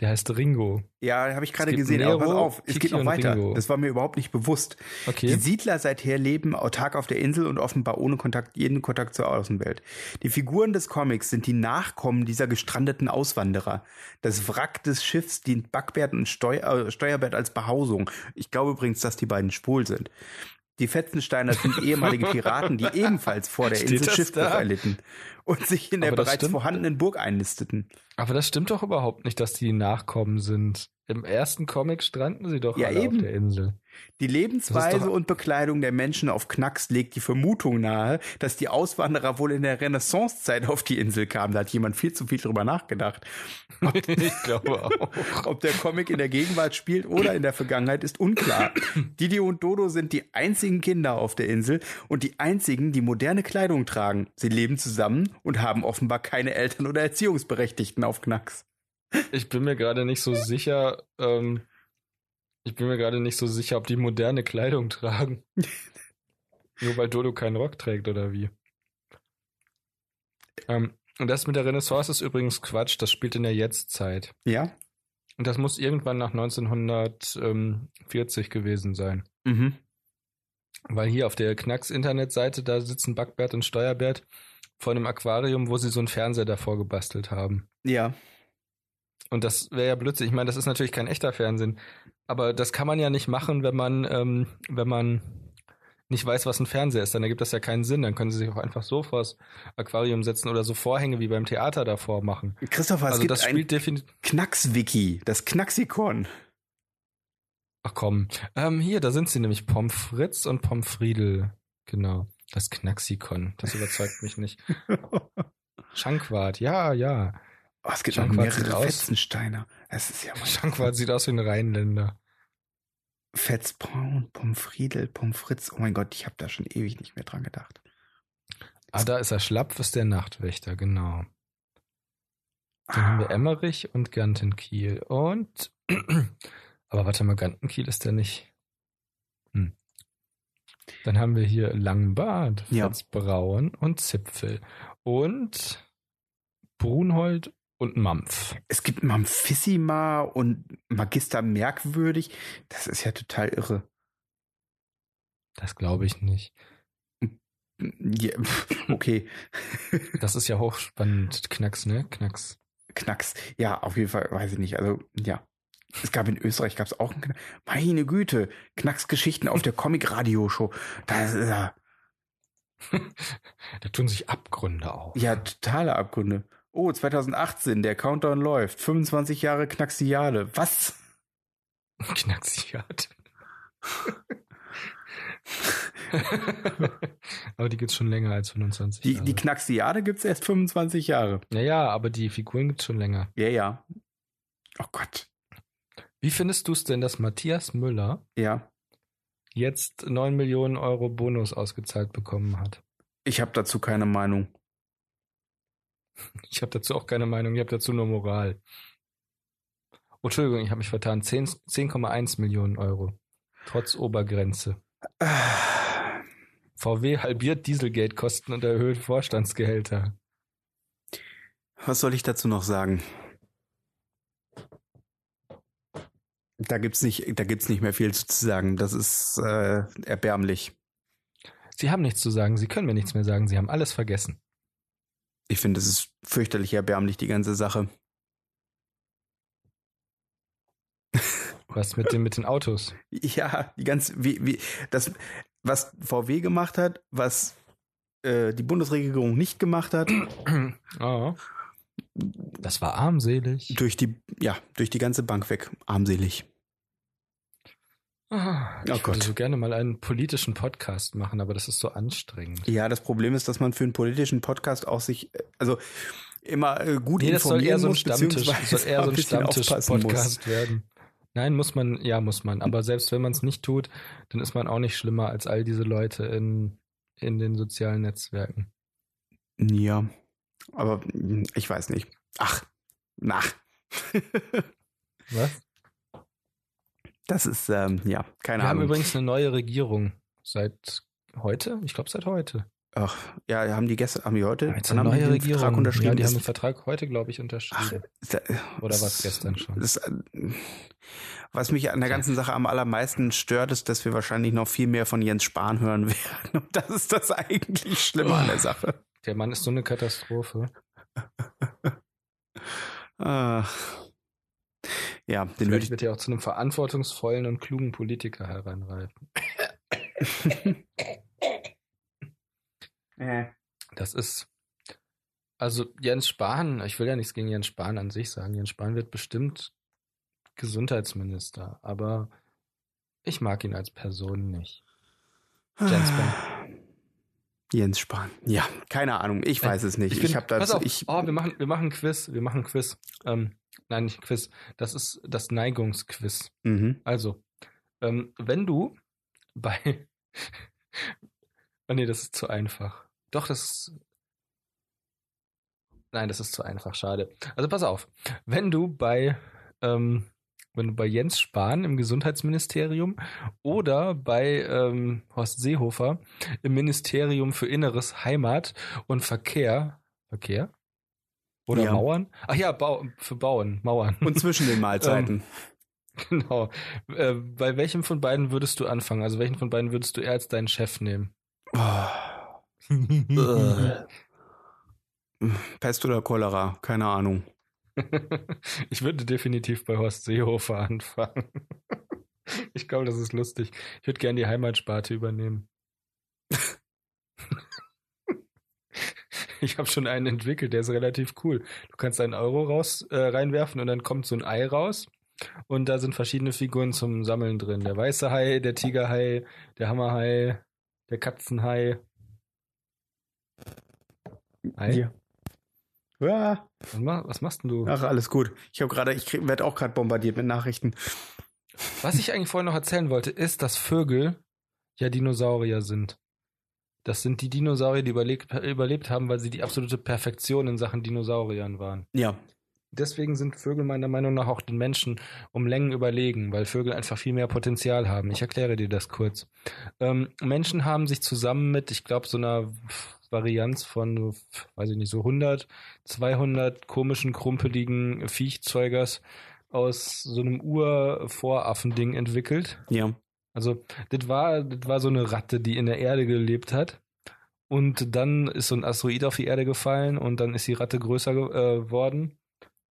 Der heißt Ringo. Ja, habe ich gerade Es gibt gesehen. aber pass Nero, auf, es Kiki geht noch und weiter. Ringo. Das war mir überhaupt nicht bewusst. Die Okay. Siedler seither leben autark auf der Insel und offenbar ohne Kontakt, jeden Kontakt zur Außenwelt. Die Figuren des Comics sind die Nachkommen dieser gestrandeten Auswanderer. Das Wrack des Schiffs dient Backbert und Steu äh, Steuerbert als Behausung. Ich glaube übrigens, dass die beiden schwul sind. Die Fetzensteiner sind [laughs] ehemalige Piraten, die ebenfalls vor der Steht Insel das Schiffbruch da? erlitten und sich in der Aber das bereits stimmt. vorhandenen Burg einlisteten. Aber das stimmt doch überhaupt nicht, dass die Nachkommen sind. Im ersten Comic stranden sie doch Ja, alle eben. auf der Insel. Die Das ist Lebensweise doch- und Bekleidung der Menschen auf Knacks legt die Vermutung nahe, dass die Auswanderer wohl in der Renaissancezeit auf die Insel kamen. Da hat jemand viel zu viel drüber nachgedacht. [laughs] ich glaube auch. Ob der Comic in der Gegenwart spielt oder in der Vergangenheit, ist unklar. Didi und Dodo sind die einzigen Kinder auf der Insel und die einzigen, die moderne Kleidung tragen. Sie leben zusammen und haben offenbar keine Eltern oder Erziehungsberechtigten auf Knacks. Ich bin mir gerade nicht so sicher, ähm, ich bin mir gerade nicht so sicher, ob die moderne Kleidung [laughs] tragen. Nur weil Dodo keinen Rock trägt oder wie. Ähm, und das mit der Renaissance ist übrigens Quatsch, das spielt in der Jetztzeit. Ja? Und das muss irgendwann nach 1940 gewesen sein. Mhm. Weil hier auf der Knacks-Internetseite, da sitzen Backbert und Steuerbert vor einem Aquarium, wo sie so einen Fernseher davor gebastelt haben. Ja. Und das wäre ja Blödsinn. Ich meine, das ist natürlich kein echter Fernsehen. Aber das kann man ja nicht machen, wenn man, ähm, wenn man nicht weiß, was ein Fernseher ist. Dann ergibt das ja keinen Sinn. Dann können sie sich auch einfach so vors Aquarium setzen oder so Vorhänge wie beim Theater davor machen. Christopher, es also gibt das ein spielt definitiv. Knacks-Wiki, das Knacksikon. [laughs] Ach komm. Ähm, hier, da sind sie nämlich Pommes Fritz und Pommes Friedel. Genau. Das Knacksikon. Das überzeugt mich nicht. Schankwart, ja, ja. Oh, es gibt noch Schankwart sieht mehrere aus. Fetzensteiner. Es ist ja mal Schankwart sieht aus wie ein Rheinländer. Fetzbraun, Pomfriedel, Pomfritz. Oh mein Gott, ich habe da schon ewig nicht mehr dran gedacht. Ah, da ist er schlapp, ist der Nachtwächter, genau. Dann haben wir ähm, Emmerich und Gantenkiel. Und. [clears throat] Aber warte mal, Gantenkiel ist der nicht. Hm. Dann haben wir hier Langbart, Ja. Fitzbraun und Zipfel. Und Brunhold und Mampf. Es gibt Mamphissima und Magister Merkwürdig. Das ist ja total irre. Das glaube ich nicht. [laughs] Ja, pf, okay, Das ist ja hochspannend. Knacks, ne? Knacks. Knacks. Ja, auf jeden Fall, weiß ich nicht. Also, ja. Es gab in Österreich gab es auch einen Knacks. Meine Güte, Knacks-Geschichten auf der Comic-Radio-Show. Das ist ja, Da tun sich Abgründe auf. ja totale Abgründe. Oh, 2018, der Countdown läuft. 25 Jahre Knaxiale. Was? [laughs] Knacksjagd. aber die gibt's schon länger als 25 Die, Jahre. die Knaxiade gibt's erst 25 Jahre. naja, aber die Figuren gibt's schon länger. Ja, ja. Oh Gott. Wie findest du es denn, dass Matthias Müller Ja. jetzt 9 Millionen Euro Bonus ausgezahlt bekommen hat? Ich habe dazu keine Meinung. Ich habe dazu auch keine Meinung, ich habe dazu nur Moral. Oh, Entschuldigung, ich habe mich vertan. 10 10,1 Millionen Euro. Trotz Obergrenze. Ah. VW halbiert Dieselgeldkosten und erhöht Vorstandsgehälter. Was soll ich dazu noch sagen? Da gibt's nicht, da gibt's nicht mehr viel zu sagen. Das ist äh, erbärmlich. Sie haben nichts zu sagen, Sie können mir nichts mehr sagen, Sie haben alles vergessen. Ich finde, es ist fürchterlich erbärmlich die ganze Sache. Was mit den, mit den [clears throat] Autos? Ja, die ganz wie, wie das, was VW gemacht hat, was äh, die Bundesregierung nicht gemacht hat, Oh. Das war armselig. durch die, ja, durch die ganze Bank weg, armselig. Ah, Oh ich Gott. würde so gerne mal einen politischen Podcast machen, aber das ist so anstrengend. Ja, das Problem ist, dass man für einen politischen Podcast auch sich, äh, also immer äh, gut Nee, das soll informieren eher so ein muss, Stammtisch, beziehungsweise soll eher [laughs] auch so ein bisschen aufpassen muss. Stammtisch-Podcast [laughs] werden. Nein, muss man, ja, muss man. Aber selbst wenn man es nicht tut, dann ist man auch nicht schlimmer als all diese Leute in, in den sozialen Netzwerken. Ja, aber mh, ich weiß nicht. Ach, nach. Was? Das ist, ähm, ja, keine Wir haben Ahnung. übrigens eine neue Regierung seit heute. Ich glaube, seit heute. Ach, ja, haben die gestern, haben die heute, Jetzt wann haben die den Vertrag unterschrieben? Ja, die haben den Ist- Vertrag heute, glaube ich, Ach, unterschrieben. ist äh, da- Oder war es ist- gestern schon? ist, äh, was mich an der ganzen Sache am allermeisten stört, ist, dass wir wahrscheinlich noch viel mehr von Jens Spahn hören [laughs] werden. Und das ist das eigentlich Schlimme an der Sache. Der Mann ist so eine Katastrophe. Ach. Ja, den würde Vielleicht ich. wird er auch zu einem verantwortungsvollen und klugen Politiker heranreifen. Äh. Das ist. Also Jens Spahn, ich will ja nichts gegen Jens Spahn an sich sagen. Jens Spahn wird bestimmt Gesundheitsminister, aber ich mag ihn als Person nicht. Jens Spahn. Jens Spahn. Ja, keine Ahnung. Ich weiß es nicht. Ich, bin- habe pass dazu. auf, Ich, oh, wir machen, wir machen ein Quiz, wir machen ein Quiz. Ähm, nein, nicht ein Quiz. Das ist das Neigungsquiz. mhm. Also, ähm, wenn du bei. [laughs] oh nee, das ist zu einfach. Doch, das ist. Nein, das ist zu einfach, schade. Also pass auf, wenn du bei, ähm, wenn du bei Jens Spahn im Gesundheitsministerium oder bei ähm, Horst Seehofer im Ministerium für Inneres, Heimat und Verkehr, Verkehr? Oder Ja. Mauern? Ach ja, Bau, für Bauen, Mauern. Und zwischen [laughs] den Mahlzeiten. Genau. Äh, bei welchem von beiden würdest du anfangen? Also welchen von beiden würdest du eher als deinen Chef nehmen? Oh. Äh. ich Pest oder Cholera? Keine Ahnung. [laughs] würde definitiv bei Horst Seehofer anfangen. [laughs] Ich glaube, das ist lustig. Ich würde gerne die Heimatsparte übernehmen. [laughs] Ich habe schon einen entwickelt, der ist relativ cool. Du kannst einen Euro raus äh, reinwerfen und dann kommt so ein Ei raus und da sind verschiedene Figuren zum Sammeln drin. Der weiße Hai, der Tigerhai, der Hammerhai, der Katzenhai. Hai? Ja. Ja. Was, ma was machst denn du? Ach, alles gut. Ich habe gerade, ich werde auch gerade bombardiert mit Nachrichten. Was ich eigentlich vorhin noch erzählen wollte, ist, dass Vögel ja Dinosaurier sind. Das sind die Dinosaurier, die überlebt, überlebt haben, weil sie die absolute Perfektion in Sachen Dinosauriern waren. Ja. Deswegen sind Vögel meiner Meinung nach auch den Menschen um Längen überlegen, weil Vögel einfach viel mehr Potenzial haben. Ich erkläre dir das kurz. Ähm, Menschen haben sich zusammen mit, ich glaube, so einer Varianz von, so, weiß ich nicht, so 100, 200 komischen, krumpeligen Viechzeugers aus so einem Urvoraffending entwickelt. Ja. Also, das war, das war so eine Ratte, die in der Erde gelebt hat. Und dann ist so ein Asteroid auf die Erde gefallen und dann ist die Ratte größer geworden,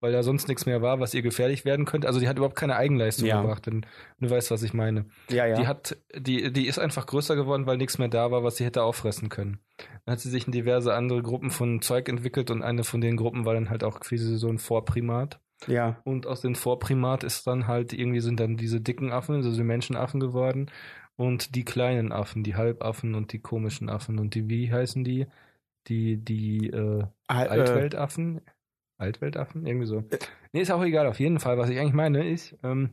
weil da sonst nichts mehr war, was ihr gefährlich werden könnte. Also die hat überhaupt keine Eigenleistung Ja. gebracht, denn du weißt, was ich meine. Ja, ja. Die hat, die, die ist einfach größer geworden, weil nichts mehr da war, was sie hätte auffressen können. Dann hat sie sich in diverse andere Gruppen von Zeug entwickelt und eine von den Gruppen war dann halt auch quasi so ein Vorprimat. ja. Und aus den Vorprimat ist dann halt, irgendwie sind dann diese dicken Affen, also die Menschenaffen geworden und die kleinen Affen, die Halbaffen und die komischen Affen und die, wie heißen die? Die, die, äh, Ah, äh, Altweltaffen? Altweltaffen? Irgendwie so. Nee, ist auch egal, auf jeden Fall. Was ich eigentlich meine ist, ähm,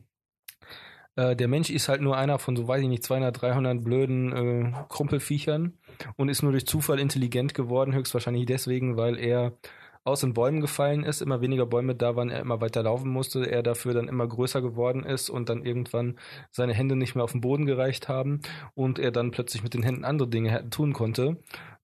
äh, der Mensch ist halt nur einer von so, weiß ich nicht, 200, 300 blöden äh, Krumpelfiechern und ist nur durch Zufall intelligent geworden, höchstwahrscheinlich deswegen, weil er aus den Bäumen gefallen ist, immer weniger Bäume da waren, er immer weiter laufen musste, er dafür dann immer größer geworden ist und dann irgendwann seine Hände nicht mehr auf den Boden gereicht haben und er dann plötzlich mit den Händen andere Dinge hätte- tun konnte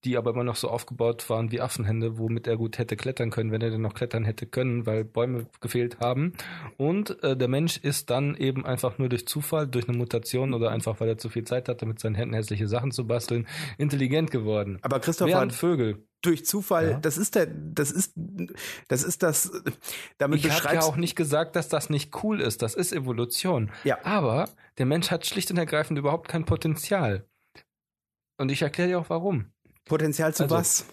die aber immer noch so aufgebaut waren wie Affenhände, womit er gut hätte klettern können, wenn er denn noch klettern hätte können, weil Bäume gefehlt haben. Und äh, der Mensch ist dann eben einfach nur durch Zufall, durch eine Mutation oder einfach, weil er zu viel Zeit hatte, mit seinen Händen hässliche Sachen zu basteln, intelligent geworden. aber Christopher, Während Vögel. durch Zufall, Ja. das ist der, das ist, das ist das, damit Ich habe ja beschreibst auch nicht gesagt, dass das nicht cool ist. Das ist Evolution. Ja. Aber der Mensch hat schlicht und ergreifend überhaupt kein Potenzial. Und ich erkläre dir auch warum. Potenzial zu Also, was?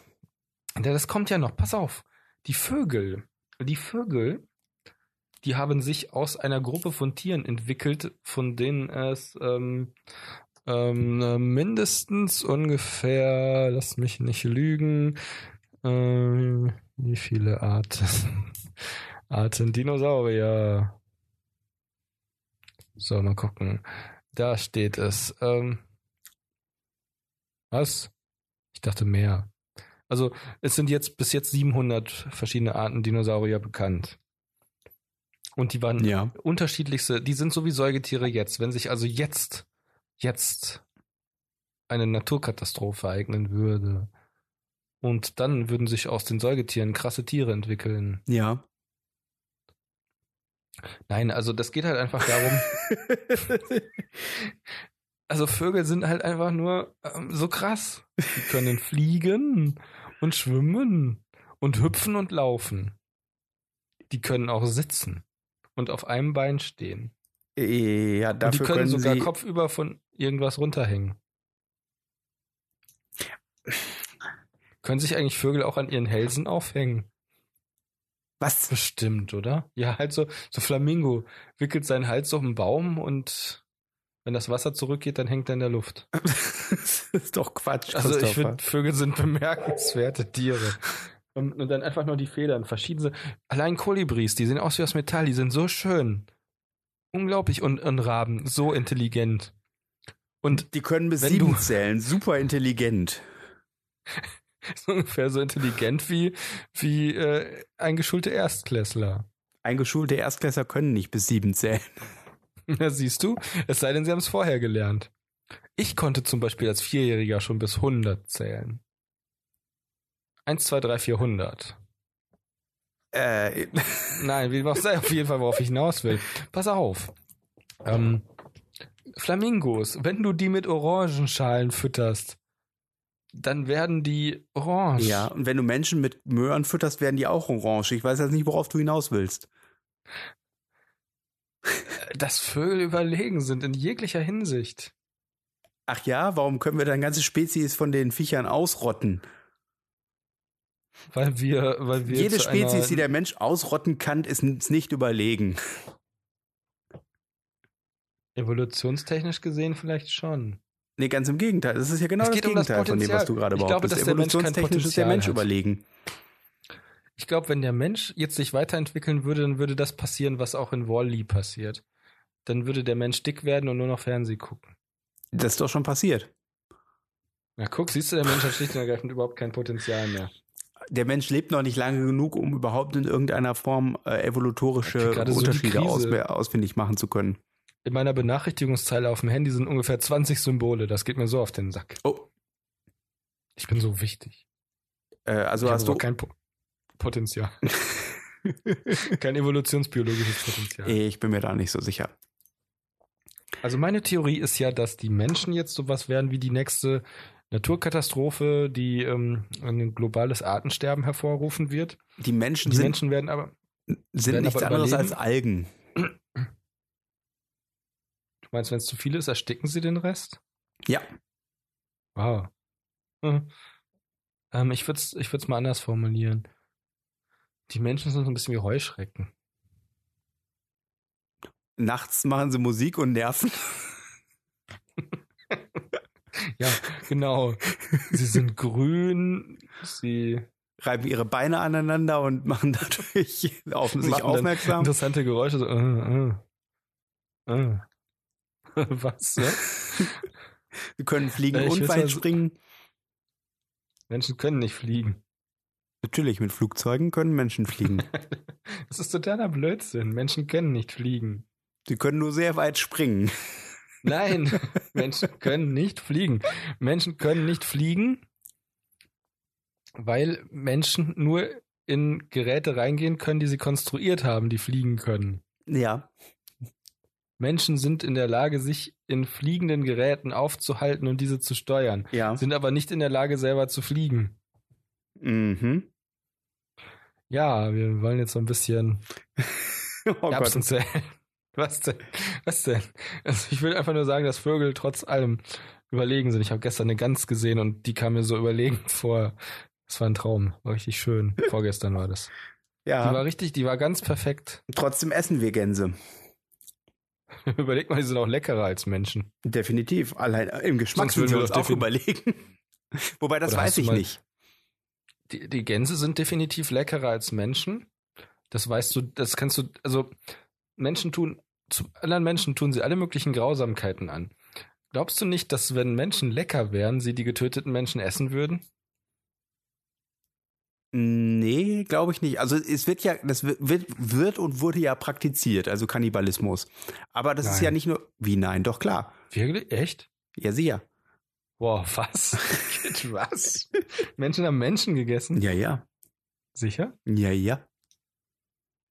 Ja, das kommt ja noch. Pass auf. Die Vögel, die Vögel, die haben sich aus einer Gruppe von Tieren entwickelt, von denen es ähm, ähm, äh, mindestens ungefähr, lass mich nicht lügen, ähm, wie viele [laughs] Arten? Arten Dinosaurier. So, mal gucken. Da steht es. Ähm, was? Ich dachte mehr. Also es sind jetzt bis jetzt 700 verschiedene Arten Dinosaurier bekannt. Und die waren Ja. unterschiedlichste, die sind so wie Säugetiere jetzt. Wenn sich also jetzt, jetzt eine Naturkatastrophe ereignen würde und dann würden sich aus den Säugetieren krasse Tiere entwickeln. Ja. Nein, also das geht halt einfach darum. also Vögel sind halt einfach nur ähm, so krass. Die können fliegen und schwimmen und hüpfen und laufen. Die können auch sitzen und auf einem Bein stehen. ja, Und die dafür können, können, sogar sie, kopfüber von irgendwas runterhängen. Können sich eigentlich Vögel auch an ihren Hälsen aufhängen? Was? [laughs] Bestimmt, oder? Ja, halt so, so Flamingo wickelt seinen Hals um einen Baum und wenn das Wasser zurückgeht, dann hängt er in der Luft. das ist doch Quatsch. Also ich Christopher. finde, Vögel sind [laughs] bemerkenswerte Tiere. Und, und dann einfach nur die Federn, verschiedene. Allein Kolibris, die sehen aus wie aus Metall, die sind so schön. Unglaublich. Und, und Raben, so intelligent. Und die können bis Wenn sieben du- zählen. Super intelligent. so [laughs] ungefähr so intelligent wie, wie äh, eingeschulte Erstklässler. [laughs] Eingeschulte Erstklässler können nicht bis sieben zählen. Ja, siehst du, es sei denn, sie haben es vorher gelernt. Ich konnte zum Beispiel als Vierjähriger schon bis 100 zählen. Eins, zwei, drei, 400. Äh, Nein, wie was sei auf jeden Fall, worauf ich hinaus will. Pass auf. Ähm, Flamingos, wenn du die mit Orangenschalen fütterst, dann werden die orange. ja, und wenn du Menschen mit Möhren fütterst, werden die auch orange. Ich weiß jetzt nicht, worauf du hinaus willst. Dass Vögel überlegen sind in jeglicher Hinsicht. Ach ja, warum können wir dann ganze Spezies von den Viechern ausrotten? Weil wir, weil wir. Jede zu einer- Spezies, die der Mensch ausrotten kann, ist uns nicht überlegen. Evolutionstechnisch gesehen vielleicht schon. Nee, ganz im Gegenteil. Das ist ja genau Es das geht um das Gegenteil von dem, was Potenzial. du gerade Ich glaube, behauptest. dass der Mensch kein Evolutionstechnisch ist der Potenzial Mensch hat. überlegen. Ich glaube, wenn der Mensch jetzt sich weiterentwickeln würde, dann würde das passieren, was auch in Wall-E passiert. Dann würde der Mensch dick werden und nur noch Fernsehen gucken. Das ist doch schon passiert. Na guck, siehst du, der Mensch hat schlicht und ergreifend überhaupt kein Potenzial mehr. Der Mensch lebt noch nicht lange genug, um überhaupt in irgendeiner Form äh, Er evolutorische kriegt gerade so die Unterschiede aus, Krise. ausfindig machen zu können. In meiner Benachrichtigungszeile auf dem Handy sind ungefähr 20 Symbole. Das geht mir so auf den Sack. Oh, Ich bin so wichtig. äh, also ich hast du. überhaupt kein po [laughs] Potenzial. kein evolutionsbiologisches Potenzial. Ich bin mir da nicht so sicher. Also meine Theorie ist ja, dass die Menschen jetzt sowas werden wie die nächste Naturkatastrophe, die ähm, ein globales Artensterben hervorrufen wird. Die Menschen Die sind, Menschen werden aber sind werden nichts aber anderes als überleben. Algen. Du meinst, wenn es zu viel ist, ersticken sie den Rest? Ja. Wow. Hm. Ähm, ich würde es ich würd's mal anders formulieren. Die Menschen sind so ein bisschen wie Heuschrecken. Nachts machen sie Musik und nerven. [laughs] Ja, genau. sie sind grün, sie reiben ihre Beine aneinander und [laughs] machen dadurch auf sich Machen dann aufmerksam. interessante Geräusche. So, äh, äh, äh. [laughs] Was? Ne? Sie können fliegen Äh, ich und will's weit mal so- springen. Menschen können nicht fliegen. Natürlich, mit Flugzeugen können Menschen [laughs] fliegen. Das ist totaler Blödsinn. Menschen können nicht fliegen. Sie können nur sehr weit springen. Nein, Menschen können nicht fliegen. Menschen können nicht fliegen, weil Menschen nur in Geräte reingehen können, die sie konstruiert haben, die fliegen können. Ja, Menschen sind in der Lage, sich in fliegenden Geräten aufzuhalten und diese zu steuern, ja. sind aber nicht in der Lage, selber zu fliegen. Mhm. [laughs] Ja, wir wollen jetzt so ein bisschen Oh Erbsen Gott. zählen. [laughs] Was denn? Was denn? Also ich will einfach nur sagen, dass Vögel trotz allem überlegen sind. Ich habe gestern eine Gans gesehen und die kam mir so überlegen [laughs] vor. Das war ein Traum. War richtig schön. Vorgestern war das. Die war Ja, richtig, die war ganz perfekt. [laughs] trotzdem essen wir Gänse. Überleg mal, die sind auch leckerer als Menschen. Definitiv. Allein im Geschmack Sonst sind würden wir wir uns doch auch überlegen. [laughs] Wobei, das Oder weiß hast du ich mal- nicht. Die, die Gänse sind definitiv leckerer als Menschen. Das weißt du, das kannst du, also Menschen tun, zu anderen Menschen tun sie alle möglichen Grausamkeiten an. Glaubst du nicht, dass wenn Menschen lecker wären, sie die getöteten Menschen essen würden? Nee, glaube ich nicht. Also es wird ja, das wird- wird, wird und wurde ja praktiziert, also Kannibalismus. Aber das ist Nein. ja nicht nur. Wie nein, doch klar. Wirklich? Echt? Ja, sicher. Wow, [laughs] was? Geht was? Menschen haben Menschen gegessen? Ja, ja. Sicher? Ja, ja.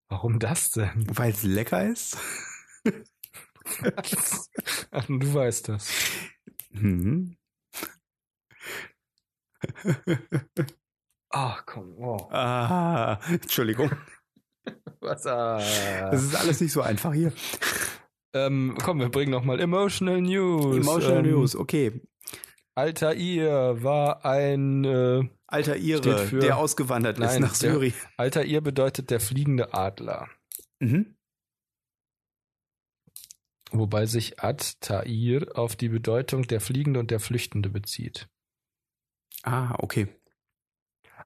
Warum das denn? Weil es lecker ist. [laughs] Ach, du weißt das. Mhm. Ach komm, wow. Ah, Entschuldigung. Was? Das ist alles nicht so einfach hier. Ähm, komm, wir bringen nochmal Emotional News. Emotional ähm, News, okay. Alter ihr war ein äh, Alter Steht Ire, für- der ausgewandert ist Nein, nach der- Syrien. Alter ihr bedeutet der fliegende Adler. Mhm. Wobei sich At-Tair auf die Bedeutung der Fliegende und der Flüchtende bezieht. Ah, okay.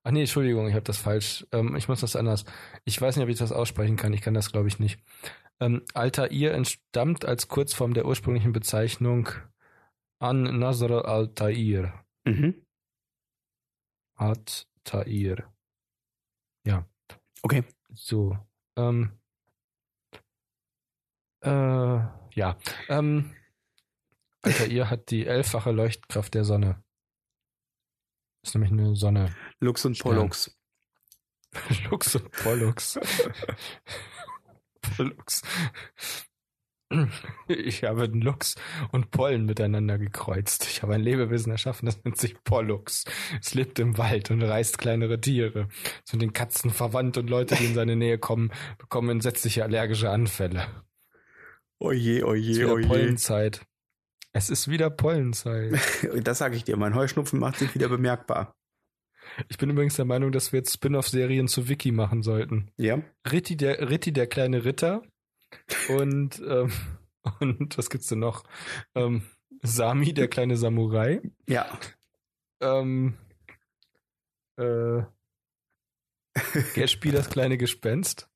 Ach nee, Entschuldigung, ich habe das falsch. Ähm, ich muss das anders. Ich weiß nicht, ob ich das aussprechen kann. Ich kann das, glaube ich, nicht. Ähm, Altair entstammt als Kurzform der ursprünglichen Bezeichnung an Nasr al-Tair. Mhm. At-Tair. Okay. So. Ähm, äh, ja. Ähm, Altair hat die elffache Leuchtkraft der Sonne. Ist nämlich eine Sonne. Lux und Stern. Pollux. Lux und Pollux. Pollux. Ich habe einen Lux und Pollen miteinander gekreuzt. Ich habe ein Lebewesen erschaffen, das nennt sich Pollux. Es lebt im Wald und reißt kleinere Tiere. Es Sind den Katzen verwandt und Leute, die in seine Nähe kommen, bekommen entsetzliche allergische Anfälle. Es Oje, ist oje, wieder oje. Pollenzeit. Es ist wieder Pollenzeit. Das sage ich dir, mein Heuschnupfen macht sich wieder bemerkbar. Ich bin übrigens der Meinung, dass wir jetzt Spin-off-Serien zu Wiki machen sollten. Ja. Ritti der, Ritti der kleine Ritter und, ähm, [laughs] und was gibt's denn noch? Ähm, Sami der kleine Samurai. Ja. Ähm, [laughs] äh, Gatsby das kleine Gespenst.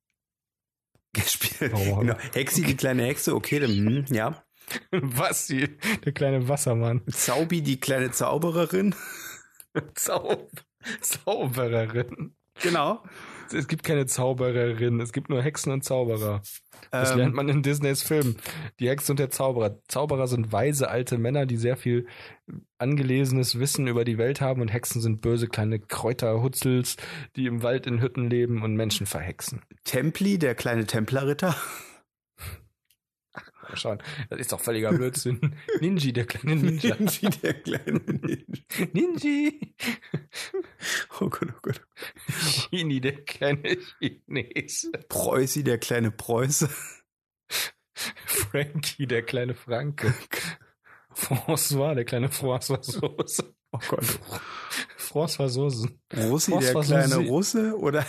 [laughs] Gespielt. Oh. Genau. Hexi, die kleine Hexe, okay, dann, hm, ja. Wassi, der kleine Wassermann. Zaubi, die kleine Zaubererin. Zau Zaubererin. Genau. Es gibt keine Zaubererin, es gibt nur Hexen und Zauberer. Das Ähm, lernt man in Disneys Filmen. Die Hexe und der Zauberer. Zauberer sind weise alte Männer, die sehr viel angelesenes Wissen über die Welt haben und Hexen sind böse kleine Kräuterhutzels, die im Wald in Hütten leben und Menschen verhexen. Templi, der kleine [laughs] Templerritter. Mal schauen. Das ist doch völliger Blödsinn. Ninji, der kleine Ninja. Ninji, der kleine Ninja. Ninji! Oh Gott, oh Gott. Chini, der kleine Chinese. Preußi, der kleine Preuße. Frankie, der kleine Franke. François, der kleine François Soße. Oh Gott. François Soßen. Russi, Was, der was kleine sind Sie- [laughs] Russe oder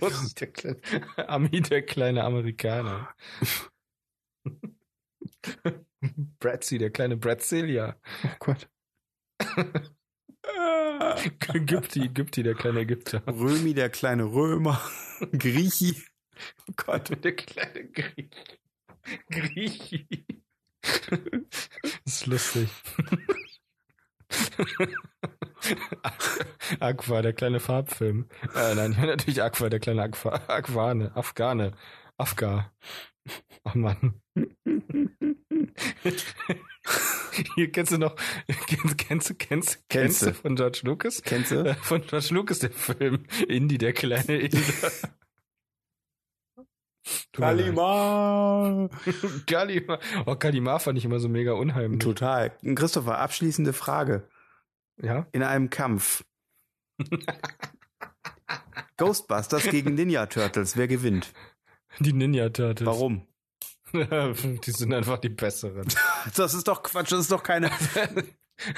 Russ, der kleine, [laughs] Ami, der kleine Amerikaner. [laughs] Bratzi, der kleine Bratzilia. Oh Gott. Äh, Gypti, Gypti, der kleine Ägypter. Römi, der kleine [laughs] Römer. Griechi. Oh Gott. Der kleine Griech. Griechi. ist [laughs] lustig. Aqua, der kleine Farbfilm. Äh, nein, [laughs] natürlich Aqua, der kleine Aqua, Aquane, Afghane, Afgha. Ach [laughs] Mann. Hier kennst du noch, [laughs] kennst, kennst, kennst, kennst du du. von George Lucas? Kennst du? Äh, [laughs] Von George Lucas, der Film. Indy, der kleine Inder. Tut mir leid. Kalima. Kalimar. Oh, Kalimar fand ich immer so mega unheimlich. Total. Christopher, abschließende Frage. Ja? In einem Kampf. Ghostbusters gegen Ninja Turtles. Wer gewinnt? Die Ninja Turtles. Warum? [laughs] die sind einfach die besseren. Das ist doch Quatsch. Das ist doch keine. [laughs]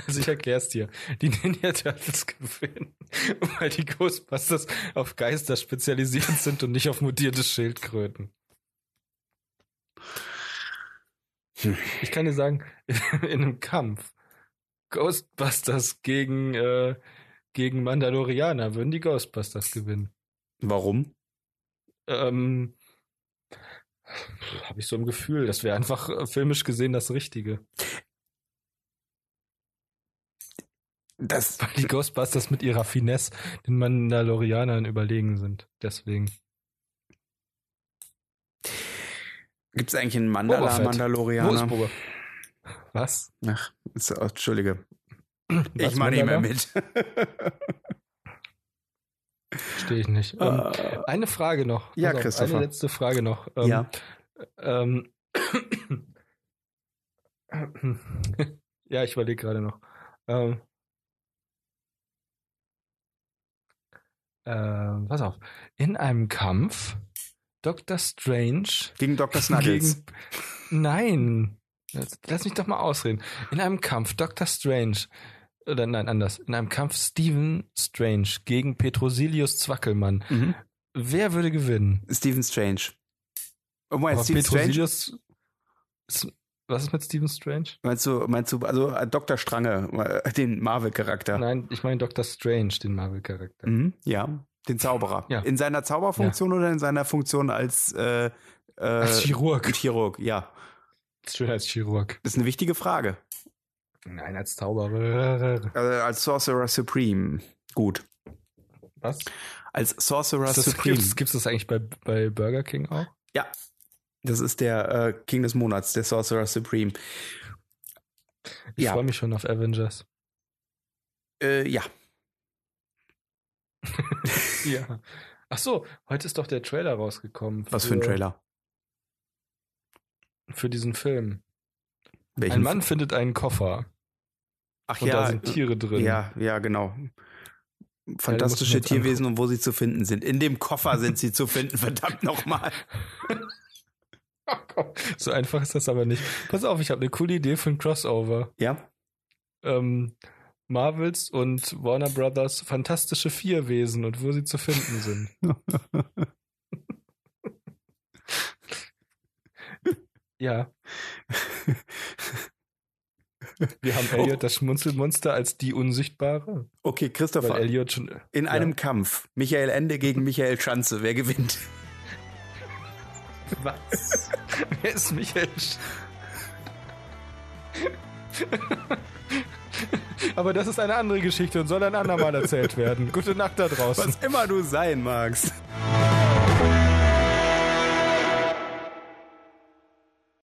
Also ich erklär's dir. Die Ninja Turtles [laughs] gewinnen, weil die Ghostbusters auf Geister spezialisiert sind und nicht auf mutierte Schildkröten. Hm. Ich kann dir sagen, [laughs] in einem Kampf Ghostbusters gegen, äh, gegen Mandalorianer würden die Ghostbusters gewinnen. Warum? Ähm, habe ich so ein Gefühl, das wäre einfach äh, filmisch gesehen das Richtige. Das. Weil die Ghostbusters mit ihrer Finesse den Mandalorianern überlegen sind. Deswegen. Gibt es eigentlich einen Mandala Boba Fett. Wo ist Mandalorianer? Boba? Was? Ach, ist- oh, entschuldige. Was, ich mache nicht mehr Mandala? mit. [laughs] Verstehe ich nicht. Ähm, Äh, eine Frage noch. Ja, Pass auf, Christopher. Eine letzte Frage noch. Ähm, ja. Ähm, [coughs] ja, ich überlege gerade noch. Ähm, ähm, pass auf. In einem Kampf Dr. Strange Gegen Dr. Snuggles. Gegen, nein, Lass, lass mich doch mal ausreden. In einem Kampf Dr. Strange, oder nein, anders, in einem Kampf Stephen Strange gegen Petrosilius Zwackelmann, Mhm. wer würde gewinnen? Stephen Strange. Oh, Aber meinst, Stephen Strange? Petrosilius, ist, was ist mit Stephen Strange? meinst du, meinst du, also äh, Dr. Strange, äh, den Marvel-Charakter? Nein, ich meine Dr. Strange, den Marvel-Charakter. Mhm, ja, den Zauberer. Ja. In seiner Zauberfunktion oder in seiner Funktion als, äh, äh, Als Chirurg. [laughs] Chirurg? Ja, Schön als Chirurg. das ist eine wichtige Frage. Nein, als Zauberer. Äh, als Sorcerer Supreme. Gut. Was? Als Sorcerer Ist das, Supreme. gibt's, gibt's das eigentlich bei, bei Burger King auch? Das ist der äh, King des Monats, der Sorcerer Supreme. Ich Ja. freue mich schon auf Avengers. Äh, ja, [laughs] Ja. Ach so, heute ist doch der Trailer rausgekommen. was für ein Trailer. Für diesen Film. Welchen Ein Mann findet einen Koffer Ach und da ja, sind Tiere drin. [laughs] ja, ja, genau. Fantastische jetzt angucken. Tierwesen und wo sie zu finden sind. In dem Koffer sind sie zu finden, [laughs] verdammt nochmal. Oh So einfach ist das aber nicht. Pass auf, ich habe eine coole Idee für ein Crossover. Ja, Ähm, Marvels und Warner Brothers fantastische Vierwesen und wo sie zu finden [laughs] sind. ja. Wir haben Oh. Elliot das Schmunzelmonster als die Unsichtbare, okay, weil Christopher, Elliot schon in ja. einem Kampf. Michael Ende gegen Michael Schanze, wer gewinnt? Was? [laughs] Wer ist Michael? Sch- Aber das ist eine andere Geschichte und soll ein andermal erzählt werden. Gute Nacht da draußen. Was immer du sein magst.